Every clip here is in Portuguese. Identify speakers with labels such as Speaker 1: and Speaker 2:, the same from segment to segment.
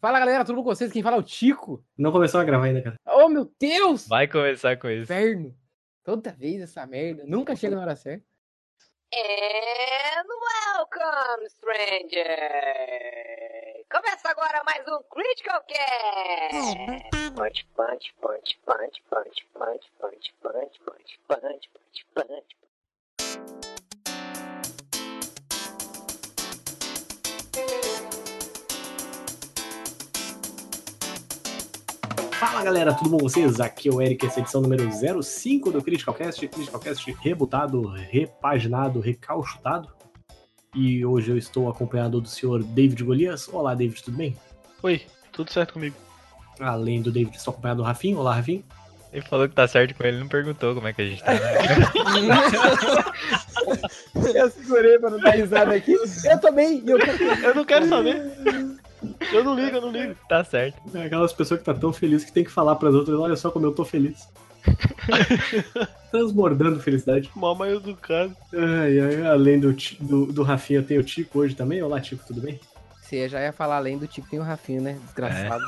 Speaker 1: Fala galera, tudo bom com vocês? Quem fala é o Tico.
Speaker 2: Não começou a gravar ainda, cara.
Speaker 1: Oh meu Deus!
Speaker 3: Vai começar com isso.
Speaker 1: Inferno! Toda vez essa merda, nunca chega na hora certa.
Speaker 4: And welcome, stranger! Começa agora mais um Critical Cast! Punch, punch, punch, punch, punch, punch, punch, punch, punch, punch, punch, punch.
Speaker 2: Fala galera, tudo bom com vocês? Aqui é o Eric, essa é a edição número 05 do Criticalcast. Criticalcast rebutado, repaginado, recauchutado. E hoje eu estou acompanhado do senhor David Golias. Olá, David, tudo bem?
Speaker 3: Oi, tudo certo comigo.
Speaker 2: Além do David, estou acompanhado do Rafinho. Olá, Rafinho.
Speaker 3: Ele falou que tá certo com ele, não perguntou como é que a gente tá. né?
Speaker 1: eu segurei pra não dar risada aqui. Eu também, e eu
Speaker 3: eu não quero saber. Eu não ligo, eu não ligo. Tá certo.
Speaker 2: É aquelas pessoas que tá tão feliz que tem que falar pras outras: olha só como eu tô feliz. Transbordando felicidade.
Speaker 3: Mal mal educado.
Speaker 2: Ai, ai, além do, Ti- do, do Rafinha, tem o Tico hoje também. Olá, Tico, tudo bem?
Speaker 1: Você já ia falar além do Tico tem o Rafinho, né? Desgraçado.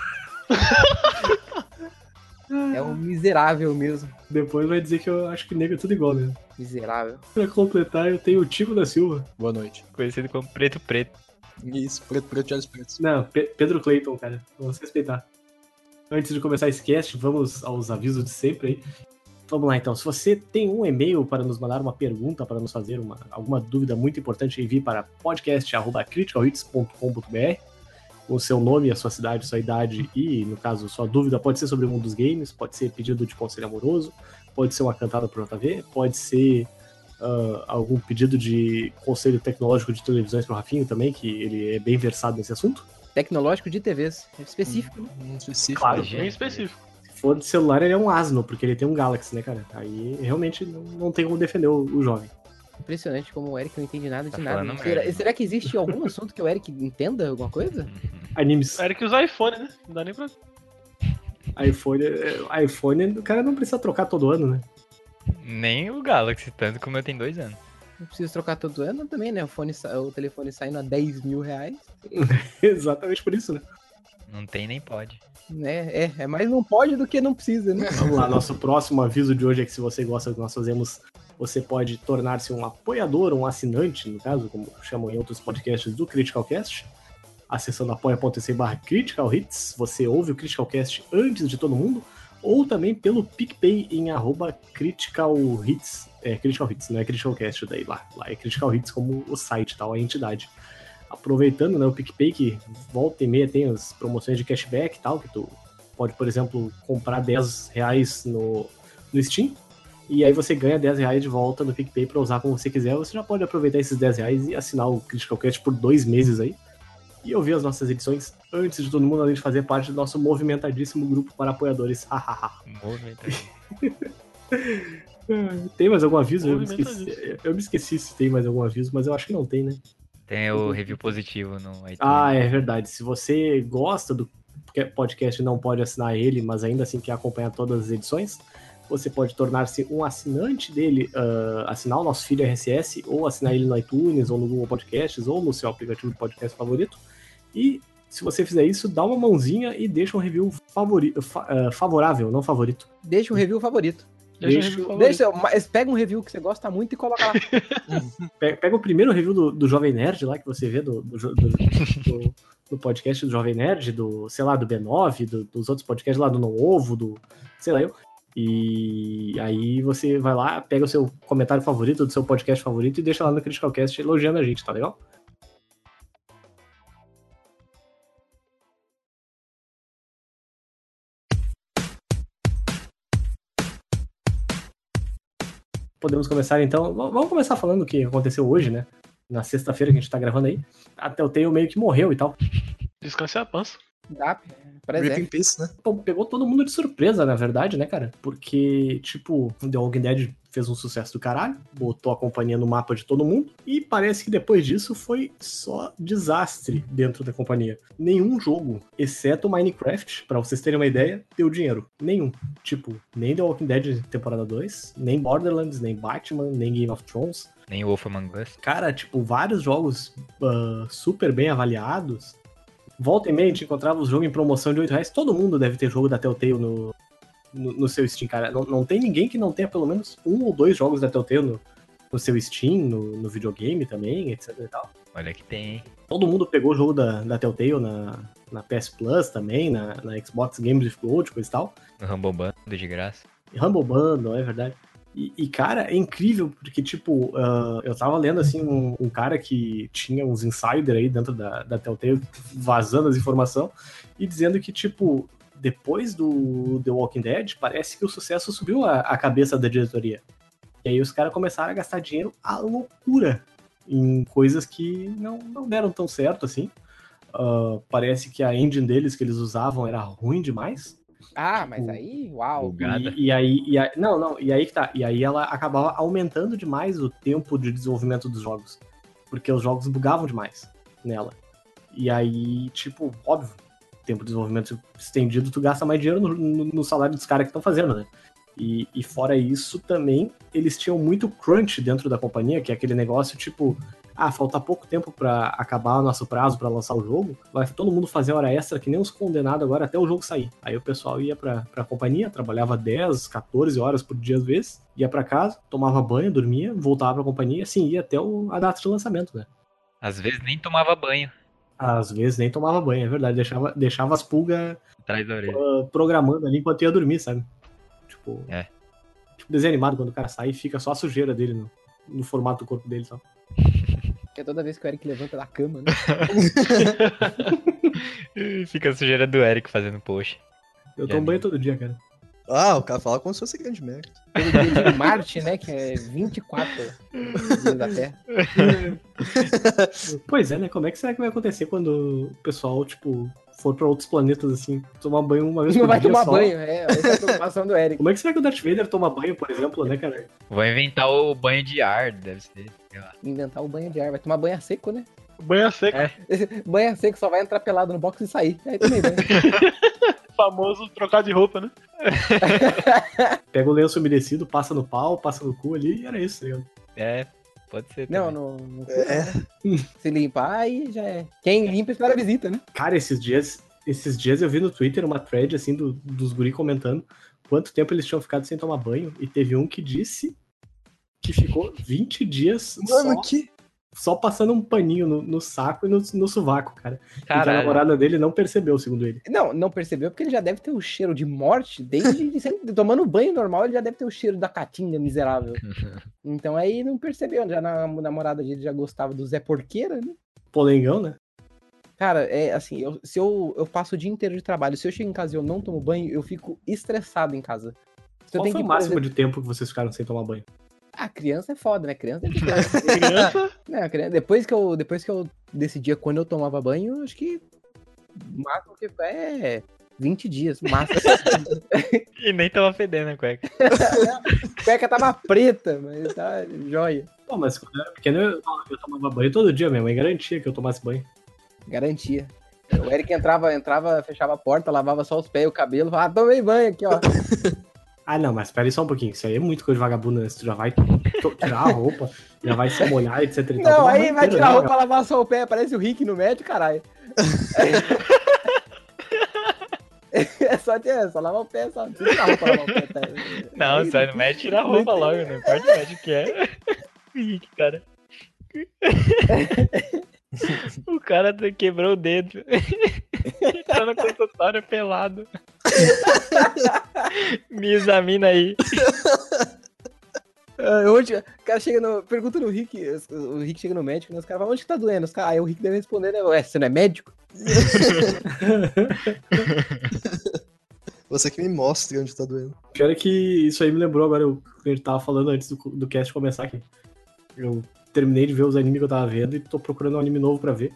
Speaker 1: É, um miserável mesmo.
Speaker 2: Depois vai dizer que eu acho que nego é tudo igual, né?
Speaker 1: Miserável.
Speaker 2: Pra completar, eu tenho o Tico da Silva.
Speaker 5: Boa noite.
Speaker 3: Conhecido como Preto Preto.
Speaker 5: Isso, preto, preto, de olhos pretos.
Speaker 2: Não, Pe- Pedro Clayton, cara. Vamos respeitar. Antes de começar esse cast, vamos aos avisos de sempre aí. Vamos lá então. Se você tem um e-mail para nos mandar uma pergunta, para nos fazer uma, alguma dúvida muito importante, envie para podcast.criticalhits.com.br com o seu nome, a sua cidade, sua idade e, no caso, sua dúvida pode ser sobre um dos games, pode ser pedido de conselho amoroso, pode ser uma cantada pro JV, pode ser ah, algum pedido de conselho tecnológico de televisões pro Rafinho também, que ele é bem versado nesse assunto.
Speaker 1: Tecnológico de TVs. É específico, né?
Speaker 5: Um específico.
Speaker 6: Ah,
Speaker 2: Claro,
Speaker 5: né?
Speaker 3: Bem específico.
Speaker 2: Se for de celular, ele é um asno, porque ele tem um Galaxy, né, cara? Aí realmente não, não tem como defender o, o jovem.
Speaker 1: Uhum. Impressionante como o Eric não entende nada de
Speaker 3: Tá
Speaker 1: nada.
Speaker 3: falando
Speaker 1: Será,
Speaker 3: merda.
Speaker 1: será que existe algum assunto que o Eric entenda alguma coisa?
Speaker 2: Animes,
Speaker 6: Era que usar iPhone, né? Não dá nem pra.
Speaker 2: iPhone, é, iPhone, o cara não precisa trocar todo ano, né?
Speaker 3: Nem o Galaxy, tanto como eu tenho dois anos.
Speaker 1: Não preciso trocar todo ano também, né? O, fone, sa- o telefone saindo a 10 mil reais.
Speaker 2: Exatamente por isso, né?
Speaker 3: Não tem nem pode.
Speaker 1: Né? É, é mais não pode do que não precisa, né?
Speaker 2: Vamos lá, nosso próximo aviso de hoje é que se você gosta do que nós fazemos, você pode tornar-se um apoiador, um assinante, no caso, como chamam em outros podcasts do Criticalcast. Acessando apoia.se barra Critical Hits, você ouve o Criticalcast antes de todo mundo, ou também pelo PicPay em arroba Critical Hits. É, Critical Hits, não é Criticalcast daí lá. Lá é Critical Hits como o site, tal, a entidade. Aproveitando, né, o PicPay que volta e meia tem as promoções de cashback e tal, que tu pode, por exemplo, comprar 10 reais no, no Steam, e aí você ganha 10 reais de volta no PicPay pra usar como você quiser. Você já pode aproveitar esses 10 reais e assinar o Critical Cat por dois meses aí. E ouvir as nossas edições antes de todo mundo, além de fazer parte do nosso movimentadíssimo grupo para apoiadores. Hahaha.
Speaker 3: Movimento.
Speaker 2: tem mais algum aviso? Eu me,
Speaker 6: Movimentadíssimo.
Speaker 2: esqueci, eu me esqueci se tem mais algum aviso, mas eu acho que não tem, né?
Speaker 3: Tem o review positivo no
Speaker 7: né?
Speaker 3: iTunes.
Speaker 2: Ah, é verdade. Se você gosta do podcast e não pode assinar ele, mas ainda assim quer acompanhar todas as edições, você pode tornar-se um assinante dele, ah, assinar o nosso feed RSS, ou assinar ele no iTunes, ou no Google Podcasts, ou no seu aplicativo de podcast favorito. E se você fizer isso, dá uma mãozinha e deixa um review favori- fa- ah, favorável, não favorito.
Speaker 1: Deixa o review favorito.
Speaker 6: Deixa,
Speaker 2: Deixa-
Speaker 6: eu rever o favorito.
Speaker 1: Deixa, mas pega um review que você gosta muito e coloca lá.
Speaker 2: Pe- Pega o primeiro review do, do Jovem Nerd lá que você vê do, do, jo- do- do- do podcast do Jovem Nerd, do, sei lá, do B9, do- dos outros podcasts lá do Não Ovo, do. sei lá eu. E aí você vai lá, pega o seu comentário favorito, do seu podcast favorito e deixa lá no Criticalcast elogiando a gente, tá legal? Podemos começar então. V- Vamos começar falando o que aconteceu hoje, né? Na sexta-feira que a gente tá gravando aí. Até o Tail meio que morreu e tal.
Speaker 6: Descanse a pança.
Speaker 1: Dá, parece
Speaker 5: Rip
Speaker 1: é.
Speaker 5: in peace, né?
Speaker 2: Pô, pegou todo mundo de surpresa, na verdade, né, cara? Porque, tipo, The Walking Dead fez um sucesso do caralho, botou a companhia no mapa de todo mundo, e parece que depois disso foi só desastre dentro da companhia. Nenhum jogo, exceto Minecraft, pra vocês terem uma ideia, deu dinheiro. Nenhum. Tipo, nem The Walking Dead temporada 2, nem Borderlands, nem Batman, nem Game of Thrones.
Speaker 1: é.
Speaker 3: Nem o Wolf Among Us.
Speaker 2: Cara, tipo, vários jogos ah, super bem avaliados Volta e meia, a gente encontrava os jogos em promoção de 8 reais. Todo mundo deve ter jogo da Telltale no, no, no seu Steam, cara. Não, não tem ninguém que não tenha pelo menos um ou dois jogos da Telltale no, no seu Steam, no, no videogame também, etc e tal.
Speaker 8: Olha que tem, hein?
Speaker 2: Todo mundo pegou o jogo da, da Telltale na, na PS Plus também, na, na Xbox Games with Gold, coisa e tal.
Speaker 8: Rambombando de graça.
Speaker 2: Rumble Bundle, é verdade. E, e, cara, é incrível, porque, tipo, ah, eu tava lendo, assim, um, um cara que tinha uns insider aí dentro da, da Telltale, vazando as informações, e dizendo que, tipo, depois do The Walking Dead, parece que o sucesso subiu a, a cabeça da diretoria. E aí os caras começaram a gastar dinheiro à loucura em coisas que não, não deram tão certo, assim. Ah, parece que a engine deles que eles usavam era ruim demais.
Speaker 1: Ah,
Speaker 2: Tipo,
Speaker 1: mas aí, uau.
Speaker 8: Bugada.
Speaker 2: E, e aí, e aí- não, não, e aí que tá. E aí ela acabava aumentando demais o tempo de desenvolvimento dos jogos. Porque os jogos bugavam demais nela. E aí, tipo, óbvio, tempo de desenvolvimento estendido, tu gasta mais dinheiro no, no- no salário dos caras que estão fazendo, né? E, e fora isso, também, eles tinham muito crunch dentro da companhia, que é aquele negócio, tipo, ah, falta pouco tempo pra acabar o nosso prazo pra lançar o jogo, vai todo mundo fazer hora extra que nem os condenados agora até o jogo sair. Aí o pessoal ia pra, pra companhia, trabalhava 10, 14 horas por dia às vezes, ia pra casa, tomava banho, dormia, voltava pra companhia, assim, ia até o, a data de lançamento, né?
Speaker 8: Às vezes nem tomava banho
Speaker 2: Às vezes nem tomava banho, é verdade, deixava, deixava as pulgas
Speaker 8: atrás da
Speaker 7: É.
Speaker 8: orelha.
Speaker 2: ah, programando ali enquanto ia dormir, sabe? Tipo,
Speaker 8: É.
Speaker 2: tipo desenho animado, quando o cara sai, fica só a sujeira dele no, no formato do corpo dele e tal.
Speaker 1: Porque toda vez que o Eric levanta da cama, né?
Speaker 8: Ih, Fica a sujeira do Eric fazendo post.
Speaker 2: Eu
Speaker 8: Já
Speaker 2: tomo banho
Speaker 8: vi.
Speaker 2: todo dia, cara.
Speaker 5: Ah, o cara fala como se fosse grande merda.
Speaker 1: Pelo dia de Marte, né? Que é 24 dias da Terra.
Speaker 2: Pois é, né? Como é que será que vai acontecer quando o pessoal, tipo, for pra outros planetas, assim, tomar banho uma vez
Speaker 1: Não
Speaker 2: por
Speaker 1: vai
Speaker 2: dia
Speaker 1: tomar
Speaker 2: só?
Speaker 1: banho, é. Essa é a preocupação do Eric.
Speaker 2: Como é que será que o Darth Vader toma banho, por exemplo, né, cara?
Speaker 8: Vou inventar o banho de ar, deve ser.
Speaker 1: Inventar o banho de ar. Vai tomar banho a seco, né?
Speaker 6: Banha seca,
Speaker 1: Banho a seco só vai entrar pelado no box e sair. Aí também, né?
Speaker 6: famoso trocar de roupa, né?
Speaker 2: Pega o lenço umedecido, passa no pau, passa no cu ali, e era isso, tá ligado?
Speaker 8: É, pode ser.
Speaker 1: Não,
Speaker 8: também.
Speaker 1: no, no-
Speaker 5: É.
Speaker 1: se limpar, aí já é. Quem limpa espera a visita, né?
Speaker 2: Cara, esses dias, esses dias eu vi no Twitter uma thread, assim, do- dos guri comentando quanto tempo eles tinham ficado sem tomar banho, e teve um que disse que ficou 20 dias
Speaker 5: Mano,
Speaker 2: só,
Speaker 5: que.
Speaker 2: só passando um paninho no, no saco e no, no sovaco, cara. E que a
Speaker 8: Caralho.
Speaker 2: namorada dele não percebeu, segundo ele.
Speaker 1: Não, não percebeu porque ele já deve ter o cheiro de morte desde de sempre, tomando banho normal, ele já deve ter o cheiro da catinga miserável. Então aí não percebeu, já na a namorada dele já gostava do Zé Porqueira, né?
Speaker 2: Polengão, né?
Speaker 1: Cara, é assim, eu- se eu, eu passo o dia inteiro de trabalho, se eu chego em casa e eu não tomo banho, eu fico estressado em casa. Se eu
Speaker 2: Qual
Speaker 1: tenho
Speaker 2: foi
Speaker 1: que
Speaker 2: o máximo de tempo que vocês ficaram sem tomar banho?
Speaker 1: Ah, criança é foda, né? Criança tem que tomar
Speaker 6: Criança,
Speaker 1: Né, criança- depois que eu depois que eu decidia quando eu tomava banho, acho que máximo que é 20 dias, máximo.
Speaker 8: E nem tava fedendo a cueca.
Speaker 1: A cueca tava preta, mas tá joia.
Speaker 2: Pô, mas quando eu era pequeno eu, eu tomava banho todo dia, minha mãe garantia que eu tomasse banho.
Speaker 1: Garantia. O Eric entrava, entrava, fechava a porta, lavava só os pés e o cabelo, falava, ah, tomei banho aqui, ó.
Speaker 2: Ah, não, mas peraí só um pouquinho, isso aí é muito coisa de vagabundo, né? Se Tu já vai to- tirar a roupa, já vai se molhar, etc. e tal.
Speaker 1: Não,
Speaker 2: Toma
Speaker 1: aí
Speaker 2: banho
Speaker 1: vai
Speaker 2: inteiro,
Speaker 1: tirar a
Speaker 2: né,
Speaker 1: roupa, lavar só o pé, parece o Rick no médico, caralho. É só, é só lavar o pé, só. Não precisa tirar a roupa, lavar o pé, tá?
Speaker 8: Não,
Speaker 1: Aí-
Speaker 8: sai no médico tira a roupa
Speaker 1: Não
Speaker 8: logo,
Speaker 3: né?
Speaker 8: não importa o médico que é. Ih, que cara. o cara tá- quebrou o dedo. tá no consultório pelado. Me examina aí.
Speaker 1: Ah, Onde, o cara chega no. Pergunta no Rick. os- O Rick chega no médico, né? Os caras falam, onde que tá doendo? Os caras, aí o Rick deve responder, né? Ué, você não é médico?
Speaker 5: Você que me mostre onde tá doendo.
Speaker 2: Pior é que isso aí me lembrou agora o que a gente tava falando antes do, do cast começar aqui. Eu terminei de ver os animes que eu tava vendo e tô procurando um anime novo pra ver.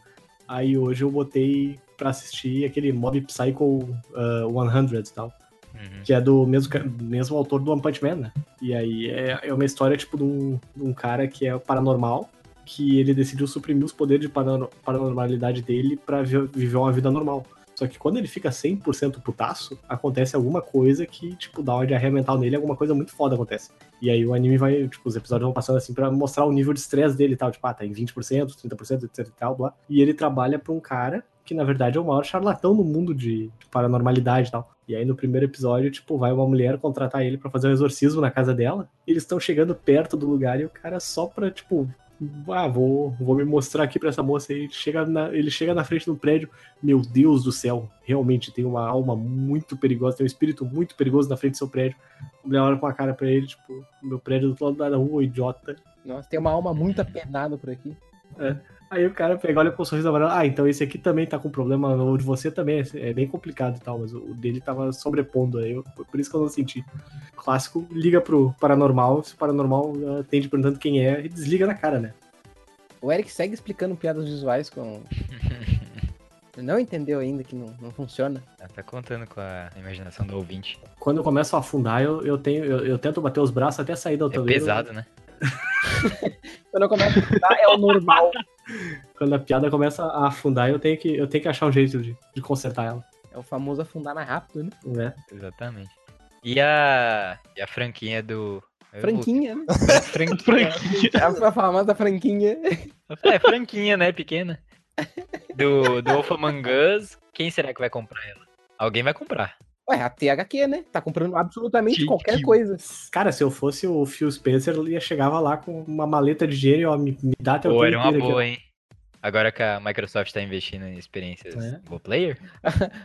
Speaker 2: Aí hoje eu botei pra assistir aquele Mob Psycho ah, 100 e tal.
Speaker 8: Uhum.
Speaker 2: que é do mesmo, ca- mesmo autor do One Punch Man, né? E aí é, é uma história, tipo, de um, de um cara que é paranormal, que ele decidiu suprimir os poderes de paranor- paranormalidade dele pra vi- viver uma vida normal. Só que quando ele fica 100% putaço, acontece alguma coisa que, tipo, dá uma diarreia mental nele, alguma coisa muito foda acontece. E aí o anime vai, tipo, os episódios vão passando assim pra mostrar o nível de estresse dele e tal. Tipo, ah, tá em 20%, 30%, etc e tal, blá. E ele trabalha pra um cara que na verdade é o maior charlatão no mundo de, de paranormalidade e tal. E aí no primeiro episódio, tipo, vai uma mulher contratar ele pra fazer um exorcismo na casa dela. Eles estão chegando perto do lugar e o cara só pra, tipo, ah, vou, vou me mostrar aqui pra essa moça aí. Ele chega, na, ele chega na frente do prédio. Meu Deus do céu, realmente tem uma alma muito perigosa, tem um espírito muito perigoso na frente do seu prédio. A mulher olha com a cara pra ele, tipo, meu prédio do outro lado da rua, idiota.
Speaker 1: Nossa, tem uma alma muito apenada por aqui.
Speaker 2: Aí o cara pega, olha com o sorriso amarelo. Ah, então esse aqui também tá com problema. O de você também é é bem complicado e tal, mas o dele tava sobrepondo aí. eu- Por isso que eu não senti. Clássico, liga pro paranormal. Se o paranormal ah, atende perguntando quem é, e desliga na cara, né?
Speaker 1: O Eric segue explicando piadas visuais com. Você não entendeu ainda que não, não funciona?
Speaker 7: Ah, Tá contando com a imaginação do ouvinte.
Speaker 2: Quando eu começo a afundar, eu, eu, tenho, eu, eu tento bater os braços até sair da
Speaker 7: É
Speaker 2: altura.
Speaker 7: pesado, né?
Speaker 1: Quando eu começo a contar, é o normal.
Speaker 2: né? Quando a piada começa a afundar, eu tenho que, eu tenho que achar um jeito de, de consertar ela.
Speaker 1: É o famoso afundar na rápido, né?
Speaker 2: Né?
Speaker 7: Exatamente. E a, e a franquinha do. eu vou-
Speaker 1: Franquinha, né? É
Speaker 7: franquinha.
Speaker 1: A famosa franquinha.
Speaker 7: É, franquinha, né? Pequena. Do, do Ofamangas. Quem será que vai comprar ela? Alguém vai comprar.
Speaker 1: Ué, a THQ, né? Tá comprando absolutamente
Speaker 7: Que-
Speaker 1: qualquer
Speaker 7: que-
Speaker 1: coisa.
Speaker 2: Cara, se eu fosse o Phil Spencer, eu ia chegava lá com uma maleta de dinheiro e ó, me, me dá teu
Speaker 7: Pô, era
Speaker 2: dinheiro
Speaker 7: uma
Speaker 2: inteiro aqui, ó.
Speaker 7: boa, hein? Agora que a Microsoft tá investindo em experiências
Speaker 2: É.
Speaker 7: Go player,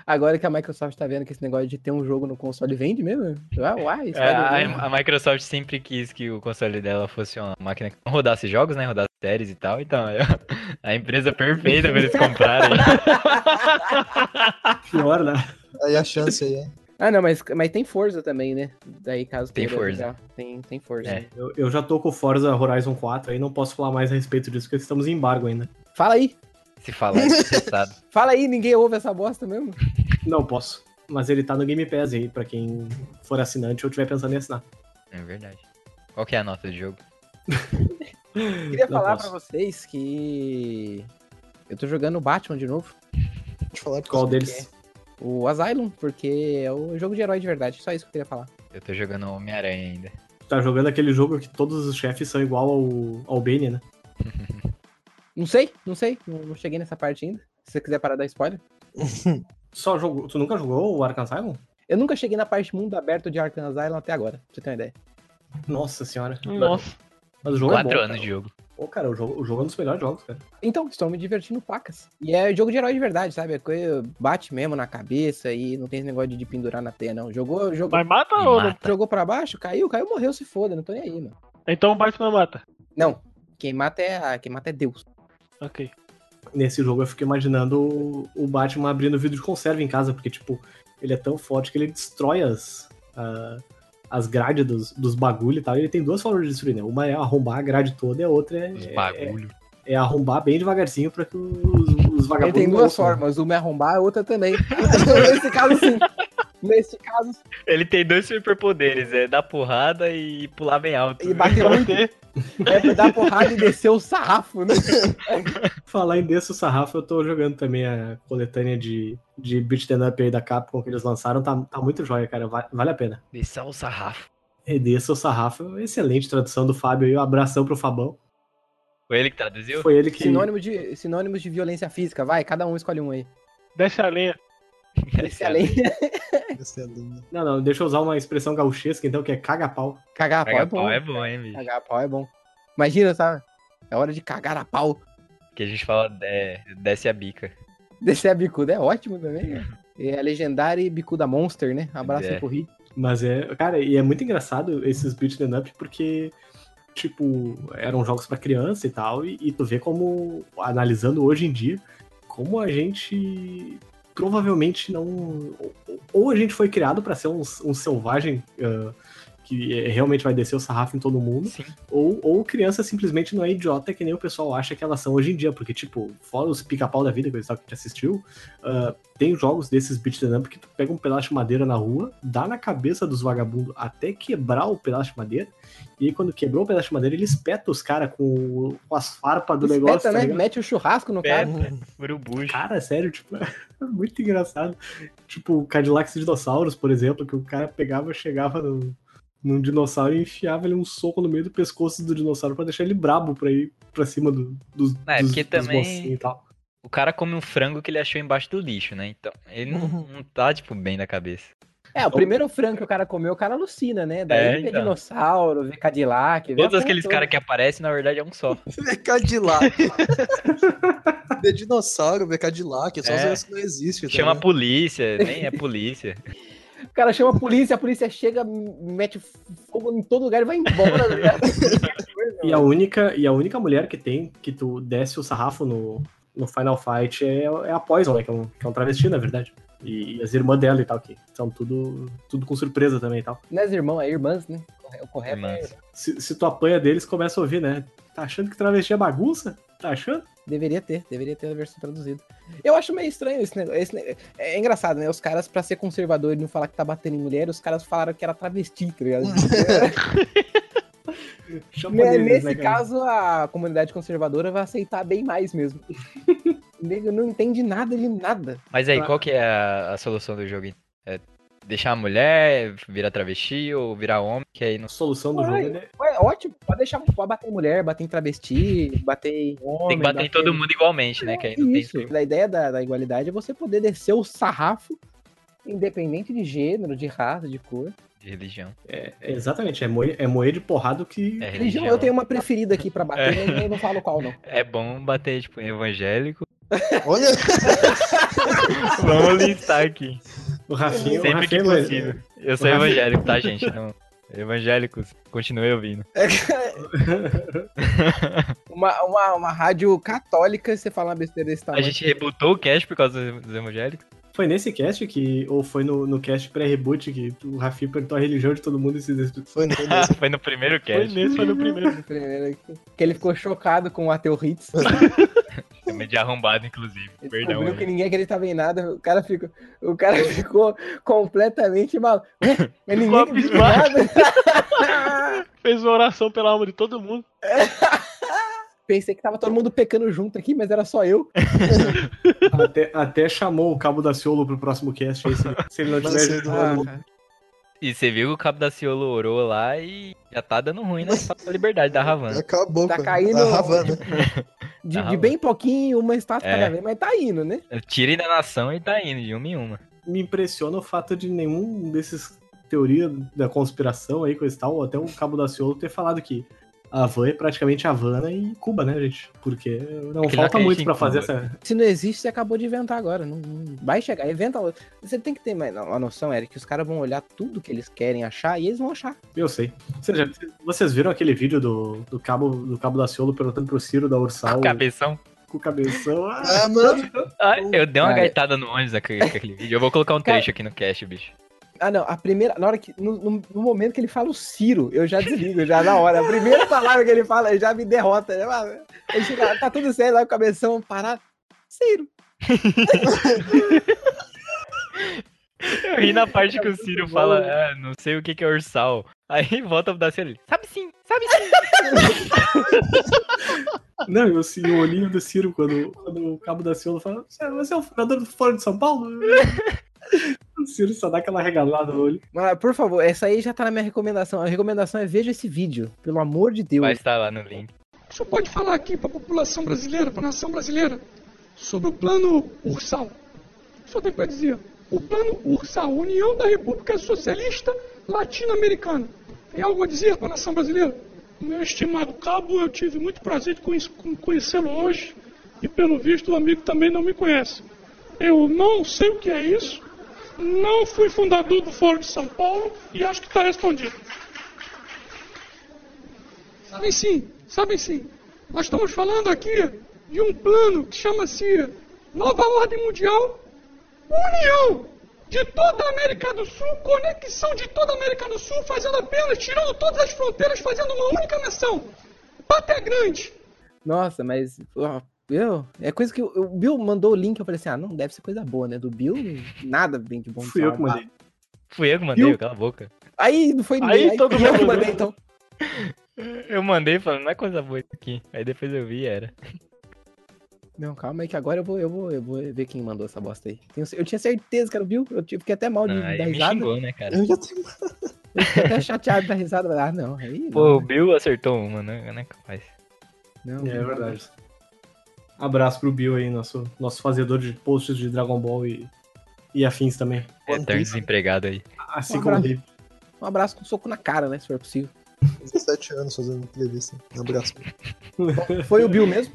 Speaker 1: Agora que a Microsoft tá vendo que esse negócio de ter um jogo no console vende mesmo. Ah, uai, isso vai
Speaker 7: É, a,
Speaker 2: né?
Speaker 1: vender.
Speaker 7: a Microsoft sempre quis que o console dela fosse uma máquina que não rodasse jogos, né? Rodasse séries e tal. Então, é a empresa perfeita pra eles comprarem.
Speaker 2: Pior, né?
Speaker 5: Aí a chance aí é.
Speaker 1: Ah, não, mas, mas tem Forza também, né? Daí caso
Speaker 7: Tem
Speaker 1: queira
Speaker 7: Forza.
Speaker 1: jogar. Tem, tem Forza.
Speaker 7: É.
Speaker 2: Eu, eu já tô com o Forza Horizon 4 aí, não posso falar mais a respeito disso, porque estamos em embargo ainda.
Speaker 1: Fala aí.
Speaker 7: Se falar, é processado.
Speaker 1: Fala aí, ninguém ouve essa bosta mesmo.
Speaker 2: Não posso. Mas ele tá no Game Pass aí, pra quem for assinante ou tiver pensando em assinar.
Speaker 7: É verdade. Qual que é a nota do jogo?
Speaker 1: Queria
Speaker 2: Não
Speaker 1: falar
Speaker 2: posso.
Speaker 1: pra vocês que eu tô jogando Batman de novo,
Speaker 5: Pode falar por
Speaker 2: Qual
Speaker 5: causa do
Speaker 2: deles?
Speaker 1: o Asylum, porque é o jogo de herói de verdade, só isso que eu queria falar.
Speaker 7: Eu tô jogando Homem-Aranha ainda.
Speaker 2: Tá jogando aquele jogo que todos os chefes são igual ao, ao Bane, né?
Speaker 1: Não sei, não sei, não, não cheguei nessa parte ainda. Se você quiser parar de dar spoiler.
Speaker 2: Só jogou. Tu nunca jogou o Arkham Asylum?
Speaker 1: Eu nunca cheguei na parte mundo aberto de Arkham Asylum até agora, pra você ter uma ideia.
Speaker 2: Nossa senhora.
Speaker 6: Nossa.
Speaker 2: Mas o jogo é bom,
Speaker 7: Quatro
Speaker 2: cara.
Speaker 7: anos de jogo.
Speaker 2: Pô, cara, o jogo, o jogo é um dos melhores jogos, cara.
Speaker 1: Então, estou me divertindo placas. E é jogo de herói de verdade, sabe? É coisa bate mesmo na cabeça e não tem esse negócio de pendurar na teia, não. Jogou, jogou,
Speaker 6: Mas mata
Speaker 7: Me
Speaker 6: ou não?
Speaker 7: mata.
Speaker 1: jogou pra baixo, caiu, caiu, morreu, se foda, não tô nem aí, mano.
Speaker 6: Então o Batman mata.
Speaker 1: Não, quem mata é, a- quem mata é Deus.
Speaker 6: Ok.
Speaker 2: Nesse jogo eu fico imaginando o, o Batman abrindo vidro de conserva em casa, porque, tipo, ele é tão forte que ele destrói as, ah, as grades dos, dos bagulho e tal. E ele tem duas formas de destruir, né? Uma é arrombar a grade toda e a outra é,
Speaker 7: Os
Speaker 2: é,
Speaker 7: bagulho.
Speaker 2: é arrombar bem devagarzinho pra que os, os
Speaker 1: Ele
Speaker 2: vagabundos.
Speaker 1: tem
Speaker 2: não
Speaker 1: duas
Speaker 2: ouçam, né?
Speaker 1: formas, uma é arrombar, a outra também. Nesse caso, sim. Nesse caso, sim.
Speaker 8: Ele tem dois superpoderes, é dar porrada e pular bem alto.
Speaker 1: ele bateu muito,
Speaker 6: Você,
Speaker 1: é pra dar porrada e descer o sarrafo, né?
Speaker 2: Falar em desse sarrafo, eu tô jogando também a coletânea de, de beat the up aí da Capcom que eles lançaram. Tá, tá muito joia, cara. va- vale a pena.
Speaker 7: Deixar o sarrafo.
Speaker 2: E desça o sarrafo. Excelente tradução do Fábio aí. Um abração pro Fabão.
Speaker 7: Foi ele que traduziu?
Speaker 2: Foi ele que.
Speaker 1: Sinônimo de, sinônimos de violência física, vai, cada um escolhe um aí.
Speaker 6: desce a lenha.
Speaker 1: Esse além.
Speaker 5: Essa é a linha.
Speaker 2: Não, não, deixa eu usar uma expressão gauchesca, então, que é caga-pau.
Speaker 1: Cagar a pau é
Speaker 7: Cagar
Speaker 1: bom.
Speaker 7: pau é bom, hein, bicho?
Speaker 1: Cagar a pau é bom. Imagina, sabe? É hora de cagar a pau.
Speaker 7: Que a gente fala, é, desce a bica.
Speaker 1: Descer a bicuda é ótimo também, né? É a legendária e bicuda monster, né? Abraço
Speaker 7: É.
Speaker 1: e corri.
Speaker 2: Mas é, cara, e é muito engraçado esses beat the up porque, tipo, eram jogos pra criança e tal, e, e tu vê como, analisando hoje em dia, como a gente provavelmente não. ou- Ou a gente foi criado pra ser um, um selvagem ah, que é- realmente vai descer o sarrafo em todo mundo,
Speaker 7: Sim.
Speaker 2: ou, ou criança simplesmente não é idiota que nem o pessoal acha que elas são hoje em dia, porque, tipo, fora os pica-pau da vida que o pessoal que te assistiu, ah, tem jogos desses beat them up que tu pega um pedaço de madeira na rua, dá na cabeça dos vagabundos até quebrar o pedaço de madeira, e aí quando quebrou o pedaço de madeira, ele espeta os caras com, com as farpas do negócio.
Speaker 1: Espeta,
Speaker 2: tá
Speaker 1: né?
Speaker 2: ligado?
Speaker 1: Mete o churrasco no
Speaker 7: um
Speaker 1: cara.
Speaker 7: Urubu.
Speaker 2: Cara, sério, tipo, é muito engraçado. Tipo, o Cadillac de dinossauros, por exemplo, que o cara pegava, chegava no, num dinossauro e enfiava ele um soco no meio do pescoço do dinossauro pra deixar ele brabo pra ir pra cima do, dos,
Speaker 7: É,
Speaker 2: dos,
Speaker 7: porque
Speaker 2: dos
Speaker 7: também-
Speaker 2: mocinhos e tal.
Speaker 7: O cara come um frango que ele achou embaixo do lixo, né? Então, ele não,
Speaker 2: Uhum.
Speaker 7: não tá, tipo, bem da cabeça.
Speaker 1: É, o primeiro frango que o cara comeu, o cara alucina, né? Daí
Speaker 7: Então É,
Speaker 1: vê
Speaker 7: então.
Speaker 1: dinossauro, vê Cadillac.
Speaker 2: é
Speaker 1: vê a
Speaker 7: Todos
Speaker 1: porra
Speaker 7: aqueles
Speaker 1: toda.
Speaker 7: caras que aparecem, na verdade, é um só.
Speaker 5: BK de lá. Vê dinossauro, BK de lá, que é só
Speaker 7: É.
Speaker 5: é. que não existe.
Speaker 7: Chama a
Speaker 5: né?
Speaker 7: polícia, nem é polícia.
Speaker 1: O cara chama a polícia, a polícia chega, mete fogo em todo lugar e vai embora. tá ligado?
Speaker 2: E a única, e a única mulher que tem, que tu desce o sarrafo no, no Final Fight é, é a Poison, né? Que é, um, que é um travesti, na verdade. E, e as irmãs dela e tal, que são tudo, tudo com surpresa também e tal.
Speaker 1: Não é irmão, é irmãs, né? O correto é
Speaker 7: Irmãs.
Speaker 2: Se, se tu apanha deles, começa a ouvir, né? Tá achando que travesti é bagunça? Tá achando?
Speaker 1: Deveria ter, deveria ter a versão traduzida. Eu acho meio estranho esse negócio. esse ne- É engraçado, né? Os caras, pra ser conservador e não falar que tá batendo em mulher, os caras falaram que era travesti, tá ligado?
Speaker 2: Chama
Speaker 1: Ne-
Speaker 2: deles,
Speaker 1: Nesse
Speaker 2: né, cara?
Speaker 1: caso, a comunidade conservadora vai aceitar bem mais mesmo. O nego não entende nada de nada.
Speaker 7: Mas aí,
Speaker 2: Ah.
Speaker 7: qual que é a, a solução do jogo? É deixar a mulher virar travesti ou virar homem, que aí não
Speaker 2: A solução do
Speaker 1: Ai.
Speaker 2: jogo né?
Speaker 1: Ué, ótimo, pode deixar pode bater em mulher, bater em travesti, bater em homem. É
Speaker 7: tem que bater em todo mundo igualmente, né? Que aí não tem
Speaker 1: Isso. A ideia da, da igualdade é você poder descer o sarrafo, independente de gênero, de raça, de cor.
Speaker 7: de religião.
Speaker 2: É, exatamente, é moer, é moer de porrada o que.
Speaker 7: É religião.
Speaker 1: Religião, eu tenho uma preferida aqui pra bater, mas eu não falo qual, não.
Speaker 7: É bom bater, tipo, em evangélico.
Speaker 5: Olha,
Speaker 7: Vamos listar aqui.
Speaker 2: O Rafinha, o
Speaker 7: Sempre que
Speaker 2: Rafinha é
Speaker 7: possível. Eu sou evangélico, tá, gente? Então, evangélicos, continue ouvindo.
Speaker 1: Tá, Uma, uma, uma rádio católica, você fala uma besteira desse
Speaker 7: A
Speaker 1: tamanho.
Speaker 7: gente rebutou o cast por causa dos evangélicos.
Speaker 2: Foi nesse cast que. Ou foi no, no cast pré-reboot que o Rafinha perguntou a religião de todo mundo e se des-
Speaker 5: foi não, foi
Speaker 7: Ah,
Speaker 5: nesse.
Speaker 7: foi no primeiro
Speaker 6: Foi
Speaker 7: cast.
Speaker 6: nesse, foi no primeiro.
Speaker 1: assim, Que ele ficou chocado com o Ateu Hits.
Speaker 7: Também de arrombado, inclusive.
Speaker 1: Ele
Speaker 7: Perdão. né?
Speaker 1: descobriu
Speaker 7: aí.
Speaker 1: que ninguém acreditava em nada. O cara ficou, o cara ficou completamente maluco. Ué, Mas ninguém acredita em nada.
Speaker 6: Fez uma oração pela alma de todo mundo.
Speaker 1: Pensei que tava todo mundo pecando junto aqui, mas era só eu.
Speaker 2: Até, até chamou o Cabo da Ciolo pro próximo cast aí, se, se ele não
Speaker 5: Vai
Speaker 2: tiver. Ah,
Speaker 5: ser do-
Speaker 1: Tá,
Speaker 7: E você viu que o Cabo da Ciolo orou lá e já tá dando ruim, né? Só a liberdade da Havana.
Speaker 5: Acabou,
Speaker 1: Tá
Speaker 5: cara.
Speaker 1: caindo-
Speaker 5: A Havana.
Speaker 1: de,
Speaker 7: Ah,
Speaker 1: de
Speaker 7: mano.
Speaker 1: bem pouquinho, uma estátua
Speaker 7: É.
Speaker 1: cada vez, mas tá indo, né?
Speaker 7: Tirem da nação e tá indo, de uma em uma.
Speaker 2: Me impressiona o fato de nenhum desses teoria da conspiração aí, coisa e tal, ou até o Cabo da Ciolo ter falado que a Havan é praticamente Havana e Cuba, né, gente? Porque não
Speaker 7: Porque ele
Speaker 2: falta
Speaker 7: não
Speaker 2: muito
Speaker 7: acredita em
Speaker 2: pra fazer
Speaker 7: Cuba.
Speaker 2: essa.
Speaker 1: Se não existe, você acabou de inventar agora. Não, não- vai chegar, inventa outro. Você tem que ter mais- uma noção, Eric, que os caras vão olhar tudo que eles querem achar e eles vão achar.
Speaker 2: Eu sei. Ou seja, vocês viram aquele vídeo do, do Cabo do Cabo da Ciolo perguntando pro Ciro da
Speaker 1: Tá
Speaker 2: Ursal
Speaker 7: Cabeção.
Speaker 2: com o cabeção. Ah,
Speaker 5: Ah, mano.
Speaker 7: Ai, eu dei uma
Speaker 1: Cara. é-
Speaker 7: gaitada no ônibus naquele, naquele vídeo. Eu vou colocar um
Speaker 1: Cara.
Speaker 7: trecho aqui no cast, bicho.
Speaker 1: Ah, não, a primeira. Na hora que. No, no- no momento que ele fala o Ciro, eu já desligo, já na hora. A primeira palavra que ele fala já me derrota. Né? Mas, Ele chega, lá, tá tudo certo lá com o cabeção parado. Ciro.
Speaker 7: Eu ri na parte
Speaker 1: é
Speaker 7: que o Ciro fala, ah, não sei o que que é ursal. Aí volta pro Daciolo ali. Sabe sim, sabe sim.
Speaker 2: Não, eu, assim, o olhinho do Ciro quando, quando o Cabo da Ciolo fala, "Você- você é o fundador do Fórum de São Paulo? o Ciro só dá aquela regalada no olho.
Speaker 1: Mas, por favor, essa aí já tá na minha recomendação. A recomendação é veja esse vídeo, pelo amor de Deus.
Speaker 7: Vai estar lá no link.
Speaker 9: O senhor pode falar aqui para a população brasileira, para a nação brasileira, sobre o plano Ursal? O senhor tem para dizer? O plano Ursal, União da República Socialista Latino-Americana. Tem algo a dizer para a nação brasileira? Meu estimado cabo, eu tive muito prazer de conhe- con- conhecê-lo hoje e, pelo visto, o amigo também não me conhece. Eu não sei o que é isso, não fui fundador do Fórum de São Paulo e acho que está respondido. Sabem sim, sabem sim. Nós estamos falando aqui de um plano que chama-se Nova Ordem Mundial, União de toda a América do Sul, conexão de toda a América do Sul, fazendo apenas, tirando todas as fronteiras, fazendo uma única nação. Pátria é grande.
Speaker 1: Nossa, mas. ó, eu, é coisa que. eu- eu- o Bill mandou o link, eu falei assim: ah, não deve ser coisa boa, né? Do Bill, nada bem de bom.
Speaker 2: Fui eu que mandei.
Speaker 7: Fui eu que mandei,
Speaker 1: Viu?
Speaker 7: cala a boca.
Speaker 1: Aí não foi ninguém.
Speaker 6: Aí todo
Speaker 1: fui
Speaker 6: mundo
Speaker 1: eu que
Speaker 6: mandou.
Speaker 1: mandei, então.
Speaker 7: Eu mandei falando, não é coisa boa isso aqui. Aí depois eu vi e era.
Speaker 1: Não, calma aí que agora eu vou, eu vou, eu vou ver quem mandou essa bosta aí. Tenho ce- eu tinha certeza que era o Bill, eu tive- fiquei até mal de
Speaker 7: Não,
Speaker 1: dar
Speaker 7: aí me
Speaker 1: risada.
Speaker 7: xingou, né, cara?
Speaker 5: Eu já tenho.
Speaker 1: Eu fiquei até chateado da risada. mas, Ah, não, aí.
Speaker 7: Pô, o Bill acertou uma, né? Não é capaz.
Speaker 1: não, não,
Speaker 2: É,
Speaker 1: não.
Speaker 2: verdade. Abraço pro Bill aí, nosso, nosso fazedor de posts de Dragon Ball e, e afins também.
Speaker 7: É, tá um desempregado aí.
Speaker 2: Assim
Speaker 1: Um
Speaker 2: como
Speaker 1: abraço.
Speaker 2: ele.
Speaker 1: Um abraço com um soco na cara, né? Se for possível.
Speaker 5: 17 anos fazendo entrevista. Um abraço.
Speaker 1: Foi o Bill mesmo?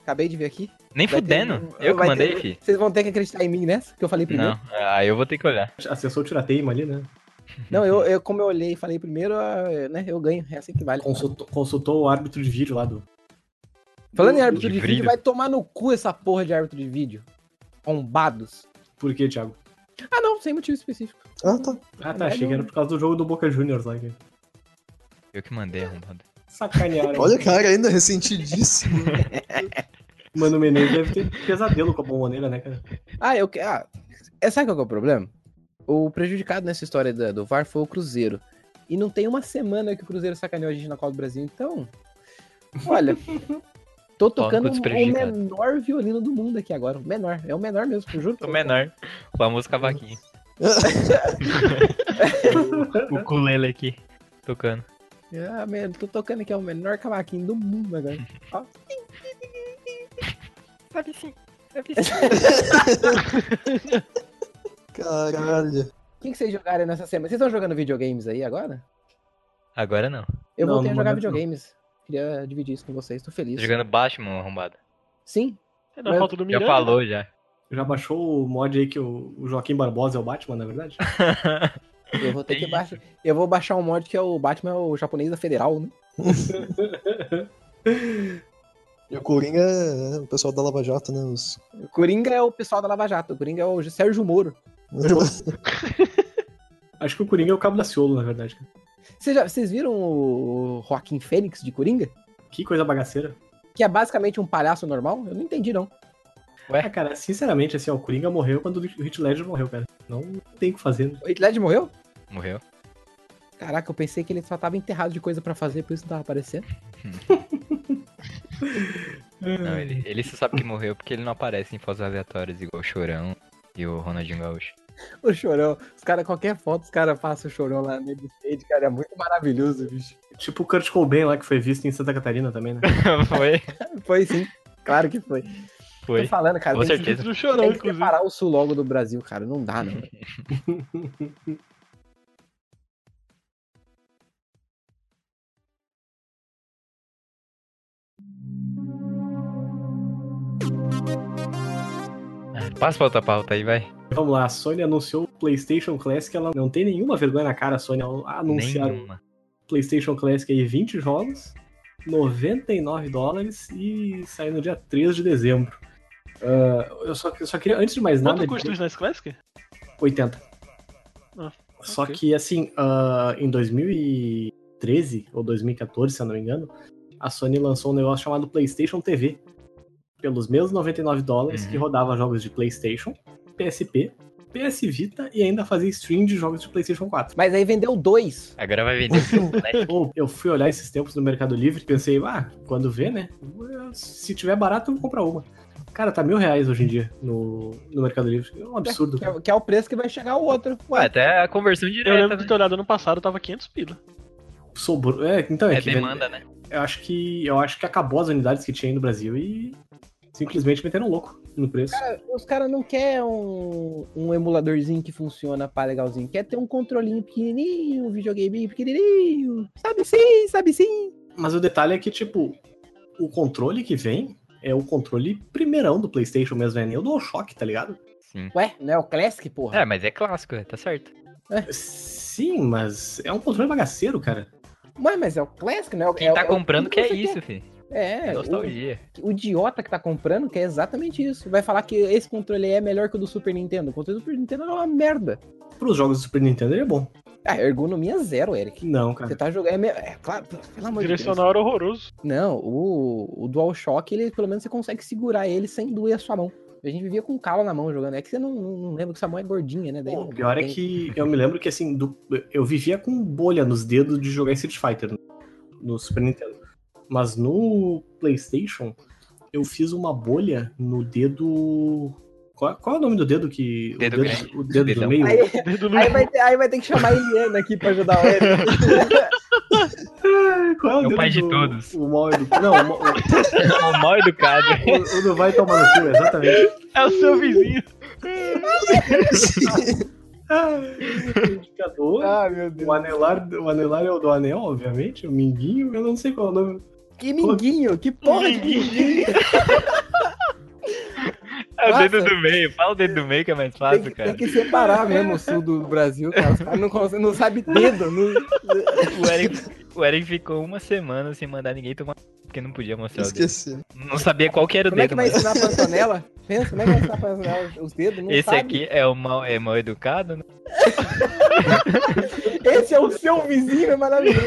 Speaker 1: Acabei de ver aqui.
Speaker 7: Nem
Speaker 1: Vai ter- um,
Speaker 7: fudendo. Eu que
Speaker 1: vai um- ter-
Speaker 7: mandei, fi.
Speaker 1: Vocês vão ter que acreditar em mim nessa, que eu falei primeiro.
Speaker 7: Não, aí eu vou ter que olhar.
Speaker 2: Acessou o Tirateima ali, né?
Speaker 1: Não, eu, eu- como eu olhei e falei primeiro, ah, né, eu ganho. É assim que vale.
Speaker 2: Consultou, consultou o árbitro de vídeo lá do.
Speaker 1: Falando em árbitro de,
Speaker 7: De
Speaker 1: vídeo,
Speaker 7: brilho.
Speaker 1: vai tomar no cu essa porra de árbitro de vídeo. Bombados.
Speaker 2: Por quê, Thiago?
Speaker 1: Ah, não, sem motivo específico.
Speaker 5: Ah, tá.
Speaker 2: Ah, tá.
Speaker 1: Caralho.
Speaker 2: Achei que era por causa do jogo do Boca Juniors lá. Que
Speaker 7: Eu que mandei, arrombado.
Speaker 2: sacanearam.
Speaker 5: Olha a cara ainda ressentidíssimo.
Speaker 2: Mano Menezes deve ter pesadelo com a bomboneira, né, cara?
Speaker 1: Ah, eu que. Ah, é, sabe qual que é o problema? O prejudicado nessa história da- do VAR foi o Cruzeiro. E não tem uma semana que o Cruzeiro sacaneou a gente na Copa do Brasil. Então, olha, tô tocando
Speaker 7: dos
Speaker 1: o
Speaker 7: prejudicados.
Speaker 1: menor violino do mundo aqui agora. O menor, é o menor mesmo, eu juro.
Speaker 7: O menor. O famoso cavaquinho. o ukulele aqui. Tocando.
Speaker 1: Ah, mano, tô tocando aqui, é o menor cavaquinho do mundo agora. Ó.
Speaker 8: Sabe sim, sabe sim.
Speaker 5: Caralho.
Speaker 1: O que, que vocês jogaram nessa semana? Vocês estão jogando videogames aí agora?
Speaker 7: Agora não. Tá
Speaker 1: Eu
Speaker 2: Não,
Speaker 1: voltei a
Speaker 2: no
Speaker 1: jogar
Speaker 2: momento não.
Speaker 1: videogames. Queria dividir isso com vocês, tô feliz.
Speaker 7: Tô jogando Batman, arrombado.
Speaker 1: Sim,
Speaker 6: É na
Speaker 1: Mas-
Speaker 6: falta do
Speaker 7: Já
Speaker 6: Miranda.
Speaker 7: falou, já.
Speaker 2: Já baixou o mod aí que o, o Joaquim Barbosa é o Batman, na verdade?
Speaker 1: eu vou ter que
Speaker 7: Isso.
Speaker 1: baixar. Eu vou baixar um mod que é o Batman, é o japonês da Federal, né?
Speaker 5: E o Coringa é o pessoal da Lava Jato, né? Os...
Speaker 1: O Coringa é o pessoal da Lava Jato, o Coringa é o Sérgio Moro.
Speaker 2: Acho que o Coringa é o Cabo da Ciolo, na verdade. cara.
Speaker 1: Vocês já- vocês viram o Joaquim Fênix de Coringa?
Speaker 2: Que coisa bagaceira.
Speaker 1: Que é basicamente um palhaço normal? Eu não entendi, não.
Speaker 2: Ah, cara, sinceramente, assim, ó, o Coringa morreu quando o Heath Ledger morreu, cara. Não tem o que fazer. né?
Speaker 1: O Heath Ledger morreu?
Speaker 7: Morreu.
Speaker 1: Caraca, eu pensei que ele só tava enterrado de coisa pra fazer, por isso não tava aparecendo.
Speaker 7: Não, ele, ele só sabe que morreu porque ele não aparece em fotos aleatórias igual o Chorão e o Ronaldinho Gaúcho.
Speaker 1: O chorão, os caras, qualquer foto, os caras passam o chorão lá nele stage, cara, é muito maravilhoso, bicho.
Speaker 2: Tipo o Kurt Cobain lá, que foi visto em Santa Catarina também, né?
Speaker 7: foi,
Speaker 1: Foi sim, claro que foi. Tô
Speaker 7: foi.
Speaker 1: falando, cara,
Speaker 7: Com
Speaker 1: tem que-
Speaker 7: certeza.
Speaker 1: tem
Speaker 6: Do
Speaker 1: que,
Speaker 6: chorão, inclusive.
Speaker 1: separar o sul logo do Brasil, cara, não dá,
Speaker 7: Uhum.
Speaker 1: não.
Speaker 7: Passa pra outra pauta aí, vai.
Speaker 2: Vamos lá, a Sony anunciou o PlayStation Classic, ela não tem nenhuma vergonha na cara, a Sony ela anunciaram
Speaker 7: Nenhuma.
Speaker 2: o PlayStation Classic aí 20 jogos, 99 dólares e sai no dia 3 de dezembro. Ah, eu, só, eu só queria, antes de mais nada,
Speaker 6: Quanto custa o SNES
Speaker 7: É,
Speaker 6: Classic?
Speaker 2: 80.
Speaker 6: Ah,
Speaker 2: Só
Speaker 6: ok.
Speaker 2: que, assim, ah, em 2013 ou 2014, se eu não me engano, a Sony lançou um negócio chamado PlayStation TV. Pelos mesmos 99 dólares
Speaker 7: Uhum.
Speaker 2: que rodava jogos de PlayStation, PSP, PS Vita e ainda fazia stream de jogos de PlayStation 4.
Speaker 1: Mas aí vendeu dois.
Speaker 7: Agora vai vender. né?
Speaker 2: Ou eu fui olhar esses tempos no Mercado Livre e pensei, ah, quando vê, né? Se tiver barato, eu vou comprar uma. Cara, tá mil reais hoje em dia no, no Mercado Livre. É um absurdo.
Speaker 1: Que é, que é o preço que vai chegar o outro.
Speaker 7: Ué,
Speaker 1: Ué,
Speaker 7: até a conversão
Speaker 6: Eu
Speaker 7: direta.
Speaker 6: lembro de
Speaker 7: né?
Speaker 6: ter olhado ano passado, tava 500 pila.
Speaker 2: Sobrou. É, então é,
Speaker 7: É
Speaker 2: que
Speaker 7: demanda, né?
Speaker 2: eu acho que eu acho que acabou as unidades que tinha aí no Brasil e simplesmente meteram louco no preço.
Speaker 1: os caras não querem um, um emuladorzinho que funciona pá legalzinho. Quer ter um controlinho pequenininho, um videogame pequenininho. Sabe sim, sabe sim.
Speaker 2: Mas o detalhe é que tipo o controle que vem é o controle primeirão do PlayStation mesmo, é nem o DualShock, tá ligado?
Speaker 7: Sim.
Speaker 1: Ué, não é o Classic, porra?
Speaker 7: É, mas é clássico, é, tá certo.
Speaker 2: Sim, mas é um controle bagaceiro, cara.
Speaker 1: Ué, mas é o Classic, né?
Speaker 7: Quem tá comprando que é isso, filho.
Speaker 1: É,
Speaker 7: É
Speaker 1: o,
Speaker 7: nostalgia.
Speaker 1: o idiota que tá comprando quer exatamente isso. Vai falar que esse controle aí é melhor que o do Super Nintendo. O controle do Super Nintendo é uma merda.
Speaker 2: Para os jogos do Super Nintendo ele é bom.
Speaker 1: Ah, ergonomia zero, Eric.
Speaker 2: Não,
Speaker 1: Você
Speaker 2: cara.
Speaker 1: tá jogando. É, me- é claro, pelo amor de Deus.
Speaker 6: Direcional era horroroso.
Speaker 1: Não, o, o DualShock, ele, pelo menos você consegue segurar ele sem doer a sua mão. A gente vivia com calo na mão jogando. É que você não, não- não lembra que sua mão é gordinha, né? Daí
Speaker 2: O
Speaker 1: não-
Speaker 2: pior é
Speaker 1: tem-
Speaker 2: que eu me lembro que assim, do- eu vivia com bolha nos dedos de jogar Street Fighter no Super Nintendo. Mas no PlayStation, eu fiz uma bolha no dedo. Qual, qual é o nome do dedo que.
Speaker 7: Dedo
Speaker 2: o dedo,
Speaker 7: grande.
Speaker 2: o dedo do
Speaker 7: Dedão.
Speaker 2: meio?
Speaker 1: Aí,
Speaker 6: Dedo no...
Speaker 1: aí vai ter, aí vai ter que chamar a Eliana aqui pra ajudar o Eric.
Speaker 2: Qual
Speaker 7: É o
Speaker 2: dedo
Speaker 7: pai de
Speaker 2: do-
Speaker 7: todos.
Speaker 2: O mal edu... Não, o, mal-
Speaker 7: É O mal educado.
Speaker 2: o- o do vai tomar no cu, exatamente.
Speaker 6: É o seu vizinho.
Speaker 2: Ah, é, O indicador,
Speaker 5: Ah, meu Deus.
Speaker 2: o, anelar, o anelar é o do anel, obviamente. O minguinho, eu não sei qual é o nome.
Speaker 5: Que minguinho, que porra de minguinho.
Speaker 7: É o dedo do meio. Fala o dedo do meio que é mais
Speaker 5: Tem
Speaker 7: fácil,
Speaker 5: que,
Speaker 7: cara.
Speaker 5: tem que separar mesmo o sul do Brasil, cara. Os caras não, conseguem- não sabem dedo. Não...
Speaker 7: O, Eric, o Eric ficou uma semana sem mandar ninguém tomar. Porque não podia mostrar o dedo.
Speaker 5: Esqueci. né?
Speaker 7: Não sabia qual que era o
Speaker 5: Como é que
Speaker 7: dedo,
Speaker 5: vai
Speaker 7: mas.
Speaker 5: ensinar a pantonela? Pensa, como é que vai ensinar a pantonela os dedos? Não
Speaker 7: Esse
Speaker 5: sabe.
Speaker 7: aqui é o mal, é mal educado, né?
Speaker 5: Esse é o seu vizinho, é maravilhoso.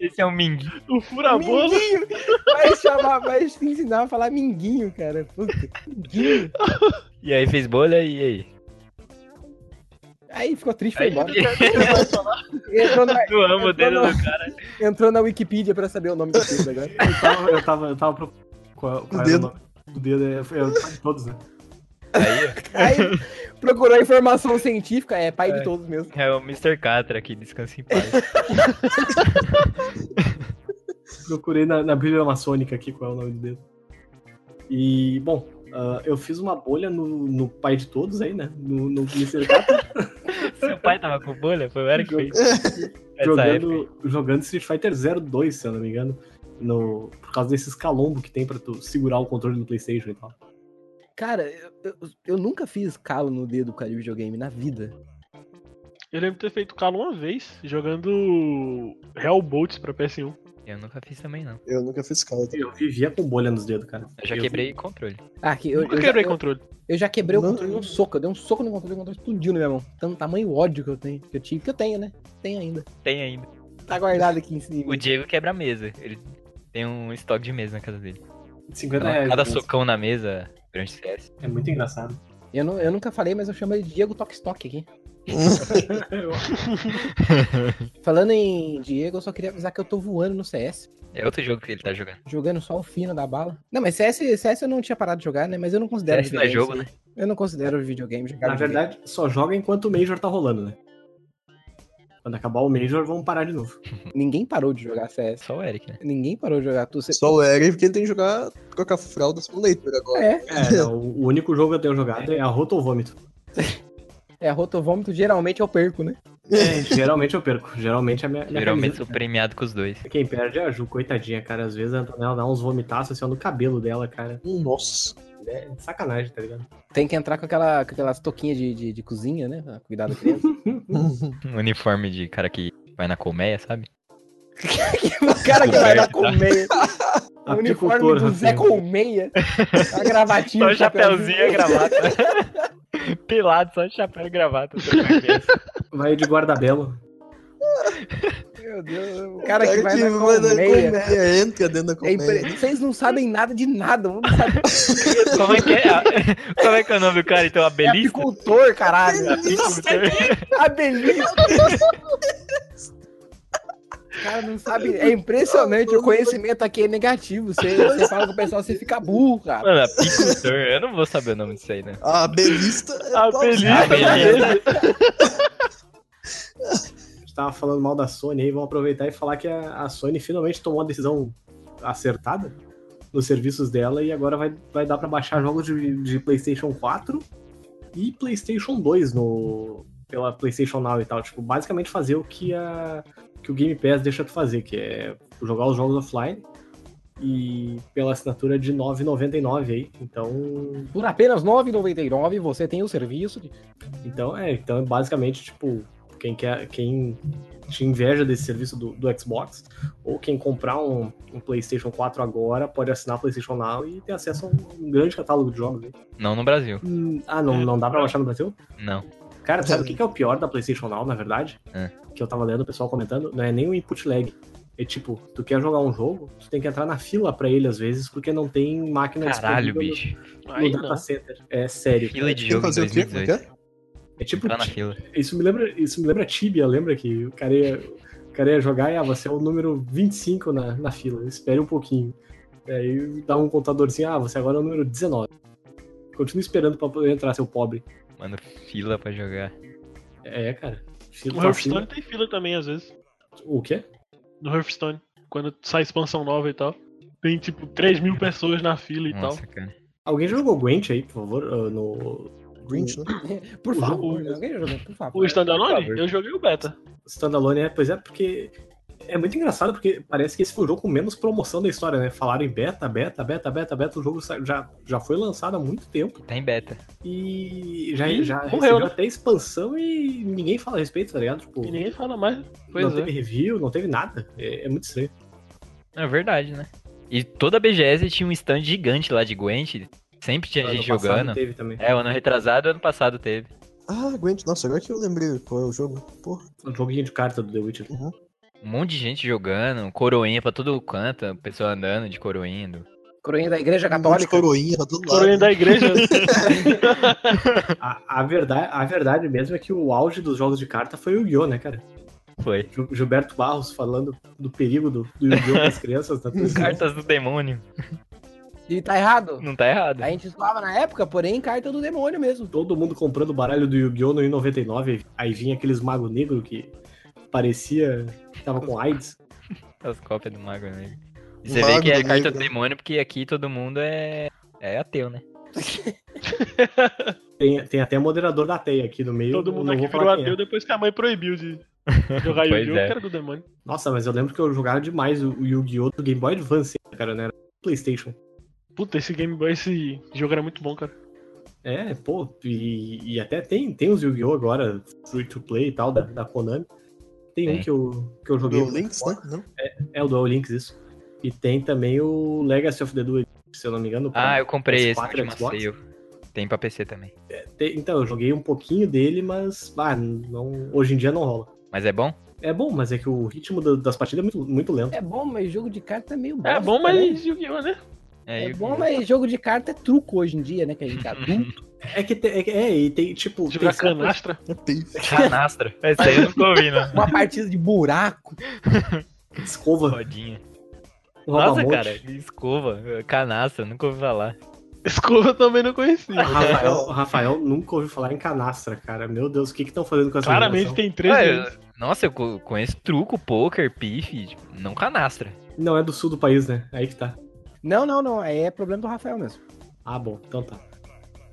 Speaker 7: Esse é o minguinho.
Speaker 6: O furabola.
Speaker 5: Minguinho! Vai chamar, vai te ensinar a falar minguinho, cara. Puta, minguinho.
Speaker 7: E aí fez bolha e aí?
Speaker 5: Aí ficou triste, foi
Speaker 7: Aí
Speaker 5: embora. Entrou na,
Speaker 7: tu ama o dedo
Speaker 5: entrou
Speaker 7: do
Speaker 5: na, entrou na Wikipedia pra saber o nome do filho agora.
Speaker 2: Eu tava, eu tava, eu tava procurando qual, qual
Speaker 5: O
Speaker 2: era
Speaker 5: dedo.
Speaker 2: o nome. O dedo é, é o pai de todos, né?
Speaker 7: Aí
Speaker 5: Aí procurou informação científica, é pai de todos mesmo.
Speaker 7: é o Mr. Catra aqui, descansa em paz.
Speaker 2: Procurei na, na Bíblia Maçônica aqui qual é o nome do dedo. E, bom, ah, eu fiz uma bolha no, no pai de todos aí, né? No, no Mr. Catra,
Speaker 7: Seu pai tava com bolha? Foi o Eric que fez. Essa época.
Speaker 2: jogando, jogando Street Fighter 02, se eu não me engano. No, por causa desses calombo que tem pra tu segurar o controle do Playstation e tal.
Speaker 1: Cara, eu, eu, eu nunca fiz calo no dedo por causa de videogame, na vida.
Speaker 6: Eu lembro de ter feito calo uma vez, jogando Hellbolts pra PS1.
Speaker 7: Eu nunca fiz também, não.
Speaker 5: Eu nunca fiz caldo.
Speaker 2: Eu vivia com bolha nos dedos, cara.
Speaker 7: Eu já quebrei controle.
Speaker 1: Ah, que eu,
Speaker 6: Nunca
Speaker 1: eu já,
Speaker 6: quebrei
Speaker 1: eu-
Speaker 6: controle.
Speaker 1: eu já quebrei o
Speaker 5: Não,
Speaker 1: controle de um
Speaker 5: eu-
Speaker 1: soco. Eu dei um soco no controle e o controle explodiu na minha mão. Tanto tamanho ódio que eu tenho. Que eu tive, que eu tenho, né? Tenho ainda.
Speaker 7: Tem ainda.
Speaker 1: Tá guardado aqui em cima.
Speaker 7: O Diego quebra a mesa. Ele tem um estoque de mesa na casa dele.
Speaker 2: 50
Speaker 7: Então,
Speaker 5: é
Speaker 2: reais.
Speaker 7: cada
Speaker 2: né?
Speaker 7: socão na mesa, grande sucesso.
Speaker 2: É muito engraçado.
Speaker 1: Eu, não- eu nunca falei, mas eu chamo ele de Diego Tokstok aqui. Falando em Diego, eu só queria avisar que eu tô voando no CS,
Speaker 7: É outro jogo que ele tá jogando.
Speaker 1: jogando só o fino da bala. Não, mas CS, CS eu não tinha parado de jogar, né? Mas eu não considero
Speaker 7: CS não é jogo, né?
Speaker 1: Eu não considero videogame jogar
Speaker 2: Na
Speaker 1: videogame.
Speaker 2: verdade, só joga enquanto o Major tá rolando, né? Quando acabar o Major, vamos parar de novo.
Speaker 1: Ninguém parou de jogar CS.
Speaker 7: Só o Eric, né?
Speaker 1: Ninguém parou de jogar. Tu, você-
Speaker 5: Só o Eric, porque ele tem que jogar trocar fraldas com leitor agora.
Speaker 1: É,
Speaker 2: É, não, o único jogo que eu tenho jogado é a Roto ou Vômito.
Speaker 1: é rotovômito, geralmente eu perco, né?
Speaker 2: É, geralmente eu perco. Geralmente a minha. minha
Speaker 7: Geralmente sou
Speaker 5: né?
Speaker 2: camiseta-
Speaker 7: premiado com os dois.
Speaker 2: Quem perde é a Ju, coitadinha, cara. Às vezes a Antonella dá uns vomitaços assim, ó, no cabelo dela, cara.
Speaker 5: Hum, Nossa.
Speaker 2: É de sacanagem, tá ligado?
Speaker 1: Tem que entrar com, aquela, com aquelas toquinhas de, de, de cozinha, né? Pra Cuidar da criança.
Speaker 7: Um uniforme de cara que vai na colmeia, sabe?
Speaker 1: o cara que vai lá com meia. O uniforme
Speaker 2: Apicultor,
Speaker 1: do Zé um.
Speaker 2: Rafinha.
Speaker 1: Colmeia. A gravatinha.
Speaker 7: assim. Só
Speaker 1: o
Speaker 7: chapéuzinho e gravata. Pelado, só chapéu e gravata.
Speaker 2: Vai de guardabelo.
Speaker 1: Meu Deus, o cara que vai na colmeia.
Speaker 5: colmeia, entra dentro da
Speaker 1: É impre-
Speaker 5: colmeia.
Speaker 1: Vocês não sabem nada de nada. Vamos saber
Speaker 7: Como é que é? Como é que é o nome do cara, então?
Speaker 1: é
Speaker 7: Abelista?
Speaker 1: apicultor, caralho. Abelista. O cara não sabe. É impressionante. O conhecimento aqui é negativo. Você, você fala com o pessoal, você fica burro, cara.
Speaker 7: Mano, apicultor. Eu não vou saber o nome disso aí, né?
Speaker 5: A belista. é
Speaker 6: A
Speaker 5: plausível.
Speaker 7: Abelista.
Speaker 2: A gente tava falando mal da Sony aí, vamos aproveitar e falar que a, a Sony finalmente tomou uma decisão acertada nos serviços dela e agora vai, vai dar pra baixar jogos de, de PlayStation 4 e PlayStation 2 no, pela PlayStation Now e tal. Tipo, basicamente fazer o que, a, que o Game Pass deixa tu fazer, que é jogar os jogos offline e pela assinatura de R$ 9,99 aí. Então,
Speaker 1: Por apenas R$ 9,99 você tem o serviço. de-
Speaker 2: então é, então é basicamente tipo, quem quer, quem te inveja desse serviço do, do Xbox, ou quem comprar um, um PlayStation 4 agora, pode assinar a PlayStation Now e ter acesso a um, um grande catálogo de jogos. né?
Speaker 7: Não no Brasil.
Speaker 2: Hum, ah,
Speaker 7: É.
Speaker 2: não, não dá pra baixar no Brasil?
Speaker 7: Não.
Speaker 2: Cara, sabe o que, que é o pior da PlayStation Now, na verdade?
Speaker 7: É.
Speaker 2: Que eu tava lendo o pessoal comentando, não é nem o input lag. É tipo, tu quer jogar um jogo, tu tem que entrar na fila pra ele às vezes, porque não tem máquina
Speaker 7: Caralho,
Speaker 2: disponível no-
Speaker 7: bicho.
Speaker 2: no
Speaker 6: Aí
Speaker 2: data
Speaker 6: não.
Speaker 2: center. É sério.
Speaker 7: Fila de
Speaker 5: é Tem que
Speaker 7: jogo em
Speaker 5: fazer o quê? Como é que
Speaker 7: 2018.
Speaker 5: é?
Speaker 2: É tipo
Speaker 7: Entrar na fila.
Speaker 2: Isso me lembra, isso me lembra Tibia, lembra que o cara ia, o cara ia jogar e ah, você é o número 25 na, na fila, espere um pouquinho. E aí dá um contadorzinho, ah, você agora é o número 19. Continua esperando pra poder entrar, seu pobre.
Speaker 7: Mano, fila pra jogar.
Speaker 2: É, cara.
Speaker 6: O
Speaker 2: Fila,
Speaker 6: Hearthstone
Speaker 2: fila,
Speaker 6: tem fila também, às vezes.
Speaker 2: O quê?
Speaker 6: do Hearthstone. Quando sai expansão nova e tal. Tem tipo 3 mil pessoas na fila e
Speaker 7: Nossa, cara.
Speaker 2: Alguém jogou Gwent aí, por favor? ah, no
Speaker 5: Grinch, né?
Speaker 1: Por
Speaker 2: O
Speaker 1: favor,
Speaker 6: jogo-
Speaker 1: né? alguém jogou, por
Speaker 6: tal. O
Speaker 1: favor.
Speaker 2: Tá,
Speaker 6: Standalone, eu joguei o beta.
Speaker 2: Standalone, é, pois é, porque. É muito engraçado, porque parece que esse foi o jogo com menos promoção da história, né? Falaram em beta, beta, beta, beta, beta. O jogo sa- já, já foi lançado há muito tempo
Speaker 7: Tá em beta.
Speaker 2: e já,
Speaker 6: Ih,
Speaker 2: já
Speaker 6: morreu,
Speaker 2: recebeu
Speaker 6: né?
Speaker 2: até expansão e ninguém fala a respeito, tá ligado? Tipo,
Speaker 6: E ninguém fala mais.
Speaker 2: não
Speaker 6: Pois é.
Speaker 2: teve review, não teve nada. É, é muito estranho.
Speaker 7: É verdade, né? E toda a BGS tinha um stand gigante lá de Gwent. Sempre tinha gente
Speaker 2: Ano passado
Speaker 7: jogando.
Speaker 2: Teve também.
Speaker 7: É, o ano retrasado, ano passado teve.
Speaker 5: Ah, Gwent, nossa, agora que eu lembrei qual é o jogo. Porra.
Speaker 2: Um joguinho de carta do The Witcher.
Speaker 7: Um monte de gente jogando, coroinha pra todo canto, pessoa andando de coroinha. do-
Speaker 1: Coroinha da Igreja
Speaker 5: Um monte de
Speaker 1: Católica.
Speaker 5: coroinha pra todo lado.
Speaker 6: Coroinha da igreja.
Speaker 2: A, a verdade, a verdade mesmo é que o auge dos jogos de carta foi o Yu-Gi-Oh, né, cara?
Speaker 7: Foi.
Speaker 2: Gil- Gilberto Barros falando do perigo do, do Yu-Gi-Oh das crianças. tá Da
Speaker 7: Cartas do demônio.
Speaker 1: E tá errado.
Speaker 7: Não tá errado.
Speaker 1: A gente zoava na época, porém, carta do demônio mesmo.
Speaker 2: Todo mundo comprando o baralho do Yu-Gi-Oh no I99. Aí vinha aqueles mago negro que parecia que tava com AIDS.
Speaker 7: As cópias do Mago Negro. E
Speaker 5: O
Speaker 7: você vê
Speaker 5: Mago
Speaker 7: que é
Speaker 5: do
Speaker 7: carta
Speaker 5: Negro.
Speaker 7: do demônio, porque aqui todo mundo é. É ateu, né?
Speaker 2: Tem, tem até moderador da TEI aqui no meio.
Speaker 6: Todo
Speaker 2: eu
Speaker 6: mundo
Speaker 2: não
Speaker 6: aqui
Speaker 2: vou
Speaker 6: virou
Speaker 2: falar quem é.
Speaker 6: ateu depois que a mãe proibiu de jogar
Speaker 7: Pois
Speaker 6: Yu-Gi-Oh!
Speaker 7: é.
Speaker 6: que era do demônio.
Speaker 2: Nossa, mas eu lembro que eu jogava demais o o Yu-Gi-Oh do Game Boy Advance, cara, né? Era PlayStation.
Speaker 6: Puta, esse Game Boy, esse jogo era muito bom, cara.
Speaker 2: É, pô, e, e até tem, tem os Yu-Gi-Oh! agora, free to play e tal, da, da Konami. Tem, um
Speaker 7: Tem.
Speaker 2: que eu, que eu joguei.
Speaker 5: Do Links, né? Não?
Speaker 2: É o Duel Links, isso. E tem também o Legacy of the Duel, se eu não me
Speaker 1: É.
Speaker 2: engano. pra-
Speaker 7: Ah, eu comprei esse
Speaker 2: PS4,
Speaker 7: último
Speaker 2: Xbox?
Speaker 7: sale. Tem pra PC também.
Speaker 2: Tem- então, eu joguei um pouquinho dele, mas ah, não, hoje em dia não rola.
Speaker 7: Mas é bom?
Speaker 2: É bom, mas é que o ritmo da- das partidas é muito, muito lento.
Speaker 1: É bom, mas jogo de carta é meio bom.
Speaker 6: É bom,
Speaker 1: né?
Speaker 6: mas Yu-Gi-Oh, né?
Speaker 1: É
Speaker 7: eu-
Speaker 1: bom, mas jogo de carta é truco hoje em dia, né? Que a gente é adulto.
Speaker 2: É que tem, é, que- é, e tem tipo.
Speaker 6: Jogar
Speaker 2: tem certas-
Speaker 6: canastra.
Speaker 5: É peixe.
Speaker 7: Canastra. Essa aí eu né? não tô ouvindo.
Speaker 1: Uma partida de buraco.
Speaker 2: escova,
Speaker 7: Rodinha.
Speaker 2: rouba
Speaker 7: Nossa,
Speaker 2: monte.
Speaker 7: cara, escova, canastra, nunca ouvi falar.
Speaker 6: Escova eu também não conhecia.
Speaker 2: Rafael, Rafael nunca ouviu falar em canastra, cara. Meu Deus, o que estão fazendo com essa
Speaker 6: Claramente
Speaker 2: geração?
Speaker 6: tem três.
Speaker 7: Ah,
Speaker 6: né?
Speaker 7: eu- Nossa, eu co- conheço truco, poker, pife, tipo, não canastra.
Speaker 2: Não é do sul do país, né? Aí que tá.
Speaker 1: Não, não, não. Aí é problema do Rafael mesmo.
Speaker 2: Ah, bom, então tá.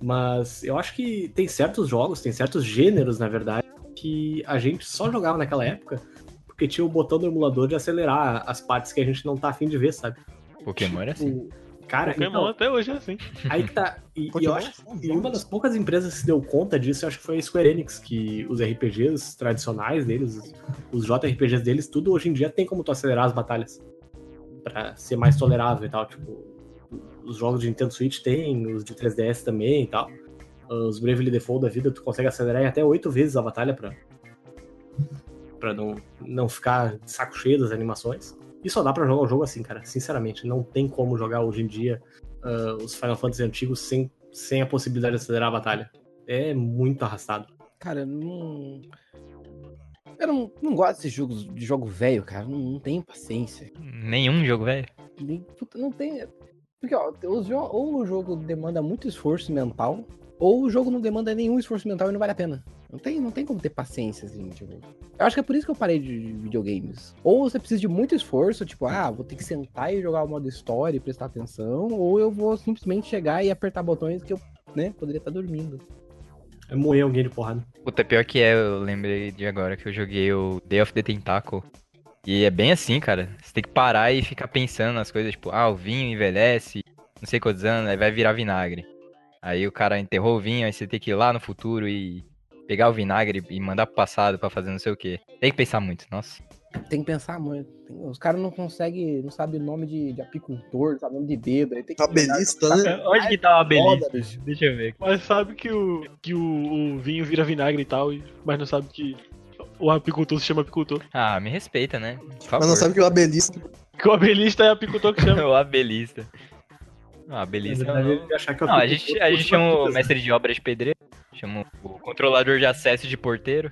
Speaker 2: Mas eu acho que tem certos jogos, tem certos gêneros, na verdade, que a gente só jogava naquela época porque tinha o botão do emulador de acelerar as partes que a gente não tá afim de ver, sabe?
Speaker 7: Pokémon era assim.
Speaker 2: O- Cara,
Speaker 6: Pokémon
Speaker 2: então,
Speaker 6: até hoje é assim.
Speaker 2: aí que tá. E, e eu
Speaker 5: Pokémon?
Speaker 2: acho e uma das poucas empresas que se deu conta disso, eu acho que foi a Square Enix, que os RPGs tradicionais deles, os- os JRPGs deles, tudo hoje em dia tem como tu acelerar as batalhas. Pra ser mais tolerável e tal. Tipo, os jogos de Nintendo Switch tem, os de 3DS também e tal. Os Bravely Default da vida, tu consegue acelerar em até oito vezes a batalha pra, pra não, não ficar de saco cheio das animações. E só dá pra jogar o jogo assim, cara. Sinceramente, não tem como jogar hoje em dia ah, os Final Fantasy antigos sem sem a possibilidade de acelerar a batalha. É muito arrastado.
Speaker 1: Cara, eu não. Eu não, não gosto desses jogos de jogo velho, cara. Não, não tenho paciência.
Speaker 7: Nenhum jogo, velho.
Speaker 1: Nem- puta, não tem. Porque, ó, os jo- ou o jogo demanda muito esforço mental, ou o jogo não demanda nenhum esforço mental e não vale a pena. Não tem, não tem como ter paciência, assim, tipo. Eu acho que é por isso que eu parei de videogames. Ou você precisa de muito esforço, tipo, ah, vou ter que sentar e jogar o modo história e prestar atenção, ou eu vou simplesmente chegar e apertar botões que eu, né, poderia estar dormindo.
Speaker 2: É moer alguém de porrada.
Speaker 7: Puta, pior que é, eu lembrei de agora que eu joguei o Day of the Tentacle. E é bem assim, cara. Você tem que parar e ficar pensando nas coisas, tipo, ah, o vinho envelhece, não sei quantos anos, aí vai virar vinagre. Aí o cara enterrou o vinho, aí você tem que ir lá no futuro e pegar o vinagre e mandar pro passado pra fazer não sei o quê. Tem que pensar muito, nossa.
Speaker 1: Tem que pensar muito. Tem- os caras não conseguem, não sabem o nome de, de apicultor, não sabem o nome de dedo. Aí tem que
Speaker 5: Tabelista, né?
Speaker 7: Onde que tá uma
Speaker 1: beleza?
Speaker 7: Deixa eu ver.
Speaker 6: Mas sabe que o, que o, o vinho vira vinagre e tal, e- mas não sabe que o apicultor se chama apicultor.
Speaker 7: Ah, me respeita, né? Por favor.
Speaker 5: Mas não sabe que o abelista.
Speaker 6: Que o abelhista é apicultor que chama.
Speaker 7: o abelista. Ah, abelista é
Speaker 2: Na
Speaker 7: o
Speaker 2: verdade,
Speaker 7: nome-
Speaker 2: ele achar que eu
Speaker 7: Não, a
Speaker 2: fico
Speaker 7: gente,
Speaker 2: puto
Speaker 7: a
Speaker 2: com
Speaker 7: gente
Speaker 2: os
Speaker 7: chama o
Speaker 2: batutas.
Speaker 7: mestre de obra de pedreiro, chama o controlador de acesso de porteiro.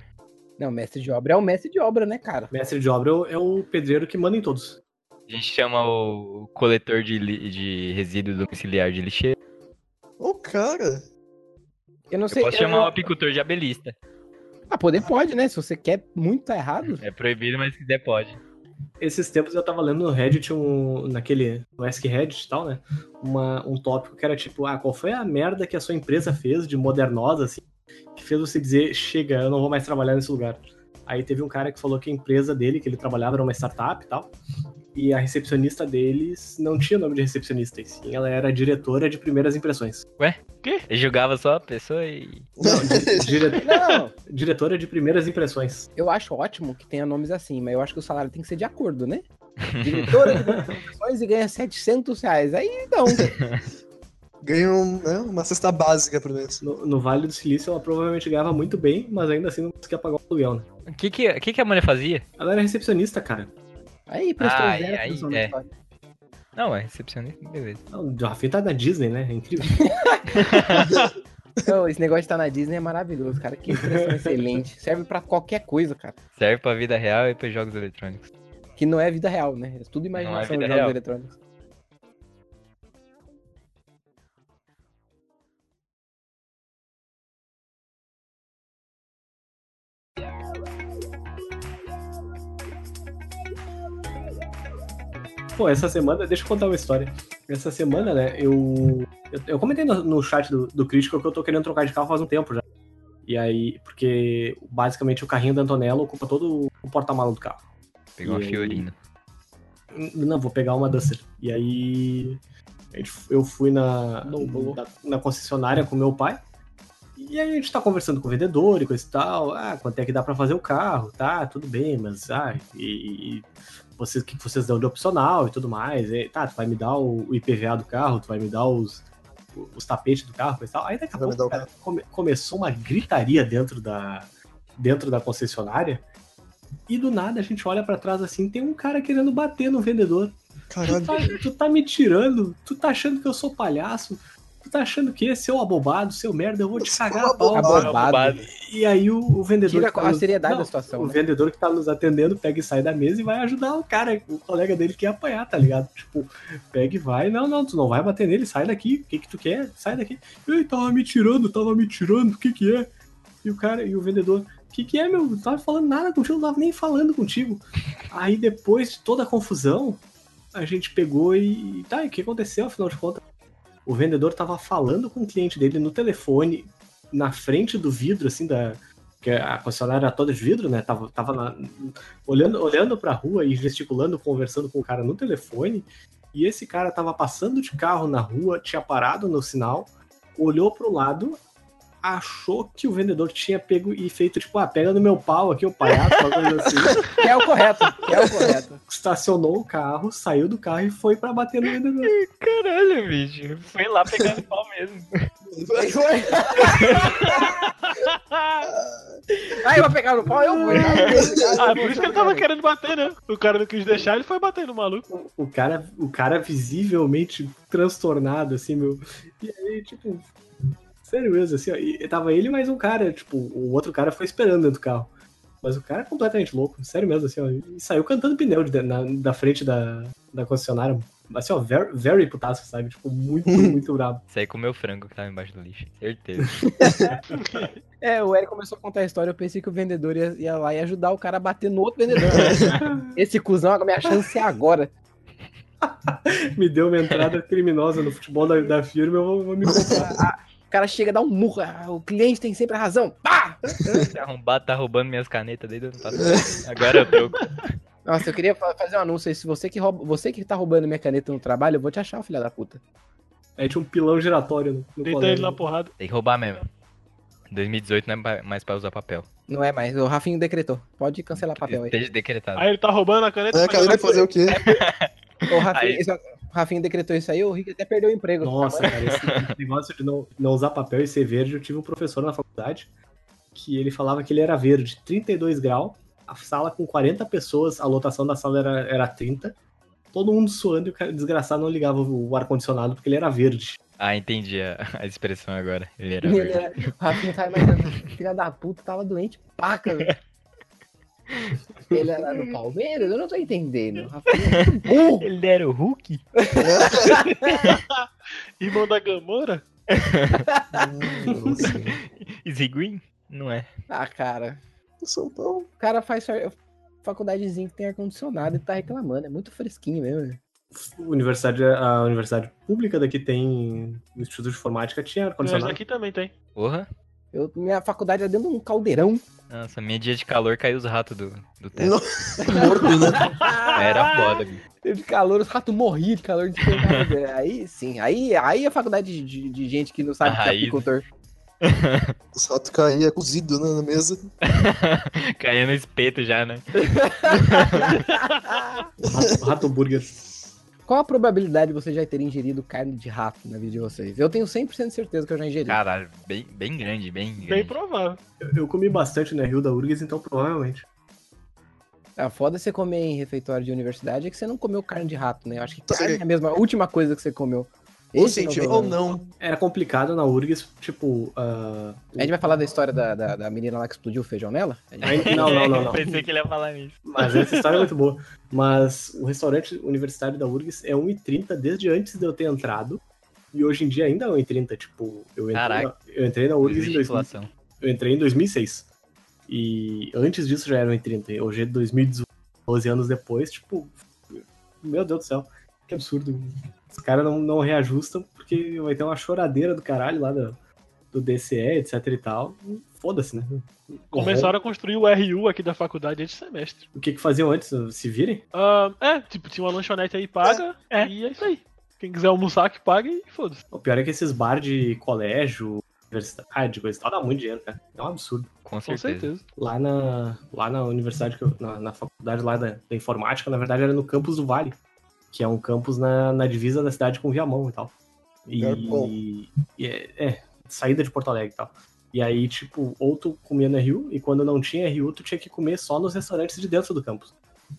Speaker 1: Não, mestre de obra é o mestre de obra, né, cara?
Speaker 2: Mestre de obra é o- é o pedreiro que manda em todos.
Speaker 7: A gente chama o coletor de, li- de resíduo domiciliar de lixeiro.
Speaker 5: Ô, cara.
Speaker 1: Eu não
Speaker 7: Eu
Speaker 1: sei.
Speaker 7: posso
Speaker 1: eu-
Speaker 7: chamar o apicultor de abelista.
Speaker 1: Ah, poder pode, né? Se você quer muito, tá errado.
Speaker 7: É proibido, mas se quiser pode.
Speaker 2: Esses tempos eu tava lendo no Reddit, um, naquele, no Ask Reddit e tal, né? Uma, um tópico que era tipo, ah, qual foi a merda que a sua empresa fez de modernosa, assim, que fez você dizer, chega, eu não vou mais trabalhar nesse lugar. Aí teve um cara que falou que a empresa dele, que ele trabalhava, era uma startup e tal, e a recepcionista deles não tinha nome de recepcionista, e sim, ela era diretora de primeiras impressões.
Speaker 7: Ele julgava só a pessoa e.
Speaker 2: Dire-
Speaker 1: Não,
Speaker 2: diretora de primeiras impressões.
Speaker 1: eu acho ótimo que tenha nomes assim, mas eu acho que o salário tem que ser de acordo, né? Diretora de comunicações e ganha 700 reais. Aí não.
Speaker 5: Ganha um, né, uma cesta básica, pelo menos.
Speaker 2: No, no Vale do Silício ela provavelmente ganhava muito bem, mas ainda assim não conseguia pagar o aluguel, né?
Speaker 7: O que que, que que a mulher fazia?
Speaker 2: Ela era recepcionista, cara.
Speaker 1: Aí prestou
Speaker 7: Ah,
Speaker 1: zero
Speaker 7: aí-
Speaker 1: atenção na
Speaker 7: é.
Speaker 1: história.
Speaker 7: Não, é recepcionista, beleza.
Speaker 2: O Rafinha tá na Disney, né? É incrível.
Speaker 1: Então, esse negócio de estar na Disney é maravilhoso, cara. Que expressão excelente. Serve pra qualquer coisa, cara.
Speaker 7: Serve pra vida real e pra jogos eletrônicos.
Speaker 1: Que não é vida real, né? É tudo imaginação
Speaker 7: vida
Speaker 1: de jogos
Speaker 7: real.
Speaker 1: eletrônicos.
Speaker 2: Pô, essa semana, deixa eu contar uma história. Essa semana, né, eu. Eu, eu comentei no, no chat do, do Crítico que eu tô querendo trocar de carro faz um tempo já. E aí, porque basicamente o carrinho da Antonella ocupa todo o porta-mala do carro.
Speaker 7: Pegou uma
Speaker 2: E aí?
Speaker 7: fiorina.
Speaker 2: Não, vou pegar uma Duster. E aí. a gente- Eu fui na, na, na concessionária com meu pai. E aí a gente tá conversando com o vendedor e coisa e tal. Ah, quanto é que dá pra fazer o carro? Tá, tudo bem, mas. Ah, e. e vocês, o que vocês dão de opcional e tudo mais. E, tá, tu vai me dar o, o IPVA do carro, tu vai me dar os, os tapetes do carro, coisa e tal. Aí daqui a
Speaker 5: Vai me
Speaker 2: pouco
Speaker 5: dar o
Speaker 2: cara, come- começou uma gritaria dentro da, dentro da concessionária. E do nada a gente olha pra trás assim, tem um cara querendo bater no vendedor. Tu
Speaker 5: Caralho.
Speaker 2: tá, tu tá me tirando, tu tá achando que eu sou palhaço, tu tá achando que seu abobado, seu merda, eu vou te cagar a pau.
Speaker 5: um Abobado.
Speaker 1: Abobado.
Speaker 2: E aí o, o vendedor.
Speaker 1: Tá Tira
Speaker 2: que tá
Speaker 1: a
Speaker 2: nos-
Speaker 1: seriedade
Speaker 2: Não,
Speaker 1: da situação.
Speaker 2: O
Speaker 1: né?
Speaker 2: vendedor que tá nos atendendo pega e sai da mesa e vai ajudar o cara, o colega dele que ia apanhar, tá ligado? Tipo, pega e vai, não, não, tu não vai bater nele, sai daqui, o que que tu quer? Sai daqui. Ei, tava me tirando, tava me tirando, o que que é? E o cara, e o vendedor, o que que é, meu? Não tava falando nada contigo, não tava nem falando contigo. Aí depois de toda a confusão, a gente pegou e, tá, e o que aconteceu, afinal de contas? O vendedor tava falando com o cliente dele no telefone, na frente do vidro, assim, da, porque a concessionária era toda de vidro, né? Tava, tava na- olhando, olhando pra rua e gesticulando, conversando com o cara no telefone. E esse cara tava passando de carro na rua, tinha parado no sinal, olhou pro lado, achou que o vendedor tinha pego e feito tipo, ah, pega no meu pau aqui, o palhaço, uma coisa assim.
Speaker 1: Que é o correto. Que é o correto.
Speaker 2: Estacionou o carro, saiu do carro e foi pra bater no vendedor.
Speaker 8: Caralho, bicho. Foi lá pegar no pau mesmo.
Speaker 1: Aí eu vou pegar no pau, eu vou. tá?
Speaker 6: Ah, por isso que ele tava querendo bater, né? O cara não quis deixar, ele foi bater no maluco.
Speaker 2: O cara, o cara visivelmente transtornado, assim, meu. E aí, tipo, sério mesmo, assim, ó. E tava ele e mais um cara, tipo, o outro cara foi esperando dentro do carro. Mas o cara é completamente louco, sério mesmo, assim, ó. E saiu cantando pneu de, na, da frente da, da concessionária. Assim, ó, very, very putaço, sabe? Tipo, muito, muito brabo.
Speaker 7: Saí com o meu frango que tava embaixo do lixo. Certeza.
Speaker 1: É, o Eric começou a contar a história, eu pensei que o vendedor ia, ia lá e ajudar o cara a bater no outro vendedor. Esse cuzão, a minha chance é agora.
Speaker 2: Me deu uma entrada criminosa no futebol da, da firma, eu vou, vou me comprar.
Speaker 1: O cara chega a dar um murro. ah, O cliente tem sempre a razão. Pá!
Speaker 7: Esse arrombado tá roubando minhas canetas desde o ano passado. Agora eu troco.
Speaker 1: Nossa, eu queria fa- fazer um anúncio aí. Se você que rouba, você que tá roubando minha caneta no trabalho, eu vou te achar, filha da puta.
Speaker 2: Aí tinha um pilão giratório no, no
Speaker 6: Deitar Então ele
Speaker 2: colégio.
Speaker 6: na porrada.
Speaker 7: Tem que roubar mesmo. 2018 não é pa- mais pra usar papel.
Speaker 1: Não é mais. O Rafinho decretou. Pode cancelar papel aí.
Speaker 7: Esteja decretado.
Speaker 6: Aí ele tá roubando a caneta.
Speaker 5: É,
Speaker 6: mas
Speaker 5: cara,
Speaker 6: ele
Speaker 5: vai fazer o quê?
Speaker 1: O Rafinho,
Speaker 7: Aí.
Speaker 1: isso- o Rafinho decretou isso aí, o Rick até perdeu o emprego.
Speaker 2: Nossa, cara, esse negócio de não, não usar papel e ser verde, eu tive um professor na faculdade que ele falava que ele era verde, 32 graus, a sala com 40 pessoas, a lotação da sala era, era 30, todo mundo suando e o cara desgraçado não ligava o, o ar-condicionado porque ele era verde.
Speaker 7: Ah, entendi a, a expressão agora. Ele era
Speaker 1: Ele
Speaker 7: verde.
Speaker 1: era- O Rafinha tava imaginando, filha da puta, tava doente, paca, velho. Ele era do Palmeiras? Eu não tô entendendo. O Rafinha é muito burro.
Speaker 8: Ele era o Hulk?
Speaker 6: é Irmão da Gamora? É,
Speaker 5: Nossa.
Speaker 8: Easy Green?
Speaker 7: Não é.
Speaker 1: Ah, cara.
Speaker 5: São Paulo.
Speaker 1: O cara faz fa- faculdadezinha que tem ar-condicionado e tá reclamando. É muito fresquinho mesmo. né?
Speaker 2: Universidade, a universidade pública daqui tem. O Instituto de Informática tinha
Speaker 6: Mas
Speaker 2: ar-condicionado.
Speaker 6: aqui também tem.
Speaker 7: Porra.
Speaker 1: Eu, minha faculdade é dentro de um caldeirão.
Speaker 7: Nossa, minha dia de calor caiu os ratos do, do teto.
Speaker 5: Morto, né?
Speaker 7: Era foda, bicho.
Speaker 1: Teve calor, os ratos morriam de calor de esquentar. Aí sim, aí, aí a faculdade de, de gente que não sabe
Speaker 7: A
Speaker 1: que é
Speaker 7: raiz.
Speaker 1: apicultor.
Speaker 5: O rato caía cozido né, na mesa.
Speaker 7: Caía no espeto já, né?
Speaker 2: É Rato, rato burger.
Speaker 1: Qual a probabilidade de você já ter ingerido carne de rato na vida de vocês? Eu tenho 100% de certeza que eu já ingeri.
Speaker 7: Caralho, bem, bem grande, bem grande.
Speaker 6: Bem provável.
Speaker 2: Eu, eu comi bastante na Rio da Urgs, então provavelmente.
Speaker 1: A Ah, foda você comer em refeitório de universidade é que você não comeu carne de rato, né? Eu acho que
Speaker 5: Tá,
Speaker 1: carne
Speaker 5: sim.
Speaker 1: é a mesma, a última coisa que você comeu.
Speaker 5: Ou
Speaker 1: é o
Speaker 5: sentiu ou
Speaker 1: problema.
Speaker 5: não.
Speaker 2: Era complicado na Urgs, tipo. ah,
Speaker 1: A gente vai falar da história da, da, da menina lá que explodiu o feijão nela? A gente-
Speaker 2: aí- não, não, não, não.
Speaker 8: Pensei que ele ia falar nisso.
Speaker 2: Mas essa história é muito boa. Mas o restaurante universitário da URGS é 1,30 desde antes de eu ter entrado. E hoje em dia ainda é 1,30. Tipo, eu entrei, na,
Speaker 7: Caraca.
Speaker 2: eu entrei na URGS em
Speaker 7: Existe
Speaker 2: 2000,
Speaker 7: inflação.
Speaker 2: eu entrei em 2006. E antes disso já era 1,30. Hoje é 2018, 12 anos depois. Tipo, meu Deus do céu, que absurdo. Os caras não, não reajustam porque vai ter uma choradeira do caralho lá do, do DCE, etc e tal. Foda-se, né?
Speaker 6: Começaram a construir o RU aqui da faculdade antes do semestre.
Speaker 2: O que, que faziam antes? Se virem?
Speaker 6: Ah, é, tipo, tinha uma lanchonete aí paga,
Speaker 8: É.
Speaker 6: e é isso aí. Quem quiser almoçar que paga e foda-se.
Speaker 2: O pior é que esses bar de colégio, universidade, coisa e tal, dá muito dinheiro, cara. É um absurdo.
Speaker 7: Com
Speaker 6: Com
Speaker 7: certeza.
Speaker 6: certeza.
Speaker 2: Lá na, lá na universidade, que eu- na, na faculdade lá da, da informática, na verdade era no campus do Vale, que é um campus na, na divisa da cidade com Viamão e tal. E,
Speaker 5: É bom.
Speaker 2: e é, é, saída de Porto Alegre e tal. E aí, tipo, ou tu comia na Rio, e quando não tinha Rio, tu tinha que comer só nos restaurantes de dentro do campus.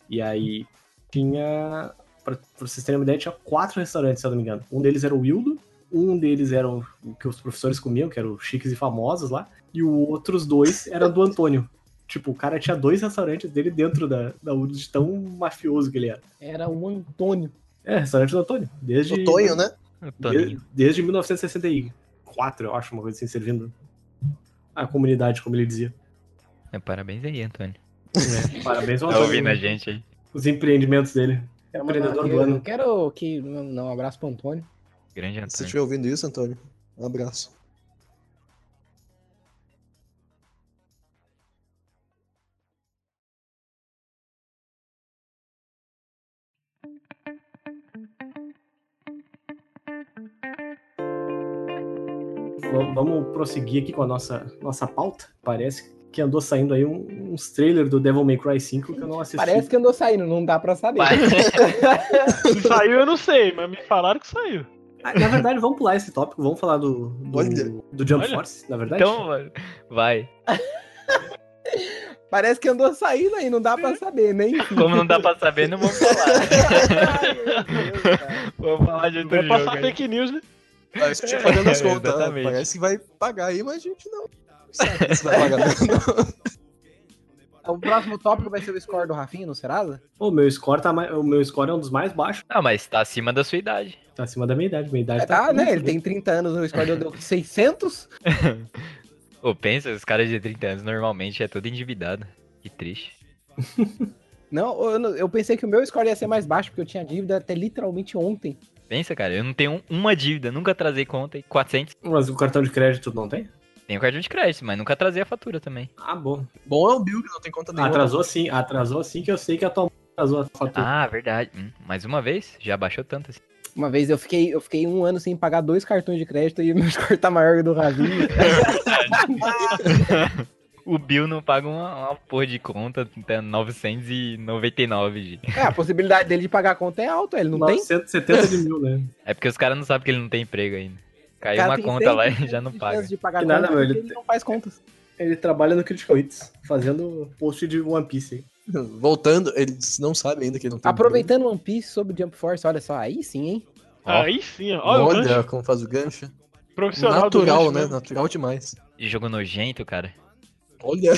Speaker 2: E aí tinha, pra, pra vocês terem uma ideia, tinha quatro restaurantes, se eu não me engano. Um deles era o Wildo, um deles era o o que os professores comiam, que eram chiques e famosos lá, e os outros dois eram do Antônio. Tipo, o cara tinha dois restaurantes dele dentro da, da URGS, de tão mafioso que ele era.
Speaker 1: Era o Antônio.
Speaker 2: É, restaurante do Antônio. Desde,
Speaker 5: O Tonho, né?
Speaker 7: Toninho.
Speaker 2: de- desde 1964, eu acho, uma coisa assim, servindo a comunidade, como ele dizia.
Speaker 7: É, Parabéns aí, Antônio.
Speaker 2: É, parabéns ao
Speaker 7: Tá
Speaker 2: Antônio.
Speaker 7: ouvindo a gente aí.
Speaker 2: Os empreendimentos dele.
Speaker 1: Era uma-
Speaker 2: Empreendedor do
Speaker 1: eu- eu
Speaker 2: ano.
Speaker 1: quero que. Não, não, um abraço pro Antônio.
Speaker 7: Grande
Speaker 5: Se você
Speaker 7: Antônio.
Speaker 5: estiver ouvindo isso, Antônio, um abraço.
Speaker 2: V- vamos prosseguir aqui com a nossa, nossa pauta. Parece que andou saindo aí um- uns trailers do Devil May Cry 5 que eu não assisti.
Speaker 1: Parece que andou saindo, não dá pra saber.
Speaker 6: Se saiu, eu não sei, mas me falaram que saiu.
Speaker 2: Ah, Na verdade, vamos pular esse tópico, vamos falar do,
Speaker 5: Olha.
Speaker 2: do, do Jump
Speaker 7: Olha.
Speaker 2: Force, na verdade.
Speaker 7: Então, mano, vai.
Speaker 1: Parece que andou saindo aí, não dá pra saber, né? nem.
Speaker 7: Como não dá pra saber, não vamos falar. Vamos falar de outro
Speaker 6: Vai
Speaker 7: jogo.
Speaker 6: passar
Speaker 7: aí.
Speaker 6: fake news, né?
Speaker 5: Ah, isso te pagando as
Speaker 7: É,
Speaker 5: contas. né?
Speaker 7: exatamente.
Speaker 5: Parece que vai pagar aí, mas a gente não sabe se vai pagar. Não.
Speaker 1: O próximo tópico vai ser o score do Rafinha no Serasa?
Speaker 2: O meu score tá mais- o meu score é um dos mais baixos.
Speaker 7: Ah, mas tá acima da sua idade.
Speaker 2: Tá acima da minha idade. Minha idade
Speaker 1: É, tá, né? Ele tem 30 anos, o score deu- deu 600.
Speaker 7: Ô, pensa, os caras de 30 anos normalmente é todo endividado. Que triste.
Speaker 1: Não, eu, não- eu pensei que o meu score ia ser mais baixo, porque eu tinha dívida até literalmente ontem.
Speaker 7: Pensa, cara, eu não tenho uma dívida, nunca trazei conta e 400.
Speaker 2: Mas o cartão de crédito não tem?
Speaker 7: Tenho cartão de crédito, mas nunca trazei a fatura também.
Speaker 2: Ah, bom.
Speaker 5: Bom é o Bill, que não tem conta nenhuma.
Speaker 2: Ah, Atrasou sim, atrasou sim que eu sei que a tua mãe atrasou a fatura.
Speaker 7: Ah, verdade. Hum, mais uma vez, já baixou tanto assim.
Speaker 1: Uma vez eu fiquei, eu fiquei um ano sem pagar dois cartões de crédito e o meu score tá maior que o do Rafinha.
Speaker 7: O Bill não paga uma, uma porra de conta, tá 999, gente.
Speaker 1: É, a possibilidade dele de pagar a conta é alta, ele não tem?
Speaker 2: 970 de mil, né?
Speaker 7: É porque os caras não sabem que ele não tem emprego ainda. Caiu
Speaker 1: Cara,
Speaker 7: uma
Speaker 1: tem
Speaker 7: conta lá e
Speaker 1: 100%
Speaker 7: já não
Speaker 1: de
Speaker 7: paga.
Speaker 1: chance de pagar
Speaker 2: Que
Speaker 1: conta
Speaker 2: nada, meu,
Speaker 1: porque
Speaker 2: ele
Speaker 1: ele não faz contas.
Speaker 2: Ele trabalha no Critical Hits, fazendo post de One Piece. hein?
Speaker 5: Voltando, eles não sabem ainda que ele não tem.
Speaker 1: Aproveitando One Piece sobre Jump Force, olha só, aí sim, hein?
Speaker 7: Ó.
Speaker 6: Aí sim, ó. Olha,
Speaker 5: Olha,
Speaker 6: o gancho
Speaker 5: como faz o gancho.
Speaker 6: profissional
Speaker 5: Natural,
Speaker 6: do gancho,
Speaker 5: né?
Speaker 6: mesmo.
Speaker 5: Natural demais.
Speaker 7: E Jogo nojento, cara.
Speaker 5: Olha.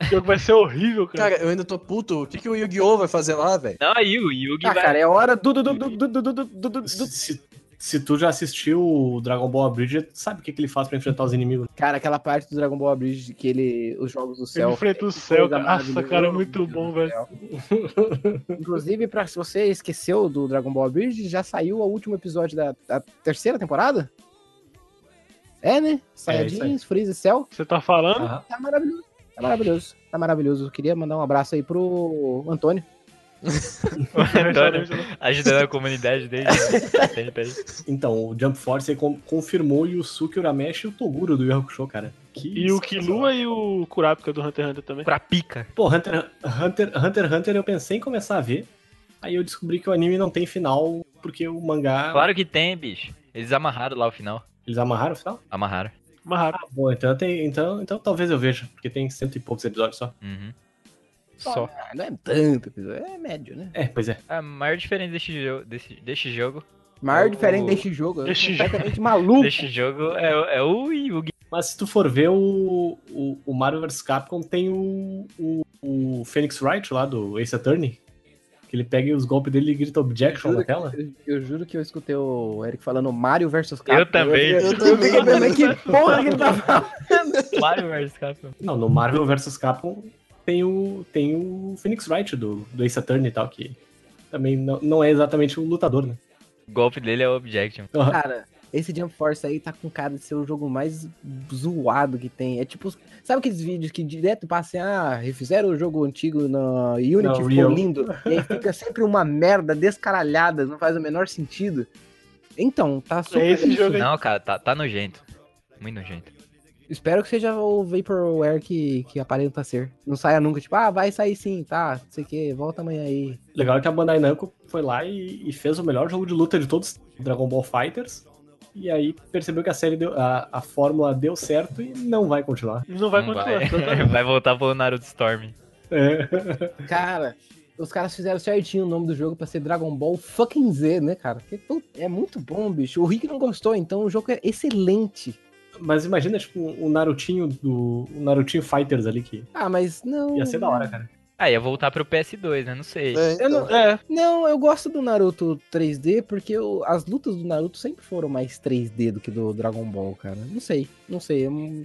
Speaker 6: O jogo vai ser horrível, cara.
Speaker 5: Cara, eu ainda tô puto. O que, que o Yu-Gi-Oh! vai fazer lá, velho?
Speaker 7: Não, aí o Yugi
Speaker 1: Ah,
Speaker 7: vai.
Speaker 1: cara, é hora do, do, do, do, do, do, do, do, do, do-
Speaker 2: Se, Se tu já assistiu o Dragon Ball Abridged, sabe o que, que ele faz pra enfrentar os inimigos?
Speaker 1: Cara, aquela parte do Dragon Ball Abridged que ele. Os jogos do
Speaker 6: Ele
Speaker 1: céu.
Speaker 6: enfrenta o céu,
Speaker 1: coisa
Speaker 6: cara. Nossa,
Speaker 1: maravilhosa,
Speaker 6: cara, é
Speaker 1: meu
Speaker 6: muito
Speaker 1: Deus
Speaker 6: bom,
Speaker 1: do
Speaker 6: velho.
Speaker 1: céu. Inclusive, pra, se você esqueceu do Dragon Ball Abridged, já saiu o último episódio da, da terceira temporada? É, né? Saiyajins, Freeza e Cell.
Speaker 6: Você tá falando?
Speaker 2: Aham.
Speaker 1: Tá maravilhoso. Tá maravilhoso. Tá maravilhoso. Eu queria mandar um abraço aí pro Antônio.
Speaker 7: Antônio ajudando a comunidade dele. né? Tenta aí.
Speaker 2: Então, o Jump Force aí com- confirmou o Yusuke Urameshi e o Toguro do Yu Hakusho, cara. Que
Speaker 6: E o Killua e o Kurapika do Hunter x Hunter também.
Speaker 7: Pra pica.
Speaker 2: Pô, Hunter Hunter, Hunter x Hunter eu pensei em começar a ver, aí eu descobri que o anime não tem final, porque o mangá...
Speaker 7: Claro que tem, bicho. Eles amarraram lá o final.
Speaker 2: Eles amarraram o final?
Speaker 7: Amarraram.
Speaker 6: Marrado.
Speaker 2: Ah, bom, então, tem, então, então talvez eu veja, porque tem cento e poucos episódios só.
Speaker 7: Uhum. Só.
Speaker 1: Ah, não é tanto episódio, é médio, né?
Speaker 2: É, pois é.
Speaker 7: A maior diferença deste, jo desse, deste jogo.
Speaker 1: Maior
Speaker 7: O-
Speaker 1: é diferente deste jogo. Eu
Speaker 6: Este
Speaker 1: sou
Speaker 6: jogo.
Speaker 1: completamente maluco.
Speaker 7: Deste jogo é, o- é o Yugi.
Speaker 2: Mas se tu for ver, o, o, o Mario vs Capcom tem o, o, o Phoenix Wright lá do Ace Attorney, que ele pega os golpes dele e grita objection na
Speaker 1: Juro que-
Speaker 2: tela.
Speaker 1: Eu, eu juro que eu escutei o Eric falando Mario versus Capcom.
Speaker 7: Eu também.
Speaker 5: Eu
Speaker 1: Ah, Eu, fiquei
Speaker 5: também.
Speaker 1: pensando que é porra que ele tá falando.
Speaker 7: Mario vs Capcom.
Speaker 2: Não, no Marvel vs Capcom tem o, tem o Phoenix Wright do, do Ace Attorney e tal, que também não, não é exatamente um lutador, né?
Speaker 7: O golpe dele é o Objection.
Speaker 1: Cara, esse Jump Force aí tá com cara de ser o jogo mais zoado que tem. É tipo, sabe aqueles vídeos que direto passam, ah, refizeram o jogo antigo na Unity,
Speaker 2: Na
Speaker 1: ficou
Speaker 2: Unreal.
Speaker 1: lindo. E aí fica sempre uma merda descaralhada, não faz o menor sentido. Então, tá super
Speaker 6: É esse
Speaker 1: isso.
Speaker 6: jogo aí.
Speaker 7: Não, cara, tá, tá nojento. Muito nojento.
Speaker 1: Espero que seja o Vaporware que, que aparenta ser. Não saia nunca, tipo, ah, vai sair sim, tá, não sei o que, volta amanhã aí.
Speaker 2: Legal é que a Bandai Namco foi lá e, e fez o melhor jogo de luta de todos, Dragon Ball Fighters. E aí percebeu que a série deu, a, a fórmula deu certo e não vai continuar.
Speaker 6: Não vai
Speaker 7: Não
Speaker 6: continuar.
Speaker 1: Uhum.
Speaker 7: vai. vai voltar pro Naruto Storm.
Speaker 2: É.
Speaker 1: Cara, os caras fizeram certinho o nome do jogo pra ser Dragon Ball fucking Z, né, cara? Porque, pô, é muito bom, bicho. O Rick não gostou, então o jogo é excelente.
Speaker 2: Mas imagina, tipo, o Narutinho do. O Narutinho Fighters ali que.
Speaker 1: Ah, mas não.
Speaker 2: Ia ser da hora, cara.
Speaker 7: Ah, ia voltar pro PS2, né? Não sei.
Speaker 5: É,
Speaker 1: Eu não,
Speaker 5: então,
Speaker 1: é. não, eu gosto do Naruto 3D porque eu- as lutas do Naruto sempre foram mais 3D do que do Dragon Ball, cara. Não sei, não sei. Eu,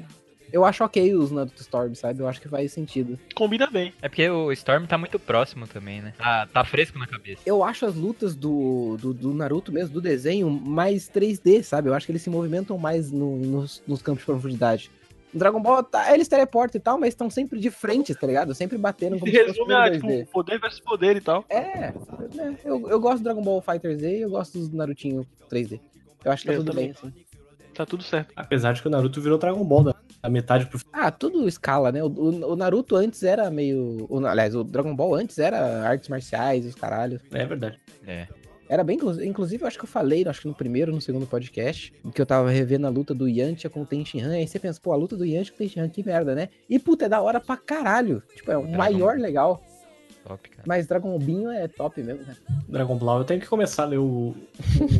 Speaker 1: eu acho ok os Naruto Storm, sabe? Eu acho que faz sentido.
Speaker 6: Combina bem.
Speaker 7: É porque o Storm tá muito próximo também, né? Tá, tá fresco na cabeça.
Speaker 1: eu acho as lutas do, do, do Naruto mesmo, do desenho, mais 3D, sabe? Eu acho que eles se movimentam mais no- nos, nos campos de profundidade. No Dragon Ball, tá, eles teleportam e tal, mas estão sempre de frente, tá ligado? Sempre batendo
Speaker 6: Se
Speaker 1: como se fosse um
Speaker 6: resume
Speaker 1: tudo
Speaker 6: a
Speaker 1: 2D.
Speaker 6: tipo, poder versus poder e tal.
Speaker 1: É, né? eu, eu gosto do Dragon Ball Fighter Z e eu gosto dos Narutinho 3D. Eu acho que tá
Speaker 6: Eu
Speaker 1: tudo
Speaker 6: também.
Speaker 1: bem, assim.
Speaker 6: Tá tudo certo.
Speaker 2: Apesar de que o Naruto virou Dragon Ball da, da metade pro.
Speaker 1: Ah, tudo escala, né? O, o- o Naruto antes era meio. o- aliás, o Dragon Ball antes era artes marciais, os caralhos.
Speaker 2: É verdade.
Speaker 7: É.
Speaker 1: Era bem, inclu- inclusive, eu acho que eu falei, acho que no primeiro, no segundo podcast, que eu tava revendo a luta do Yantia com o Tenshinhan, aí você pensa, pô, a luta do Yantia com o Tenshinhan, que merda, né? E, puta, é da hora pra caralho. Tipo, é o
Speaker 7: Dragon
Speaker 1: maior
Speaker 7: Ball.
Speaker 1: legal,
Speaker 7: Top, cara.
Speaker 1: mas Dragon Binho é top mesmo, né?
Speaker 2: Dragon Ball, eu tenho que começar a ler o,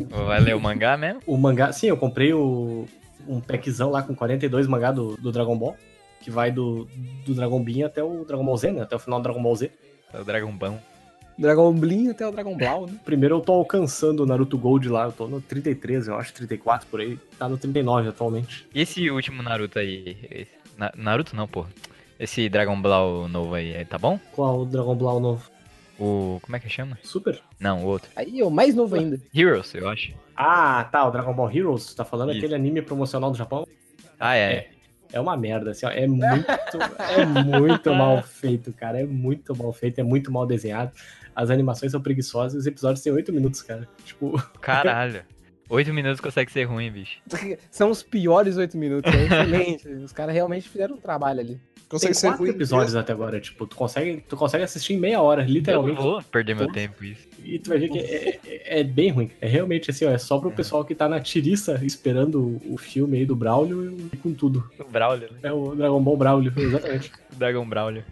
Speaker 7: Vai ler o mangá mesmo?
Speaker 2: o mangá. Sim, eu comprei o, um packzão lá com 42 mangá do, do Dragon Ball. Que vai do, do Dragon Bean até o Dragon Ball Z, né? Até o final do Dragon Ball Z.
Speaker 7: É O Dragon Ball.
Speaker 1: Dragon Blinho até o Dragon Ball, né?
Speaker 2: Primeiro eu tô alcançando o Naruto Gold lá, eu tô no 33, eu acho, 34 por aí. Tá no 39 atualmente.
Speaker 7: E esse último Naruto aí? Esse- Na- Naruto não, pô. Esse Dragon Ball novo aí, é- tá bom?
Speaker 2: Qual o Dragon Ball novo?
Speaker 7: O. Como é que chama?
Speaker 2: Super?
Speaker 7: Não, o outro.
Speaker 1: Aí, eu mais novo ainda.
Speaker 7: Heroes, eu acho.
Speaker 2: Ah, tá, o Dragon Ball Heroes, tu tá falando
Speaker 7: Isso.
Speaker 2: aquele anime promocional do Japão?
Speaker 7: Ah, é.
Speaker 2: É uma merda, assim, ó, é muito, é muito mal feito, cara, é muito mal feito, é muito mal desenhado. As animações são preguiçosas e os episódios têm 8 minutos, cara. Tipo,
Speaker 7: Caralho. Oito minutos consegue ser ruim, bicho.
Speaker 1: São os piores oito minutos, é excelente. Os caras realmente fizeram um trabalho ali.
Speaker 2: tem
Speaker 5: consegue ser
Speaker 2: quatro
Speaker 5: ruim.
Speaker 2: episódios até agora, tipo, tu consegue, tu consegue assistir em meia hora,
Speaker 6: Então,
Speaker 7: Eu não
Speaker 2: literalmente.
Speaker 7: vou perder meu tempo com isso.
Speaker 2: E tu vai ver que é, é- é bem ruim. É realmente assim, ó, é só pro pessoal que tá na tiriça esperando o- o filme aí do Braulio e com tudo.
Speaker 7: O Braulio, né?
Speaker 2: É o Dragon Ball Braulio, exatamente.
Speaker 7: O Dragon Braulio.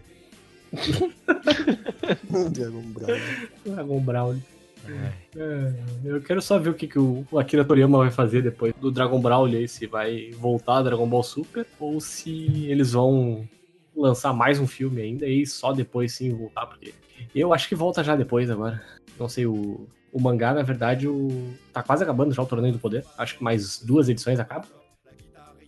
Speaker 5: Dragon Ball.
Speaker 2: Dragon Braulio.
Speaker 7: Ai.
Speaker 2: É, eu quero só ver o que, que o o Akira Toriyama vai fazer depois do Dragon Braulio aí, se vai voltar a Dragon Ball Super ou se eles vão lançar mais um filme ainda e só depois sim voltar, porque eu acho que volta já depois agora. Não sei, o O mangá, na verdade, o... tá quase acabando já o Torneio do Poder. Acho que mais duas edições acaba.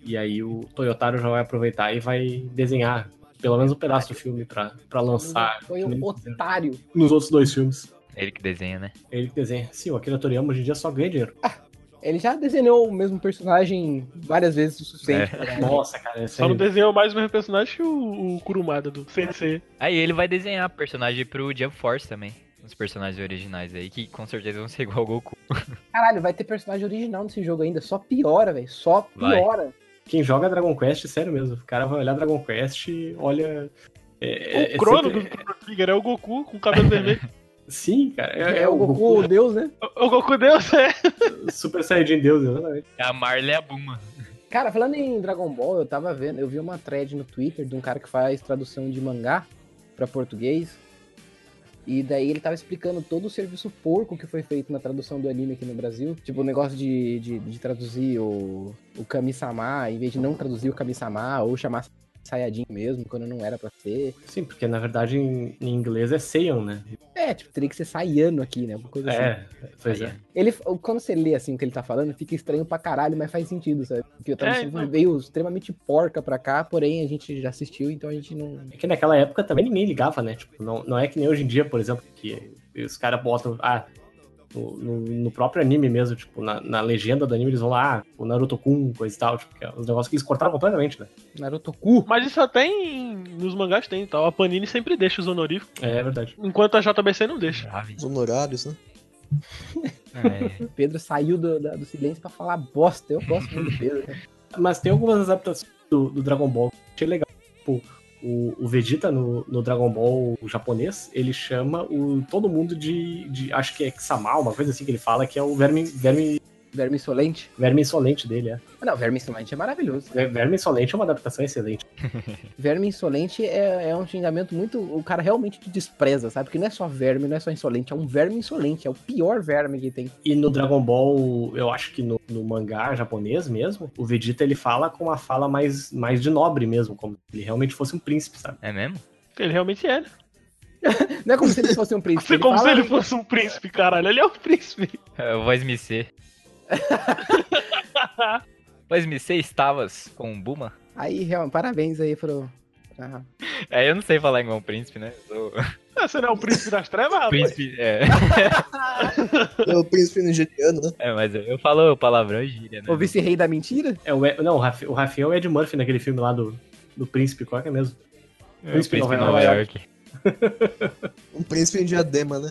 Speaker 2: E aí o Toyotaro já vai aproveitar e vai desenhar pelo menos um pedaço do filme pra, pra lançar
Speaker 1: Foi um otário.
Speaker 2: nos outros dois filmes.
Speaker 7: Ele que desenha, né?
Speaker 2: Ele que desenha. Sim, o Akira Toriyama hoje em dia só ganha dinheiro.
Speaker 1: Ele já desenhou o mesmo personagem várias vezes o suficiente. tá
Speaker 2: Nossa, cara, é
Speaker 6: Só
Speaker 2: sério.
Speaker 6: não desenhou mais o mesmo personagem que o, o Kurumada do CNC.
Speaker 7: Aí ele vai desenhar personagem pro Jump Force também. Os personagens originais aí, que com certeza vão ser igual ao Goku.
Speaker 1: Caralho, vai ter personagem original nesse jogo ainda. Só piora, velho. Só
Speaker 7: Vai.
Speaker 1: piora.
Speaker 2: Quem joga Dragon Quest, sério mesmo. O cara vai olhar Dragon Quest e olha. é- é-
Speaker 6: o Crono
Speaker 2: é sempre-
Speaker 6: do Chrono Trigger é o Goku com o cabelo vermelho.
Speaker 2: Sim, cara. É,
Speaker 1: É, o Goku, o Deus, né?
Speaker 6: o Goku Deus é.
Speaker 2: Super Saiyajin Deus, exatamente.
Speaker 7: A Marley é a Buma.
Speaker 1: Cara, falando em Dragon Ball, eu tava vendo, eu vi uma thread no Twitter de um cara que faz tradução de mangá pra português. E daí ele tava explicando todo o serviço porco que foi feito na tradução do anime aqui no Brasil. Tipo, o negócio de, de, de traduzir o, o Kami-sama, em vez de não traduzir o Kami-sama, ou chamar Sayajin mesmo, quando não era pra ser.
Speaker 2: Sim, porque na verdade em, em inglês é Seiyan, né?
Speaker 1: É, tipo, teria que ser Saiano aqui, né? Alguma coisa assim.
Speaker 2: É, pois é.
Speaker 1: Ele, quando você lê assim o que ele tá falando, fica estranho pra caralho, mas faz sentido, sabe? Porque a tradução
Speaker 6: então.
Speaker 1: veio extremamente porca pra cá, porém a gente já assistiu, então a gente não.
Speaker 2: É que naquela época também ninguém ligava, né? Tipo, não, não é que nem hoje em dia, por exemplo, que os caras botam. Ah, no, no- no próprio anime mesmo, tipo, na, na legenda do anime eles vão lá, ah, o Naruto Kun, coisa e tal, tipo, que é os negócios que eles cortaram completamente, né?
Speaker 1: Naruto cu.
Speaker 6: Mas isso até em, nos mangás tem e tal. A Panini sempre deixa os honoríficos,
Speaker 2: É verdade.
Speaker 6: enquanto a JBC não deixa.
Speaker 7: Grave.
Speaker 5: Os honorários, né?
Speaker 1: O Pedro saiu do, da- do silêncio pra falar bosta. Eu gosto muito do Pedro. né? cara.
Speaker 2: Mas tem algumas adaptações do, do Dragon Ball que eu achei legal. Tipo, o, o Vegeta no, no Dragon Ball japonês, ele chama o, todo mundo de, de. Acho que é Kisama, uma coisa assim que ele fala, que é o verme, verme,
Speaker 1: Verme Insolente.
Speaker 2: verme insolente dele, é.
Speaker 1: Ah, Não, Verme Insolente é maravilhoso.
Speaker 2: Ver- Verme insolente é uma adaptação excelente.
Speaker 1: Verme Insolente é, é um xingamento muito. O cara realmente te despreza, sabe? Porque não é só verme, não é só insolente. É um verme insolente. É o pior verme que tem.
Speaker 2: E no Dragon Ball, eu acho que no, no mangá japonês mesmo, o Vegeta ele fala com uma fala mais, mais de nobre mesmo, como se ele realmente fosse um príncipe, sabe?
Speaker 7: É mesmo?
Speaker 6: Ele realmente é, né?
Speaker 1: Não é como se ele fosse um príncipe.
Speaker 6: Assim
Speaker 1: Ele
Speaker 6: como
Speaker 1: fala-
Speaker 6: se ele fosse um príncipe, caralho. Ele é um príncipe.
Speaker 7: É, o Voz MC. Voz MC estavas com o Buma?
Speaker 1: Aí, realmente, parabéns aí pro. ah, pra-
Speaker 7: É, eu não sei falar igual um príncipe, né? Eu sou
Speaker 6: Ah, Você não é o príncipe das trevas, rapaz?
Speaker 7: príncipe, é.
Speaker 5: É o príncipe nigeriano, né?
Speaker 7: É, mas eu falo palavrão e gíria, né?
Speaker 1: O vice-rei da mentira?
Speaker 2: É, o, E- não, o Raf- o Rafinha é o Ed Murphy naquele filme lá do, do príncipe, qual é que é mesmo?
Speaker 7: É, o príncipe de
Speaker 2: Nova
Speaker 7: Nova
Speaker 2: York.
Speaker 7: York.
Speaker 5: Um príncipe em diadema, né?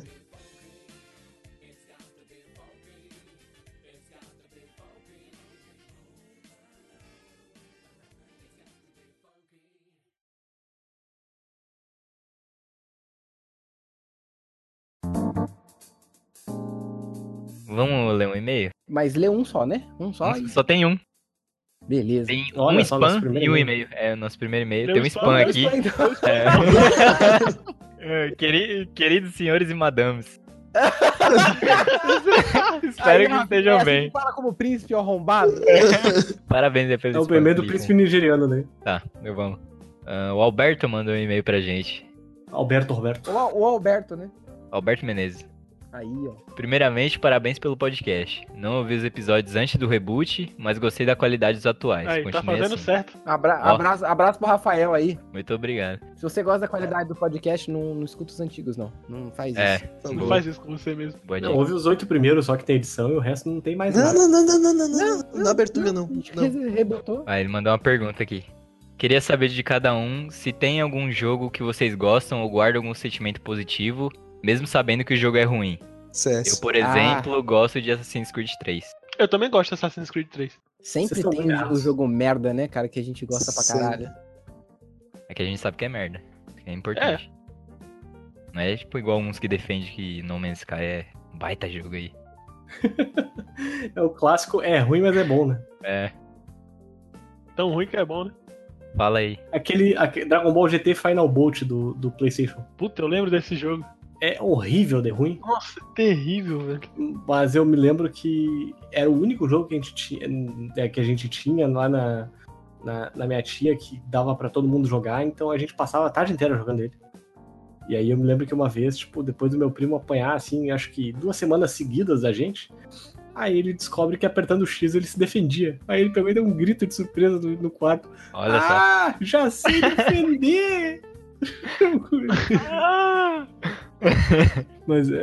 Speaker 7: Vamos ler um e-mail?
Speaker 1: Mas lê um só, né? Um só
Speaker 7: Um-
Speaker 1: e-
Speaker 7: Só tem um.
Speaker 1: Beleza.
Speaker 7: Tem
Speaker 2: Olha
Speaker 7: um
Speaker 2: só, nosso
Speaker 7: spam
Speaker 2: primeiro
Speaker 7: e um
Speaker 2: e-mail.
Speaker 7: e-mail. É, o nosso primeiro e-mail.
Speaker 6: Deu
Speaker 7: Tem um
Speaker 6: spam,
Speaker 7: spam
Speaker 6: deu
Speaker 7: aqui.
Speaker 1: Só então.
Speaker 7: É. É, queri- Queridos senhores e madames.
Speaker 1: Aí,
Speaker 7: Espero que
Speaker 1: Rafa,
Speaker 7: estejam
Speaker 1: é,
Speaker 7: bem.
Speaker 1: Fala como príncipe, ó, arrombado.
Speaker 7: Parabéns aí pelo
Speaker 2: É o
Speaker 7: spam
Speaker 2: primeiro do
Speaker 7: aqui.
Speaker 2: príncipe nigeriano, né?
Speaker 7: Tá, eu vamos. Ah, o Alberto mandou um e-mail pra gente.
Speaker 2: Alberto Roberto.
Speaker 1: O, o Alberto, né?
Speaker 7: Alberto Menezes.
Speaker 1: Aí, ó.
Speaker 7: Primeiramente, parabéns pelo podcast. Não ouvi os episódios antes do reboot, mas gostei da qualidade dos atuais.
Speaker 6: Aí, tá
Speaker 7: Continue
Speaker 6: fazendo
Speaker 7: assim.
Speaker 6: certo.
Speaker 1: Abra-
Speaker 7: Ó.
Speaker 1: abraço, abraço pro Rafael aí.
Speaker 7: Muito obrigado.
Speaker 1: Se você gosta da qualidade do podcast, não, não escuta os antigos, não. Não faz
Speaker 7: É,
Speaker 1: isso.
Speaker 5: Tá
Speaker 7: Boa.
Speaker 6: Não faz isso com você mesmo.
Speaker 7: boa
Speaker 2: Não,
Speaker 7: dica.
Speaker 2: houve os oito primeiros só que tem edição e o resto não tem
Speaker 1: É,
Speaker 2: mais
Speaker 5: Não,
Speaker 2: nada.
Speaker 5: não, não, não, não, não, não, não, na abertura não.
Speaker 1: A gente
Speaker 5: Não.
Speaker 1: re- rebotou.
Speaker 7: Ah, ele mandou uma pergunta aqui. Queria saber de cada um se tem algum jogo que vocês gostam ou guarda algum sentimento positivo, mesmo sabendo que o jogo é ruim. Eu,
Speaker 5: CS.
Speaker 7: por
Speaker 1: Ah.
Speaker 7: exemplo, gosto de Assassin's Creed 3.
Speaker 6: Eu também gosto de Assassin's Creed 3.
Speaker 1: Sempre
Speaker 2: Vocês são
Speaker 1: tem
Speaker 2: brilhados.
Speaker 1: o jogo merda, né, cara, que a gente gosta pra
Speaker 5: Sim.
Speaker 1: caralho.
Speaker 7: É que a gente sabe que é merda. É importante. Não é tipo igual uns que defendem que No Man's Sky é um baita jogo aí.
Speaker 2: É o clássico, é ruim, mas é bom, né?
Speaker 7: É,
Speaker 6: Tão ruim que é bom, né?
Speaker 7: fala aí.
Speaker 2: Aquele, aque- Dragon Ball GT Final Bolt do, do PlayStation.
Speaker 6: Puta, eu lembro desse jogo.
Speaker 2: É horrível de ruim,
Speaker 6: Nossa, é terrível, velho.
Speaker 2: mas eu me lembro que era o único jogo que a gente tinha, é, que a gente tinha lá na, na, na minha tia que dava pra todo mundo jogar, então a gente passava a tarde inteira jogando ele. E aí eu me lembro que uma vez, tipo, depois do meu primo apanhar, assim, acho que duas semanas seguidas da gente, aí ele descobre que apertando o X ele se defendia. Aí ele pegou e deu um grito de surpresa no, no quarto.
Speaker 7: Olha só.
Speaker 2: ah, já sei defender! Ah! mas é-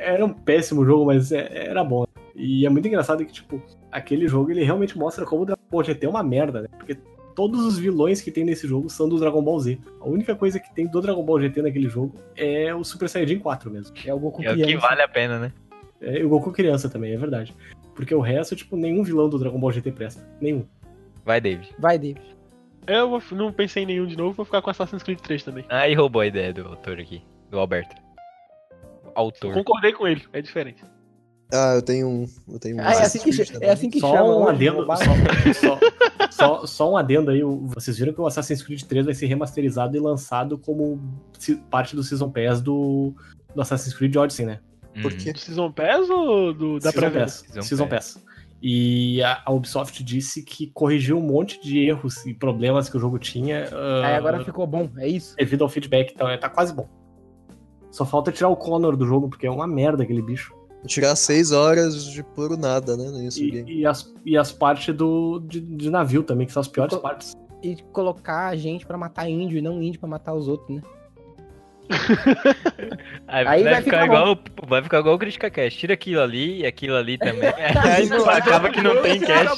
Speaker 2: é- era um péssimo jogo, mas é- era bom. E é muito engraçado que, tipo, aquele jogo ele realmente mostra como o Dragon Ball GT é uma merda, né? Porque todos os vilões que tem nesse jogo são do Dragon Ball Z. A única coisa que tem do Dragon Ball GT naquele jogo é o Super Saiyajin 4 mesmo.
Speaker 1: É o Goku
Speaker 7: É o que
Speaker 1: criança.
Speaker 7: vale a pena, né?
Speaker 2: É, e o Goku criança também, é verdade. Porque o resto, tipo, nenhum vilão do Dragon Ball GT presta. Nenhum.
Speaker 7: Vai, David.
Speaker 1: Vai, David.
Speaker 6: Eu vou- não pensei em nenhum de novo, vou ficar com Assassin's Creed 3 também.
Speaker 7: Aí roubou a ideia do autor aqui. Do Alberto. Autor.
Speaker 6: Concordei com ele, é diferente.
Speaker 5: Ah, eu tenho um. Eu tenho um
Speaker 1: Ah, é assim que,
Speaker 5: Assassin's Creed
Speaker 1: é
Speaker 5: também.
Speaker 1: assim que
Speaker 2: só
Speaker 1: chama.
Speaker 2: um
Speaker 1: hoje,
Speaker 2: adendo.
Speaker 1: roubar.
Speaker 2: Só, só- só- só um adendo aí. o- Vocês viram que o Assassin's Creed 3 vai ser remasterizado e lançado como se- parte do Season Pass do, do Assassin's Creed Odyssey, né?
Speaker 7: Hum.
Speaker 5: Por quê?
Speaker 6: Do Season Pass ou do, da
Speaker 2: Season
Speaker 6: pré-venda?
Speaker 2: Pass.
Speaker 7: Season
Speaker 2: Season, Pass. E a, a Ubisoft disse que corrigiu um monte de erros e problemas que o jogo tinha. ah,
Speaker 1: Aí agora ficou bom, é isso.
Speaker 2: devido ao feedback, então é, tá quase bom. Só falta tirar o Connor do jogo, porque é uma merda aquele bicho.
Speaker 5: Tirar seis horas de puro nada, né? Nisso, o game.
Speaker 2: E, e as, e as partes do, de, de navio também, que são as piores
Speaker 1: Co-
Speaker 2: partes.
Speaker 1: E colocar a gente pra matar índio e não índio pra matar os outros, né?
Speaker 7: Aí,
Speaker 1: Aí
Speaker 7: vai,
Speaker 1: vai
Speaker 7: ficar
Speaker 1: ficar
Speaker 7: igual, o- vai ficar igual o Critica Cast. Tira aquilo ali e aquilo ali também. Aí
Speaker 5: não-
Speaker 7: acaba que não tem cast.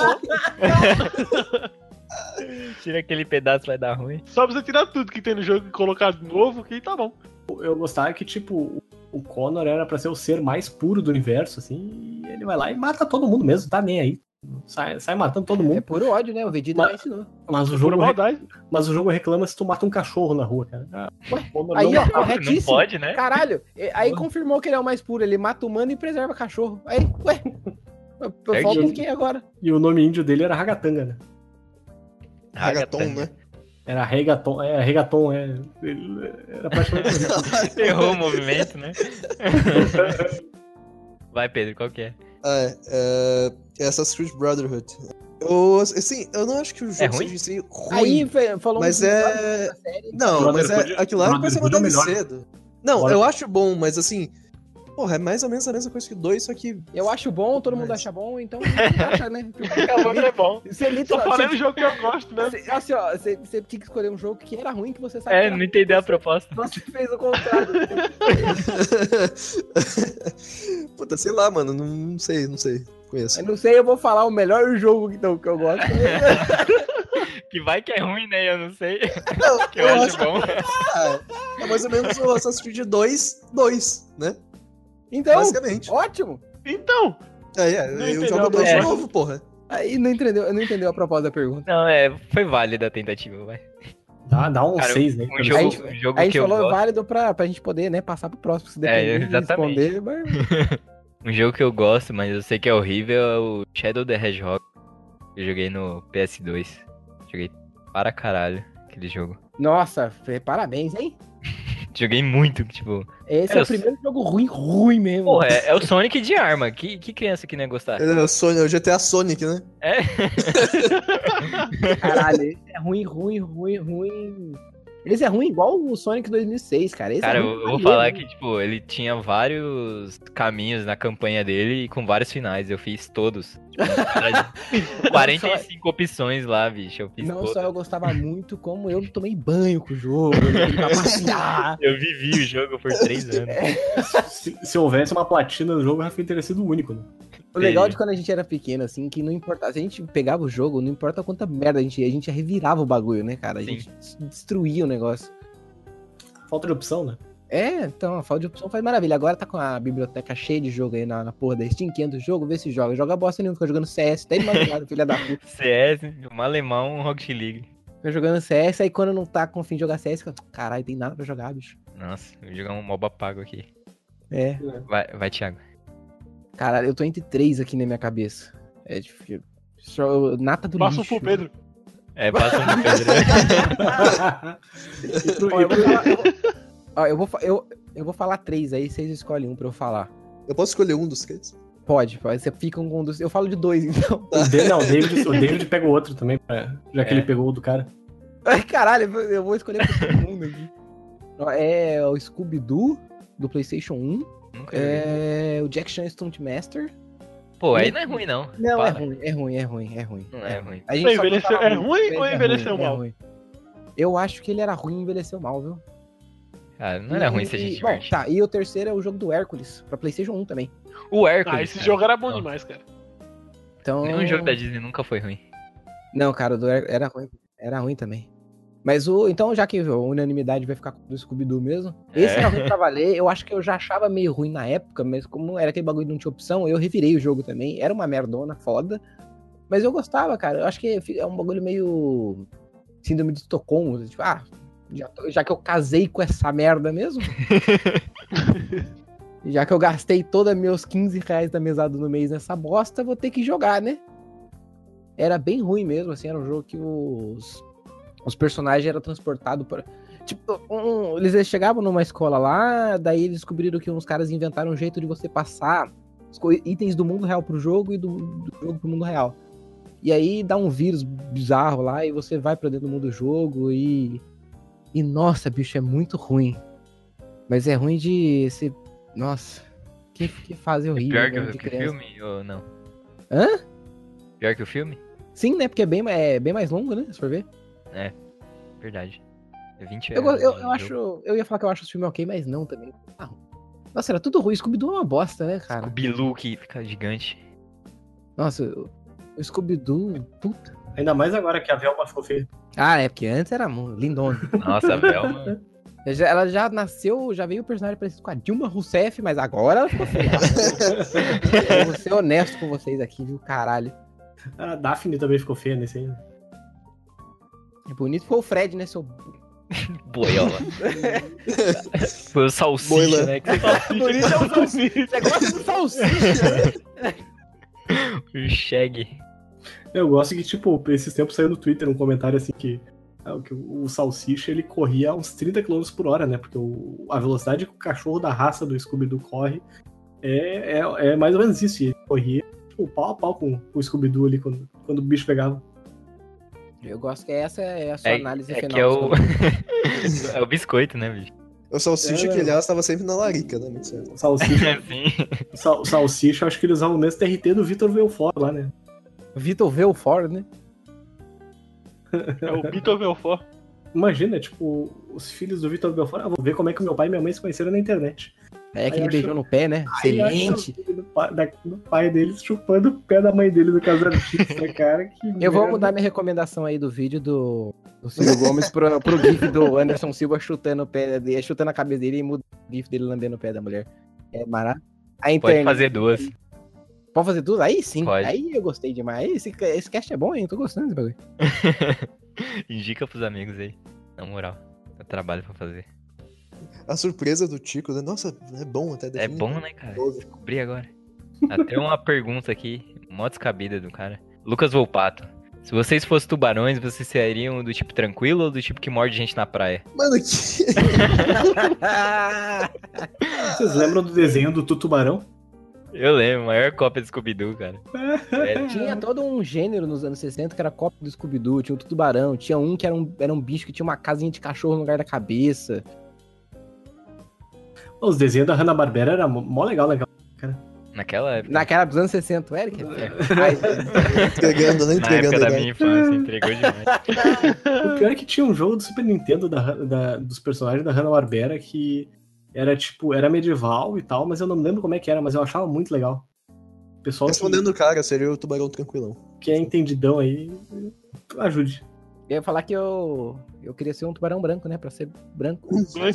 Speaker 7: Tira aquele pedaço, vai dar ruim.
Speaker 6: Só precisa tirar tudo que tem no jogo e colocar novo, que tá bom.
Speaker 2: Eu gostava que, tipo, o- o Connor era pra ser o ser mais puro do universo, assim, e ele vai lá e mata todo mundo mesmo, tá nem aí. Sai, sai matando todo
Speaker 1: É
Speaker 2: mundo.
Speaker 1: puro ódio, né? O Vegeta
Speaker 2: Mas-
Speaker 1: já ensinou.
Speaker 2: Mas o,
Speaker 6: Pura
Speaker 2: jogo, re-
Speaker 6: maldade.
Speaker 2: mas o jogo reclama se tu mata um cachorro na rua, cara. Ah, o Connor
Speaker 1: Aí,
Speaker 2: não-
Speaker 1: ó,
Speaker 7: Não
Speaker 1: corretíssimo.
Speaker 7: pode, né?
Speaker 1: Caralho, e- aí confirmou que ele é o mais puro. Ele mata humano e preserva cachorro. Aí, ué.
Speaker 7: Certo.
Speaker 1: Falta em quem agora?
Speaker 2: E o nome índio dele era Ragatanga, né?
Speaker 5: Hagaton, né?
Speaker 2: Era Regaton, é, Regaton, é. ele- Era praticamente.
Speaker 7: Errou o movimento, né? Vai, Pedro, qual que é?
Speaker 5: Ah, é, é, é Assassin's Creed Brotherhood. Eu, assim, eu não acho que o jogo
Speaker 7: É ruim?
Speaker 5: seja em si ruim.
Speaker 1: Aí fe- falou um
Speaker 5: Mas é- Não, mas é,
Speaker 2: Brotherhood-
Speaker 5: aquilo lá parece uma
Speaker 2: Brotherhood é o
Speaker 5: DLC. do- Não,
Speaker 2: Bora.
Speaker 5: eu acho bom, mas assim. Porra, é mais ou menos a mesma coisa que o 2, só que.
Speaker 1: Eu acho bom, todo mundo
Speaker 5: Mas-
Speaker 1: acha bom, então acha, né?
Speaker 6: Acabou que é bom.
Speaker 1: Você
Speaker 6: Só
Speaker 1: literalmente.
Speaker 6: falei no jogo que eu gosto, né?
Speaker 1: Você- Assim, ó, você, você tinha que escolher um jogo que era ruim, que você sabe que
Speaker 7: É,
Speaker 1: era
Speaker 7: não
Speaker 1: ruim.
Speaker 7: entendeu a proposta.
Speaker 1: Você fez o contrário.
Speaker 5: Puta, sei lá, mano. Não, não sei, não sei. Conheço.
Speaker 1: Eu não sei, eu vou falar o melhor jogo então, que eu gosto.
Speaker 7: Que vai que é ruim, né? Eu não sei.
Speaker 5: Não,
Speaker 7: Que eu acho bom.
Speaker 5: Ah, é mais ou menos o Assassin's Creed 2, 2, né?
Speaker 1: Então,
Speaker 5: Basicamente.
Speaker 1: ótimo.
Speaker 6: Então,
Speaker 5: É, é,
Speaker 6: Não
Speaker 5: eu
Speaker 6: entendeu,
Speaker 5: jogo 2 de
Speaker 7: Bruno.
Speaker 5: novo, porra.
Speaker 1: Aí não entendeu, não entendeu a proposta da pergunta.
Speaker 7: Não, é, foi válida a tentativa, vai.
Speaker 2: Dá, dá um
Speaker 7: Cara,
Speaker 2: 6, né?
Speaker 7: Um
Speaker 1: A
Speaker 7: jogo,
Speaker 1: gente-
Speaker 7: um jogo
Speaker 1: A gente
Speaker 7: que eu
Speaker 1: falou
Speaker 7: gosto.
Speaker 1: válido pra, pra gente poder, né, passar pro próximo, se
Speaker 7: É,
Speaker 1: depender de
Speaker 7: exatamente.
Speaker 1: responder. Mas...
Speaker 7: Um jogo que eu gosto, mas eu sei que é horrível, é o Shadow the Hedgehog. Eu joguei no PS2. Joguei para caralho aquele jogo.
Speaker 1: Nossa, fe- parabéns, hein?
Speaker 7: Joguei muito, tipo.
Speaker 1: Esse é,
Speaker 7: É,
Speaker 1: o
Speaker 7: eu-
Speaker 1: primeiro jogo ruim, ruim mesmo.
Speaker 7: Porra, é, é o Sonic de arma. Que, que criança que não ia gostar?
Speaker 5: É o, Sonic, é o GTA Sonic, né?
Speaker 7: É.
Speaker 1: Caralho, esse é ruim, ruim, ruim, ruim. Esse é ruim igual o Sonic 2006, cara. Esse
Speaker 7: Cara,
Speaker 1: é
Speaker 7: eu,
Speaker 1: ruim
Speaker 7: eu vou
Speaker 1: maneiro,
Speaker 7: falar
Speaker 1: hein?
Speaker 7: que, tipo, ele tinha vários caminhos na campanha dele e com vários finais. Eu fiz todos. Tipo, cara, 45 opções lá, bicho. Eu fiz
Speaker 1: Não
Speaker 7: todas.
Speaker 1: só eu gostava muito, como eu tomei banho com o jogo. né? eu fui pra passear.
Speaker 7: Ah, Eu vivi o jogo por 3
Speaker 1: É.
Speaker 7: anos.
Speaker 2: Se, se houvesse uma platina no jogo, já teria sido o único, né?
Speaker 1: O legal
Speaker 7: Entendi.
Speaker 1: de quando a gente era pequeno, assim, que não importava. Se a gente pegava o jogo, não importa quanta merda a gente ia, a gente revirava o bagulho, né, cara? A
Speaker 7: Sim.
Speaker 1: gente des- destruía o negócio.
Speaker 2: Falta de opção, né?
Speaker 1: É, então, a falta de opção faz maravilha. Agora tá com a biblioteca cheia de jogo aí na, na porra da Steam, 500 jogo, vê se joga. Joga bosta nenhuma, fica jogando CS, até de madrugada, filha da puta.
Speaker 7: CS, um alemão, um Rocket League.
Speaker 1: Fica jogando CS, aí quando não tá com fim de jogar CS, fica, caralho, tem nada pra jogar, bicho.
Speaker 7: Nossa, vou jogar um MOBA pago aqui.
Speaker 1: É,
Speaker 7: Vai, vai Thiago.
Speaker 1: caralho, eu tô entre três aqui na minha cabeça. É difícil. Só, nata do
Speaker 6: passa um
Speaker 1: lixo.
Speaker 6: pro Pedro.
Speaker 7: É, passa um Pedro.
Speaker 2: E tu-
Speaker 1: Ó,
Speaker 2: e
Speaker 1: eu vou
Speaker 2: tu-
Speaker 1: falar- eu vou- Ó, eu vou fa- eu- eu vou falar três aí, vocês escolhem um pra eu falar.
Speaker 5: Eu posso escolher um dos três?
Speaker 1: Pode, pode. Você fica um com um dos. Eu falo de dois, então.
Speaker 2: o Dan- não, o David, o David pega o outro também, pra- já que
Speaker 7: É.
Speaker 2: ele pegou o do cara.
Speaker 1: Ai, caralho, eu vou- eu vou escolher pra todo mundo aqui. É o Scooby-Doo do PlayStation 1.
Speaker 7: Nunca joguei.
Speaker 1: É o Jack Chan Stuntmaster.
Speaker 7: Pô, aí não é ruim, não.
Speaker 1: Não, é
Speaker 7: Para.
Speaker 1: ruim, é ruim, é ruim, é ruim.
Speaker 7: Não é ruim.
Speaker 1: A gente
Speaker 6: Mas
Speaker 1: só
Speaker 6: envelheceu-
Speaker 1: gostava
Speaker 6: é
Speaker 1: muito,
Speaker 6: ruim
Speaker 1: mas
Speaker 6: ou
Speaker 1: é
Speaker 6: envelheceu
Speaker 1: ruim, é
Speaker 6: mal?
Speaker 1: ruim. Eu acho que ele era ruim e envelheceu mal, viu?
Speaker 7: Cara, Ah, não era ruim se a gente
Speaker 1: E- Bom,
Speaker 7: diverte.
Speaker 1: tá, e o terceiro é o jogo do Hércules, pra Playstation 1 também.
Speaker 7: O Hércules.
Speaker 6: Ah, esse
Speaker 7: cara.
Speaker 6: jogo era bom
Speaker 7: Nossa,
Speaker 6: demais, cara.
Speaker 1: Então...
Speaker 7: Nenhum jogo da Disney nunca foi ruim.
Speaker 1: Não, cara, o do Hércules era ruim, era ruim também. Mas o. Então, já que a unanimidade vai ficar com o do Scooby-Doo mesmo, esse
Speaker 7: É.
Speaker 1: era ruim pra valer. Eu acho que eu já achava meio ruim na época, mas como era aquele bagulho que não tinha opção, eu revirei o jogo também. Era uma merdona foda. Mas eu gostava, cara. Eu acho que é um bagulho meio. Síndrome de Estocolmo. Tipo, ah, já, tô- já que eu casei com essa merda mesmo. já que eu gastei todos meus 15 reais da mesada no mês nessa bosta, vou ter que jogar, né? Era bem ruim mesmo, assim, era um jogo que os, os personagens eram transportados para. Tipo, um- eles chegavam numa escola lá, daí eles descobriram que uns caras inventaram um jeito de você passar as coi- itens do mundo real pro jogo e do, do jogo pro mundo real. E aí dá um vírus bizarro lá e você vai pra dentro do mundo do jogo e. E nossa, bicho, é muito ruim. Mas é ruim de ser. Nossa. Que, que fase horrível.
Speaker 7: É Pior
Speaker 1: né,
Speaker 7: que,
Speaker 1: de
Speaker 7: que o
Speaker 1: criança.
Speaker 7: filme ou não?
Speaker 1: Hã?
Speaker 7: Pior que o filme?
Speaker 1: Sim, né? Porque é bem, ma- é bem mais longo, né? Se for ver.
Speaker 7: Verdade. É 20
Speaker 1: Eu, go-
Speaker 7: anos
Speaker 1: eu,
Speaker 7: de
Speaker 1: eu
Speaker 7: jogo.
Speaker 1: acho. Eu ia falar que eu acho o filme ok, mas não também. Ah, nossa, era tudo ruim. Scooby-Doo é uma bosta, né, cara?
Speaker 7: Scooby-Loo que fica gigante.
Speaker 1: Nossa, o o Scooby-Doo. Puta.
Speaker 2: Ainda mais agora que a Velma ficou feia.
Speaker 1: Ah, é porque antes era mu- lindona.
Speaker 7: Nossa, é a Velma.
Speaker 1: Ela já- Ela já nasceu, já veio o personagem parecido com a Dilma Rousseff, mas agora ela ficou feia. eu vou ser honesto com vocês aqui, viu? Caralho.
Speaker 2: A Daphne também ficou feia nesse aí.
Speaker 1: E É Bonito foi o Fred, né, seu
Speaker 7: Boiola. Foi o Salsicha,
Speaker 5: Boila.
Speaker 7: né? que-
Speaker 1: Bonito é um salsicha. Você gosta do salsicha?
Speaker 7: O Shaggy.
Speaker 2: Eu gosto que, tipo, esses tempos saiu no Twitter um comentário assim que, ah, que o o Salsicha ele corria a uns 30 km por hora, né? Porque o- a velocidade que o cachorro da raça do Scooby-Doo corre é, é, é mais ou menos isso. E ele corria tipo, pau a pau com o Scooby-Doo ali quando, quando o bicho pegava.
Speaker 1: Eu gosto que essa é a sua
Speaker 7: É,
Speaker 1: análise
Speaker 7: é
Speaker 1: final.
Speaker 7: que é o...
Speaker 1: sobre-
Speaker 7: é o biscoito, né, bicho?
Speaker 5: O salsicha
Speaker 2: É,
Speaker 5: que,
Speaker 2: né?
Speaker 5: aliás, tava sempre na larica, né? Muito certo.
Speaker 2: O Salsicha,
Speaker 7: Sim.
Speaker 2: sal, salsicha acho que eles usavam o mesmo TRT do Vitor Belfort lá, né?
Speaker 1: Vitor Velford, né?
Speaker 6: É o Beatle Belfort.
Speaker 2: Imagina, tipo, os filhos do Vitor Belfort, ah, vou ver como é que meu pai e minha mãe se conheceram na internet.
Speaker 1: É
Speaker 2: Aí
Speaker 1: aquele
Speaker 2: acho-
Speaker 1: beijão no pé, né?
Speaker 2: Aí acha
Speaker 1: Excelente.
Speaker 2: o filho Do pai, da- do pai deles chupando o pé da mãe dele do casamento, né, cara? Que
Speaker 1: Eu vou
Speaker 2: merda.
Speaker 1: mudar minha recomendação aí do vídeo do, né? do Silvio Gomes pro, pro GIF do Anderson Silva chutando o pé dele, chutando a cabeça dele e muda o GIF dele lambendo o pé da mulher. É maravilhoso. A
Speaker 7: Pode
Speaker 1: internet.
Speaker 7: fazer duas.
Speaker 1: Pode fazer tudo? Aí sim.
Speaker 7: Pode.
Speaker 1: Aí eu gostei demais. Aí Esse, esse cast é bom, hein? Tô gostando desse bagulho.
Speaker 7: Indica pros amigos aí. Na moral. Eu trabalho pra fazer.
Speaker 5: A surpresa do Tico, né? Nossa, é bom até
Speaker 7: É
Speaker 5: definir.
Speaker 7: bom, né, cara?
Speaker 5: Todo.
Speaker 7: Descobri agora. Até uma pergunta aqui, mó descabida do cara. Lucas Volpato. Se vocês fossem tubarões, vocês seriam do tipo tranquilo ou do tipo que morde gente na praia?
Speaker 5: Mano, que.
Speaker 2: Vocês lembram do desenho do Tutubarão?
Speaker 7: Eu lembro, maior cópia do Scooby-Doo, cara. É, Sério.
Speaker 1: tinha todo um gênero nos anos 60 que era cópia do Scooby-Doo, tinha o Tubarão, tinha um que era um, era um bicho que tinha uma casinha de cachorro no lugar da cabeça.
Speaker 2: Os desenhos da Hanna-Barbera era mó legal, legal.
Speaker 7: Naquela época.
Speaker 1: Naquela dos anos 60,
Speaker 7: É.
Speaker 1: Eric.
Speaker 5: Entregando, né?
Speaker 7: Na
Speaker 5: Entregando.
Speaker 7: época da
Speaker 5: né?
Speaker 7: minha infância, entregou demais.
Speaker 2: O pior é que tinha um jogo do Super Nintendo da, Han- da- dos personagens da Hanna-Barbera que era tipo, era medieval e tal, mas eu não me lembro como é que era, mas eu achava muito legal. O Pessoal que,
Speaker 5: Respondendo o cara, seria o tubarão tranquilão.
Speaker 2: que é entendidão aí, ajude.
Speaker 1: Eu ia falar que eu, eu queria ser um tubarão branco, né? Pra ser branco.
Speaker 6: Branco, né?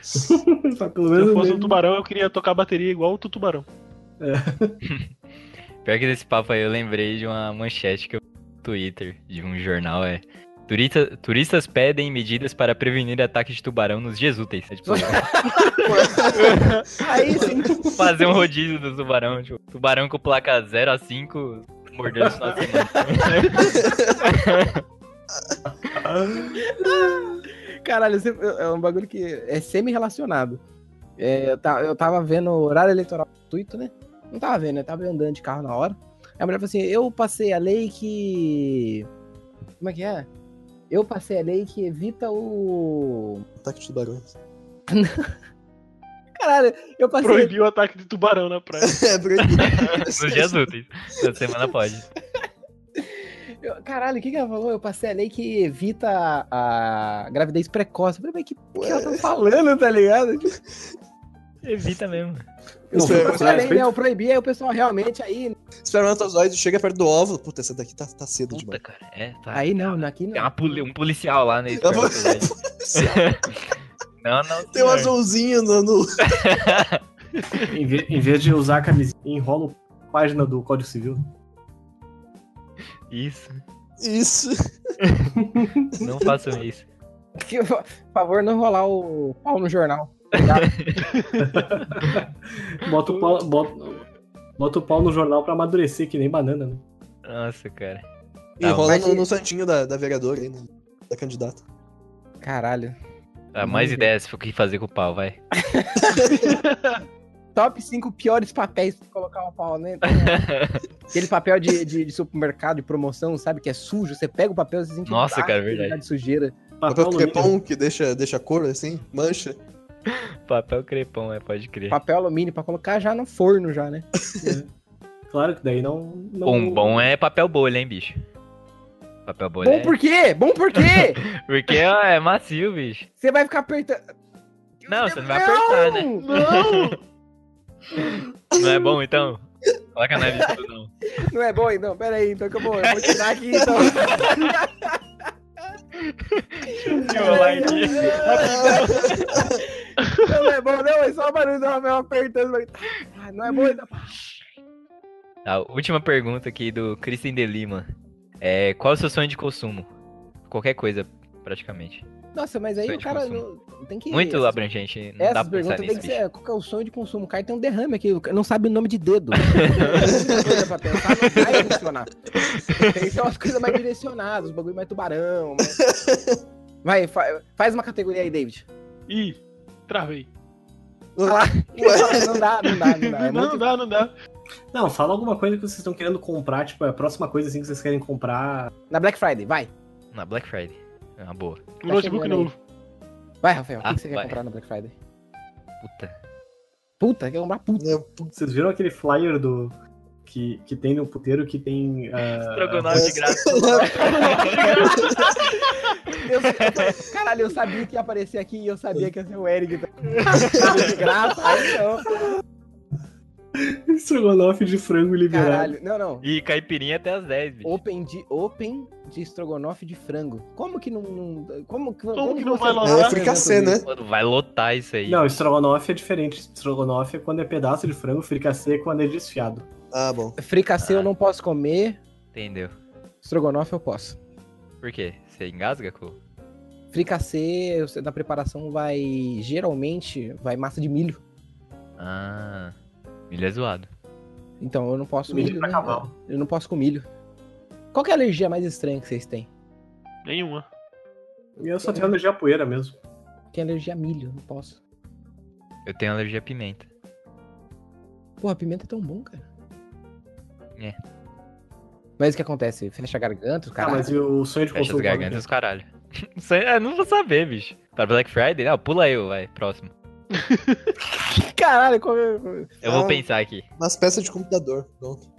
Speaker 2: Só pelo
Speaker 6: Se
Speaker 2: menos
Speaker 6: eu fosse um
Speaker 2: mesmo.
Speaker 6: tubarão, eu queria tocar a bateria igual o tubarão.
Speaker 7: Pior que desse papo aí, eu lembrei de uma manchete que eu vi no Twitter, de um jornal, é. "Turista- turistas pedem medidas para prevenir ataque de tubarão nos dias úteis. É, tipo,
Speaker 1: Aí assim, sim.
Speaker 7: fazer um rodízio do tubarão, tipo, tubarão com placa 0 a 5 mordendo só assim,
Speaker 1: Caralho, você- é um bagulho que é semi-relacionado. É, eu, ta- eu tava vendo o horário eleitoral gratuito, né? Não tava vendo, né? Tava andando de carro na hora. Aí a mulher falou assim: eu passei a lei que. Como é que é? Eu passei a lei que evita o.
Speaker 5: Ataque de tubarões.
Speaker 1: Caralho, eu passei.
Speaker 6: Proibiu o ataque de tubarão na praia.
Speaker 5: É proibido.
Speaker 7: Nos dias úteis. Toda semana pode.
Speaker 1: eu- Caralho, o que, que ela falou? Eu passei a lei que evita a, a gravidez precoce. Eu falei, mas que porra que ela tá falando, tá ligado?
Speaker 8: Evita mesmo.
Speaker 1: Eu
Speaker 5: Isso é-
Speaker 1: passei a lei,
Speaker 2: respeito.
Speaker 1: né? Eu proibi, aí o pessoal realmente aí.
Speaker 5: Espermatozoide chega perto do óvulo. Puta, essa daqui tá, tá cedo
Speaker 7: Puta,
Speaker 5: demais.
Speaker 7: cara. É, tá.
Speaker 1: Aí não, aqui
Speaker 7: Tem
Speaker 1: não.
Speaker 7: uma poli- um policial lá nesse.
Speaker 5: Eu vou-
Speaker 7: Não, não.
Speaker 5: Tem um
Speaker 7: senhor.
Speaker 5: azulzinho no. no-
Speaker 2: Em, ve- em vez de usar a camisinha, enrola a página do Código Civil.
Speaker 7: Isso.
Speaker 5: Isso.
Speaker 7: Não façam isso.
Speaker 1: Que- por favor, não rolar o pau no jornal. tá
Speaker 2: Bota o pau, bota, bota o pau no jornal pra amadurecer, que nem banana, né?
Speaker 7: Nossa, cara. Tá,
Speaker 5: Enrola
Speaker 1: mas
Speaker 5: no,
Speaker 1: e-
Speaker 5: no santinho da, da vereadora aí, né? Da candidata.
Speaker 1: Caralho.
Speaker 7: Tá,
Speaker 1: Uhum.
Speaker 7: mais ideias pro que fazer com o pau, vai.
Speaker 1: Top 5 piores papéis pra colocar o pau, né? Aquele papel de, de, de supermercado, de promoção, sabe? Que é sujo. Você pega o papel e você sente um
Speaker 7: Nossa,
Speaker 1: braço
Speaker 7: cara, é
Speaker 1: de
Speaker 7: verdade.
Speaker 1: lugar de sujeira.
Speaker 5: Papel
Speaker 2: alumínio.
Speaker 5: crepom que deixa, deixa a cor assim, mancha.
Speaker 7: Papel crepom, é, pode crer.
Speaker 1: Papel alumínio pra colocar já no forno, já, né?
Speaker 2: Claro que daí não. não
Speaker 7: Um bom é papel bolha, hein, bicho. Papel bolha.
Speaker 1: Bom
Speaker 7: é-
Speaker 1: por quê? Bom por quê?
Speaker 7: Porque ó, é macio, bicho.
Speaker 1: Você vai ficar apertando.
Speaker 7: Não, você não vai apertar, né?
Speaker 3: Não!
Speaker 7: Não é bom, então? Coloca na lista do não.
Speaker 1: Não é bom, então? Pera aí, então que eu vou, eu vou tirar aqui, então. Não, não é bom, não. É só o barulho do Ramel apertando. Ah, não é bom, então.
Speaker 7: Tá, última pergunta aqui do Christian de Lima. É, qual é o seu sonho de consumo? Qualquer coisa, praticamente.
Speaker 1: Nossa, mas aí
Speaker 7: Sonho
Speaker 1: o
Speaker 7: de
Speaker 1: cara
Speaker 7: consumo.
Speaker 1: não- tem que...
Speaker 7: Muito
Speaker 1: essas-
Speaker 7: abrangente, não dá
Speaker 1: Essas
Speaker 7: pra pensar
Speaker 1: perguntas tem
Speaker 7: nisso,
Speaker 1: que
Speaker 7: bicho.
Speaker 1: ser qual que é o sonho de consumo. O cara tem um derrame aqui, o cara não sabe o nome de dedo. Coisa pra pensar, não vai funcionar. Tem que ser umas coisas mais direcionadas, os bagulho mais tubarão. mais- Vai, fa- faz uma categoria aí, David.
Speaker 6: Ih, travei.
Speaker 5: Ué,
Speaker 1: Não dá, não dá, não dá. É
Speaker 6: não,
Speaker 1: muito-
Speaker 6: dá, não dá.
Speaker 2: Não, fala alguma coisa que vocês estão querendo comprar, tipo, é a próxima coisa assim que vocês querem comprar.
Speaker 1: Na Black Friday, vai.
Speaker 7: Na Black Friday. É uma boa.
Speaker 6: Um notebook
Speaker 1: chegando aí.
Speaker 6: novo.
Speaker 1: Vai, Rafael, o que
Speaker 7: Ah,
Speaker 1: que você quer
Speaker 7: vai.
Speaker 1: comprar na Black Friday?
Speaker 7: Puta.
Speaker 1: Puta, quer comprar puta.
Speaker 5: né, putz,
Speaker 2: Vocês viram aquele flyer do. Que, que tem no puteiro que tem. ah,
Speaker 7: Estrogonofe de graça.
Speaker 1: Eu- Caralho, eu sabia que ia aparecer aqui e eu sabia que ia ser o Eric. Tá De graça, aí não.
Speaker 2: estrogonofe de frango liberado.
Speaker 1: Caralho, não, não.
Speaker 7: E caipirinha até as 10, bicho.
Speaker 1: Open de, open de estrogonofe de frango. Como que não. não- como, que-
Speaker 6: que não
Speaker 1: você-
Speaker 6: vai
Speaker 5: É
Speaker 6: lotar?
Speaker 5: fricassê, né?
Speaker 7: Mano, vai lotar isso aí.
Speaker 2: Não, estrogonofe é diferente. Estrogonofe é quando é pedaço de frango, fricassê é quando é desfiado.
Speaker 5: Ah, bom.
Speaker 1: Fricassê
Speaker 7: Ah.
Speaker 1: eu não posso comer,
Speaker 7: Entendeu?
Speaker 1: estrogonofe eu posso.
Speaker 7: Por quê? Você engasga, cu?
Speaker 1: Fricassê, você- na preparação, vai. Geralmente, vai massa de milho.
Speaker 7: Ah. Milho é zoado.
Speaker 1: Então eu não posso.
Speaker 2: Milho pra
Speaker 1: né?
Speaker 2: cavalo.
Speaker 1: Eu não posso com milho. Qual que é a alergia mais estranha que vocês têm?
Speaker 6: Nenhuma.
Speaker 2: E eu só tenho alergia à poeira mesmo.
Speaker 1: Tem alergia a milho, não posso.
Speaker 7: Eu tenho alergia à pimenta.
Speaker 1: Porra, pimenta é tão bom, cara.
Speaker 7: É.
Speaker 1: Mas o que acontece? Fecha a garganta, os
Speaker 2: Cara,
Speaker 1: caras.
Speaker 2: Ah, mas e o sonho de
Speaker 7: Fecha
Speaker 2: consumo.
Speaker 7: as gargantas e os caralho. Isso aí, eu não vou saber, bicho. Pra Black Friday? Não, pula eu, vai. Próximo.
Speaker 1: Caralho, como. é
Speaker 7: Eu vou
Speaker 5: Ah.
Speaker 7: pensar aqui.
Speaker 5: Umas peças de computador. Pronto.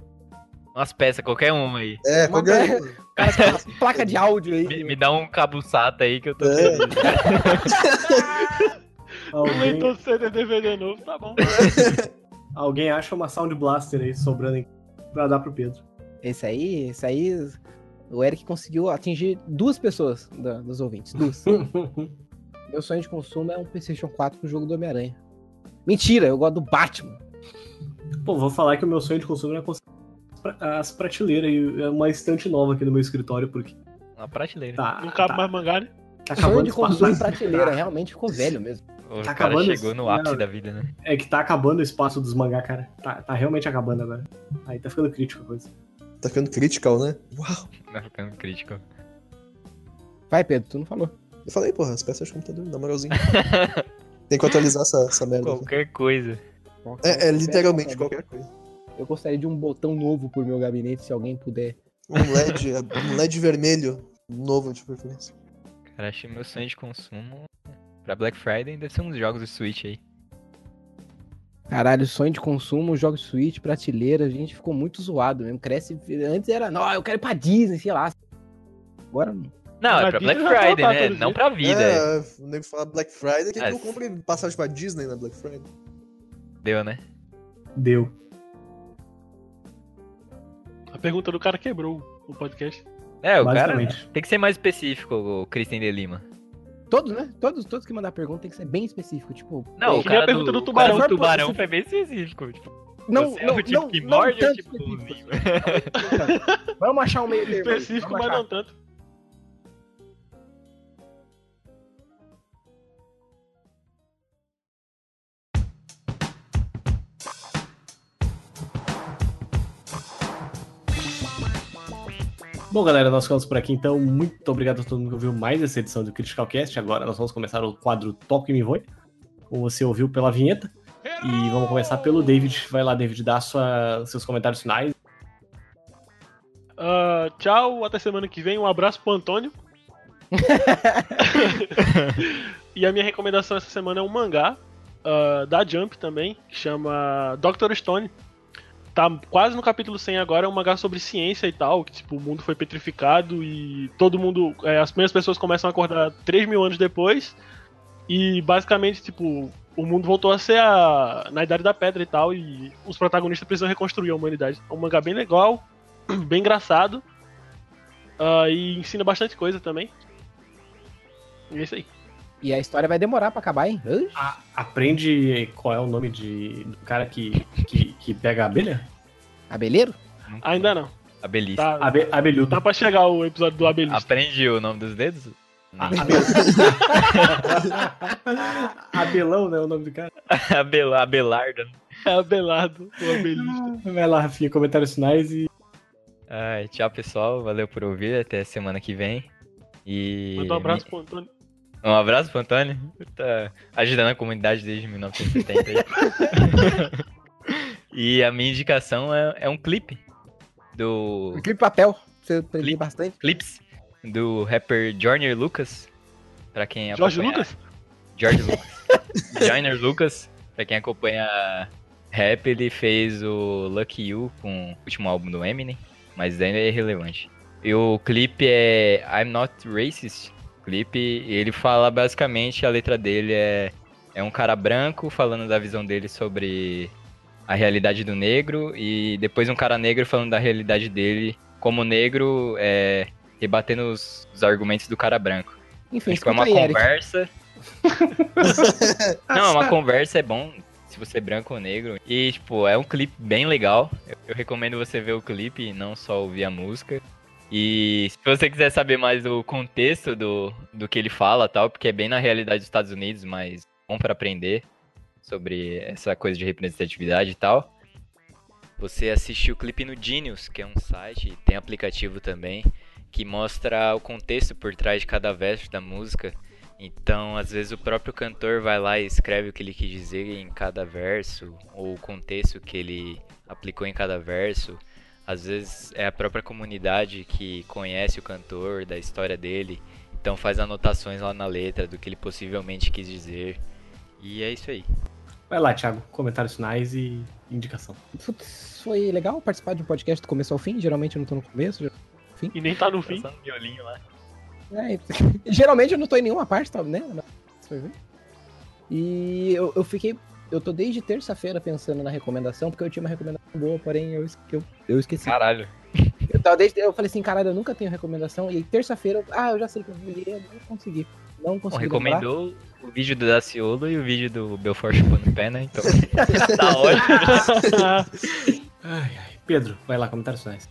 Speaker 7: Umas peças, qualquer uma aí.
Speaker 5: É,
Speaker 1: Uma
Speaker 5: qualquer.
Speaker 1: Cara, tem uma placa de áudio aí.
Speaker 7: Me, me dá um cabuçata aí que eu tô
Speaker 5: É.
Speaker 7: feliz.
Speaker 6: Um
Speaker 2: Alguém,
Speaker 6: leitor CD DVD novo, tá bom.
Speaker 2: alguém acha uma Sound Blaster aí sobrando aí pra dar pro Pedro.
Speaker 1: Esse aí, esse aí, o Eric conseguiu atingir duas pessoas da- dos ouvintes. Duas. Meu sonho de consumo é um PlayStation 4 pro jogo do Homem-Aranha. Mentira, eu gosto do Batman.
Speaker 2: Pô, vou falar que o meu sonho de consumo é conseguir as prateleiras e uma estante nova aqui no meu escritório, porque
Speaker 7: Uma prateleira.
Speaker 2: tá,
Speaker 8: Ah,
Speaker 6: Não cabe
Speaker 2: tá,
Speaker 6: mais mangá, né?
Speaker 2: tá
Speaker 1: sonho
Speaker 2: acabando
Speaker 1: de
Speaker 2: de passar.
Speaker 1: consumo em prateleira, realmente ficou velho mesmo.
Speaker 7: o
Speaker 2: tá
Speaker 7: cara
Speaker 2: acabando
Speaker 7: chegou no
Speaker 2: esse-
Speaker 7: ápice
Speaker 2: não.
Speaker 7: da vida, né?
Speaker 2: É que tá acabando o espaço dos mangá, cara. Tá, tá realmente acabando agora. Aí tá ficando crítico a coisa.
Speaker 5: Tá ficando critical, né? Uau.
Speaker 7: Tá ficando crítico.
Speaker 1: Vai, Pedro, tu não falou.
Speaker 5: Eu falei, porra, as peças de computador, na moralzinha. Tem que atualizar essa, essa merda. aqui.
Speaker 7: Qualquer coisa.
Speaker 5: É, é literalmente qualquer coisa.
Speaker 1: Eu gostaria de um botão novo pro meu gabinete, se alguém puder.
Speaker 5: Um é, LED, um LED vermelho. novo de preferência.
Speaker 7: Cara, acho que meu sonho de consumo pra Black Friday deve ser uns jogos do Switch aí.
Speaker 1: Caralho, sonho de consumo, jogos de Switch, prateleira, a gente ficou muito zoado mesmo. Cresce. Antes era, não, eu quero ir pra Disney, sei lá. Agora não.
Speaker 7: Não,
Speaker 6: Pra
Speaker 7: é pra Black
Speaker 6: Disney já
Speaker 7: Friday,
Speaker 6: tá
Speaker 7: né?
Speaker 6: todo
Speaker 7: Não
Speaker 6: dia.
Speaker 7: pra vida.
Speaker 5: É, o nego fala Black Friday, que
Speaker 7: Ah,
Speaker 5: ele não
Speaker 7: se-
Speaker 5: compre passagem pra tipo, Disney na Black Friday.
Speaker 7: Deu, né?
Speaker 2: Deu.
Speaker 6: A pergunta do cara quebrou o podcast.
Speaker 7: É, o cara
Speaker 2: basicamente.
Speaker 7: tem que ser mais específico, o Christian de Lima.
Speaker 1: Todos, né? Todos, todos que mandar pergunta tem que ser bem específico. Tipo,
Speaker 7: Não, o
Speaker 6: Que nem a
Speaker 7: cara
Speaker 6: pergunta do
Speaker 7: o
Speaker 6: tubarão.
Speaker 7: cara
Speaker 8: O
Speaker 7: do tubarão.
Speaker 8: tubarão foi bem específico. Tipo,
Speaker 1: não,
Speaker 8: você é
Speaker 1: não,
Speaker 8: o tipo
Speaker 1: não,
Speaker 8: que
Speaker 1: não
Speaker 8: morde ou
Speaker 1: tanto
Speaker 8: tipo
Speaker 1: específico.
Speaker 8: bonzinho?
Speaker 1: Vamos achar um meio termo aí,
Speaker 6: Específico,
Speaker 1: vamos
Speaker 6: mas
Speaker 1: achar.
Speaker 6: não tanto.
Speaker 7: é.
Speaker 2: Bom, galera, nós ficamos por aqui então. Muito obrigado a todo mundo que ouviu mais essa edição do Critical Cast. Agora nós vamos começar o quadro Toque Me Voe, como você ouviu pela vinheta. E vamos começar pelo David. Vai lá, David, dá sua- seus comentários finais.
Speaker 6: Ah, tchau, até semana que vem. Um abraço pro Antônio. e a minha recomendação essa semana é um mangá ah, da Jump também, que chama Doctor Stone. Tá quase no capítulo 100 agora, é um mangá sobre ciência e tal, que tipo, o mundo foi petrificado e todo mundo, é, as primeiras pessoas começam a acordar 3 mil anos depois. E basicamente, tipo, o mundo voltou a ser a, na Idade da Pedra e tal, e os protagonistas precisam reconstruir a humanidade. É um mangá bem legal, bem engraçado. ah, e ensina bastante coisa também. E é isso aí.
Speaker 1: E a história vai demorar pra acabar, hein? Ui,
Speaker 8: Ah.
Speaker 2: A- aprende qual é o nome de, do cara que, que, que pega a abelha?
Speaker 1: Abelheiro?
Speaker 6: Ainda não.
Speaker 7: A Belice.
Speaker 6: Tá,
Speaker 2: Abe, abelhudo.
Speaker 6: tá pra chegar o episódio do Abelista.
Speaker 7: Aprende o nome dos dedos?
Speaker 6: Ah.
Speaker 2: Abelão, né? O nome do cara.
Speaker 7: Abel, Abelarda.
Speaker 6: Abelado, o Abelista.
Speaker 2: Vai lá, Rafinha, comentários finais e.
Speaker 7: Ai, tchau, pessoal. Valeu por ouvir. Até semana que vem. E.
Speaker 6: Manda um abraço pro Antônio.
Speaker 7: Um abraço pro Antônio. Tá ajudando a comunidade desde 1970. aí. e a minha indicação é, é um clipe do.
Speaker 1: Um clipe papel. Você aprendeu
Speaker 7: Clipe.
Speaker 1: bastante.
Speaker 7: Clips do rapper Joyner Lucas. Pra quem
Speaker 6: Jorge
Speaker 7: acompanha-
Speaker 6: Lucas?
Speaker 7: George Lucas. Joyner Lucas, pra quem acompanha rap, ele fez o Lucky You com o último álbum do Eminem, mas ainda é irrelevante. E o clipe é I'm Not Racist. Clipe, e ele fala basicamente, a letra dele é, é um cara branco falando da visão dele sobre a realidade do negro, e depois um cara negro falando da realidade dele como negro, é, rebatendo os- os argumentos do cara branco.
Speaker 1: Enfim,
Speaker 7: Tipo,
Speaker 1: escuta
Speaker 7: é uma
Speaker 1: aí, Eric.
Speaker 7: conversa. não, uma conversa é bom se você é branco ou negro. E, tipo, é um clipe bem legal. Eu, eu recomendo você ver o clipe e não só ouvir a música. E se você quiser saber mais do contexto do, do que ele fala tal, porque é bem na realidade dos Estados Unidos, mas bom pra aprender sobre essa coisa de representatividade e tal. Você assiste o clipe no Genius, que é um site, e tem aplicativo também que mostra o contexto por trás de cada verso da música. Então, às vezes o próprio cantor vai lá e escreve o que ele quis dizer em cada verso, ou o contexto que ele aplicou em cada verso. Às vezes é a própria comunidade que conhece o cantor, da história dele, então faz anotações lá na letra do que ele possivelmente quis dizer. E é isso aí.
Speaker 2: Vai lá, Thiago, comentários finais e indicação.
Speaker 1: Putz, foi legal participar de um podcast do começo ao fim. Geralmente eu não tô no começo. ger-
Speaker 6: E nem tá no fim.
Speaker 7: Passando violinho lá.
Speaker 1: é, geralmente eu não tô em nenhuma parte, tá, né? Você vai ver. E eu, eu fiquei. Eu tô desde terça-feira pensando na recomendação, porque eu tinha uma recomendação boa, porém eu, es- eu, eu esqueci.
Speaker 7: Caralho.
Speaker 1: Eu, tava desde- eu falei assim, caralho, eu nunca tenho recomendação. E aí, terça-feira, eu, ah, eu já sei que eu vou ler, eu não consegui. Não
Speaker 7: Bom,
Speaker 1: consegui. lembrar.
Speaker 7: recomendou o vídeo do Daciolo e o vídeo do Belfort chupando o pé, né? Então, tá ótimo.
Speaker 2: Ai, ai. Pedro, vai lá, comentários finais.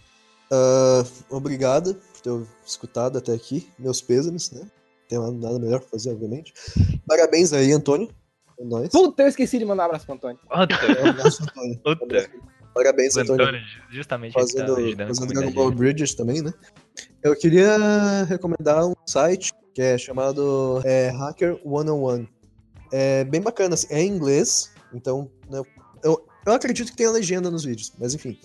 Speaker 5: Ah, obrigado por ter escutado até aqui. Meus pêsames, né? Não tem nada melhor pra fazer, obviamente. Parabéns aí, Antônio. É nóis.
Speaker 1: Puta, eu esqueci de mandar um abraço pro Antônio.
Speaker 7: Puta,
Speaker 5: É, um abraço, Antônio.
Speaker 7: puta.
Speaker 5: Parabéns,
Speaker 7: O
Speaker 5: Antônio.
Speaker 7: Antônio, justamente
Speaker 5: fazendo,
Speaker 7: ele tá ajudando a
Speaker 5: fazendo Dragon
Speaker 7: comunidade.
Speaker 5: Ball Bridges também, né? Eu queria recomendar um site que é chamado é, Hacker 101. É bem bacana, assim, é em inglês, então né, eu, eu acredito que tenha legenda nos vídeos, mas enfim.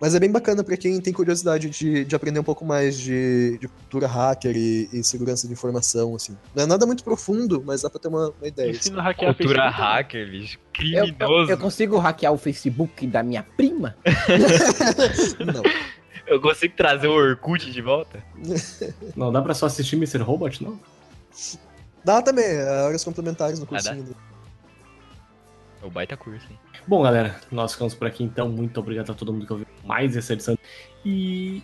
Speaker 5: Mas é bem bacana pra quem tem curiosidade de, de aprender um pouco mais de, de cultura hacker e, e segurança de informação, assim. Não é nada muito profundo, mas dá pra ter uma, uma ideia. assim.
Speaker 6: Ensina a hackear
Speaker 7: Cultura
Speaker 6: Facebook.
Speaker 7: hacker, bicho.
Speaker 1: Eu, eu,
Speaker 7: Criminoso.
Speaker 1: eu consigo hackear o Facebook da minha prima?
Speaker 5: Não.
Speaker 7: Eu consigo trazer o Orkut de volta?
Speaker 2: Não dá pra só assistir Mr. Robot, não?
Speaker 5: Dá também, é, horas complementares no
Speaker 7: Ah, dá?
Speaker 5: cursinho. né?
Speaker 7: É o baita curso, hein?
Speaker 2: Bom, galera, nós ficamos por aqui então. Muito obrigado a todo mundo que ouviu mais essa edição. E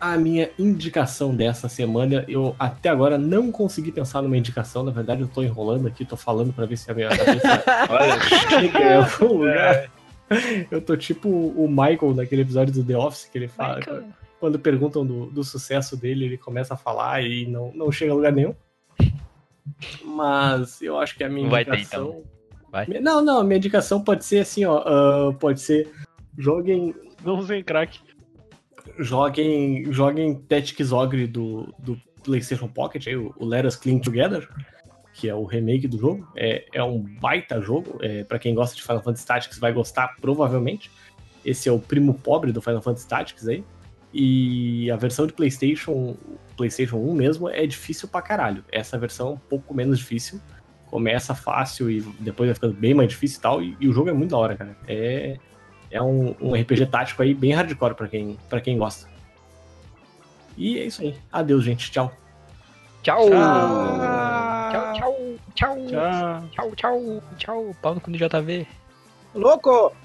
Speaker 2: a minha indicação dessa semana, eu até agora não consegui pensar numa indicação. Na verdade, eu tô enrolando aqui, tô falando pra ver se é a minha cabeça
Speaker 7: Olha,
Speaker 2: chega em algum lugar. É. Eu tô tipo o Michael naquele episódio do The Office que ele fala. Quando perguntam do, do sucesso dele, ele começa a falar e não, não chega a lugar nenhum. Mas eu acho que a minha
Speaker 7: Vai ter, então.
Speaker 2: indicação.
Speaker 7: Vai.
Speaker 2: Não, não, minha indicação pode ser assim, ó. ah, pode ser. Joguem
Speaker 6: Não usem crack.
Speaker 2: joguem, joguem Tactics Ogre do, do PlayStation Pocket, aí, o o Let Us Cling Together, que é o remake do jogo. É, é um baita jogo, é, para quem gosta de Final Fantasy Tactics vai gostar provavelmente. Esse é o primo pobre do Final Fantasy Tactics aí. E a versão de PlayStation, PlayStation 1 mesmo, é difícil pra caralho. Essa versão é um pouco menos difícil. Começa fácil e depois vai ficando bem mais difícil e tal. E, e o jogo é muito da hora, cara. É, é um, um RPG tático aí bem hardcore pra quem, pra quem gosta. E é isso aí. Adeus, gente. Tchau.
Speaker 7: Tchau!
Speaker 8: Tchau, tchau, tchau,
Speaker 6: Tchau.
Speaker 8: tchau, tchau, tchau. Pau no cu do JV.
Speaker 1: Louco!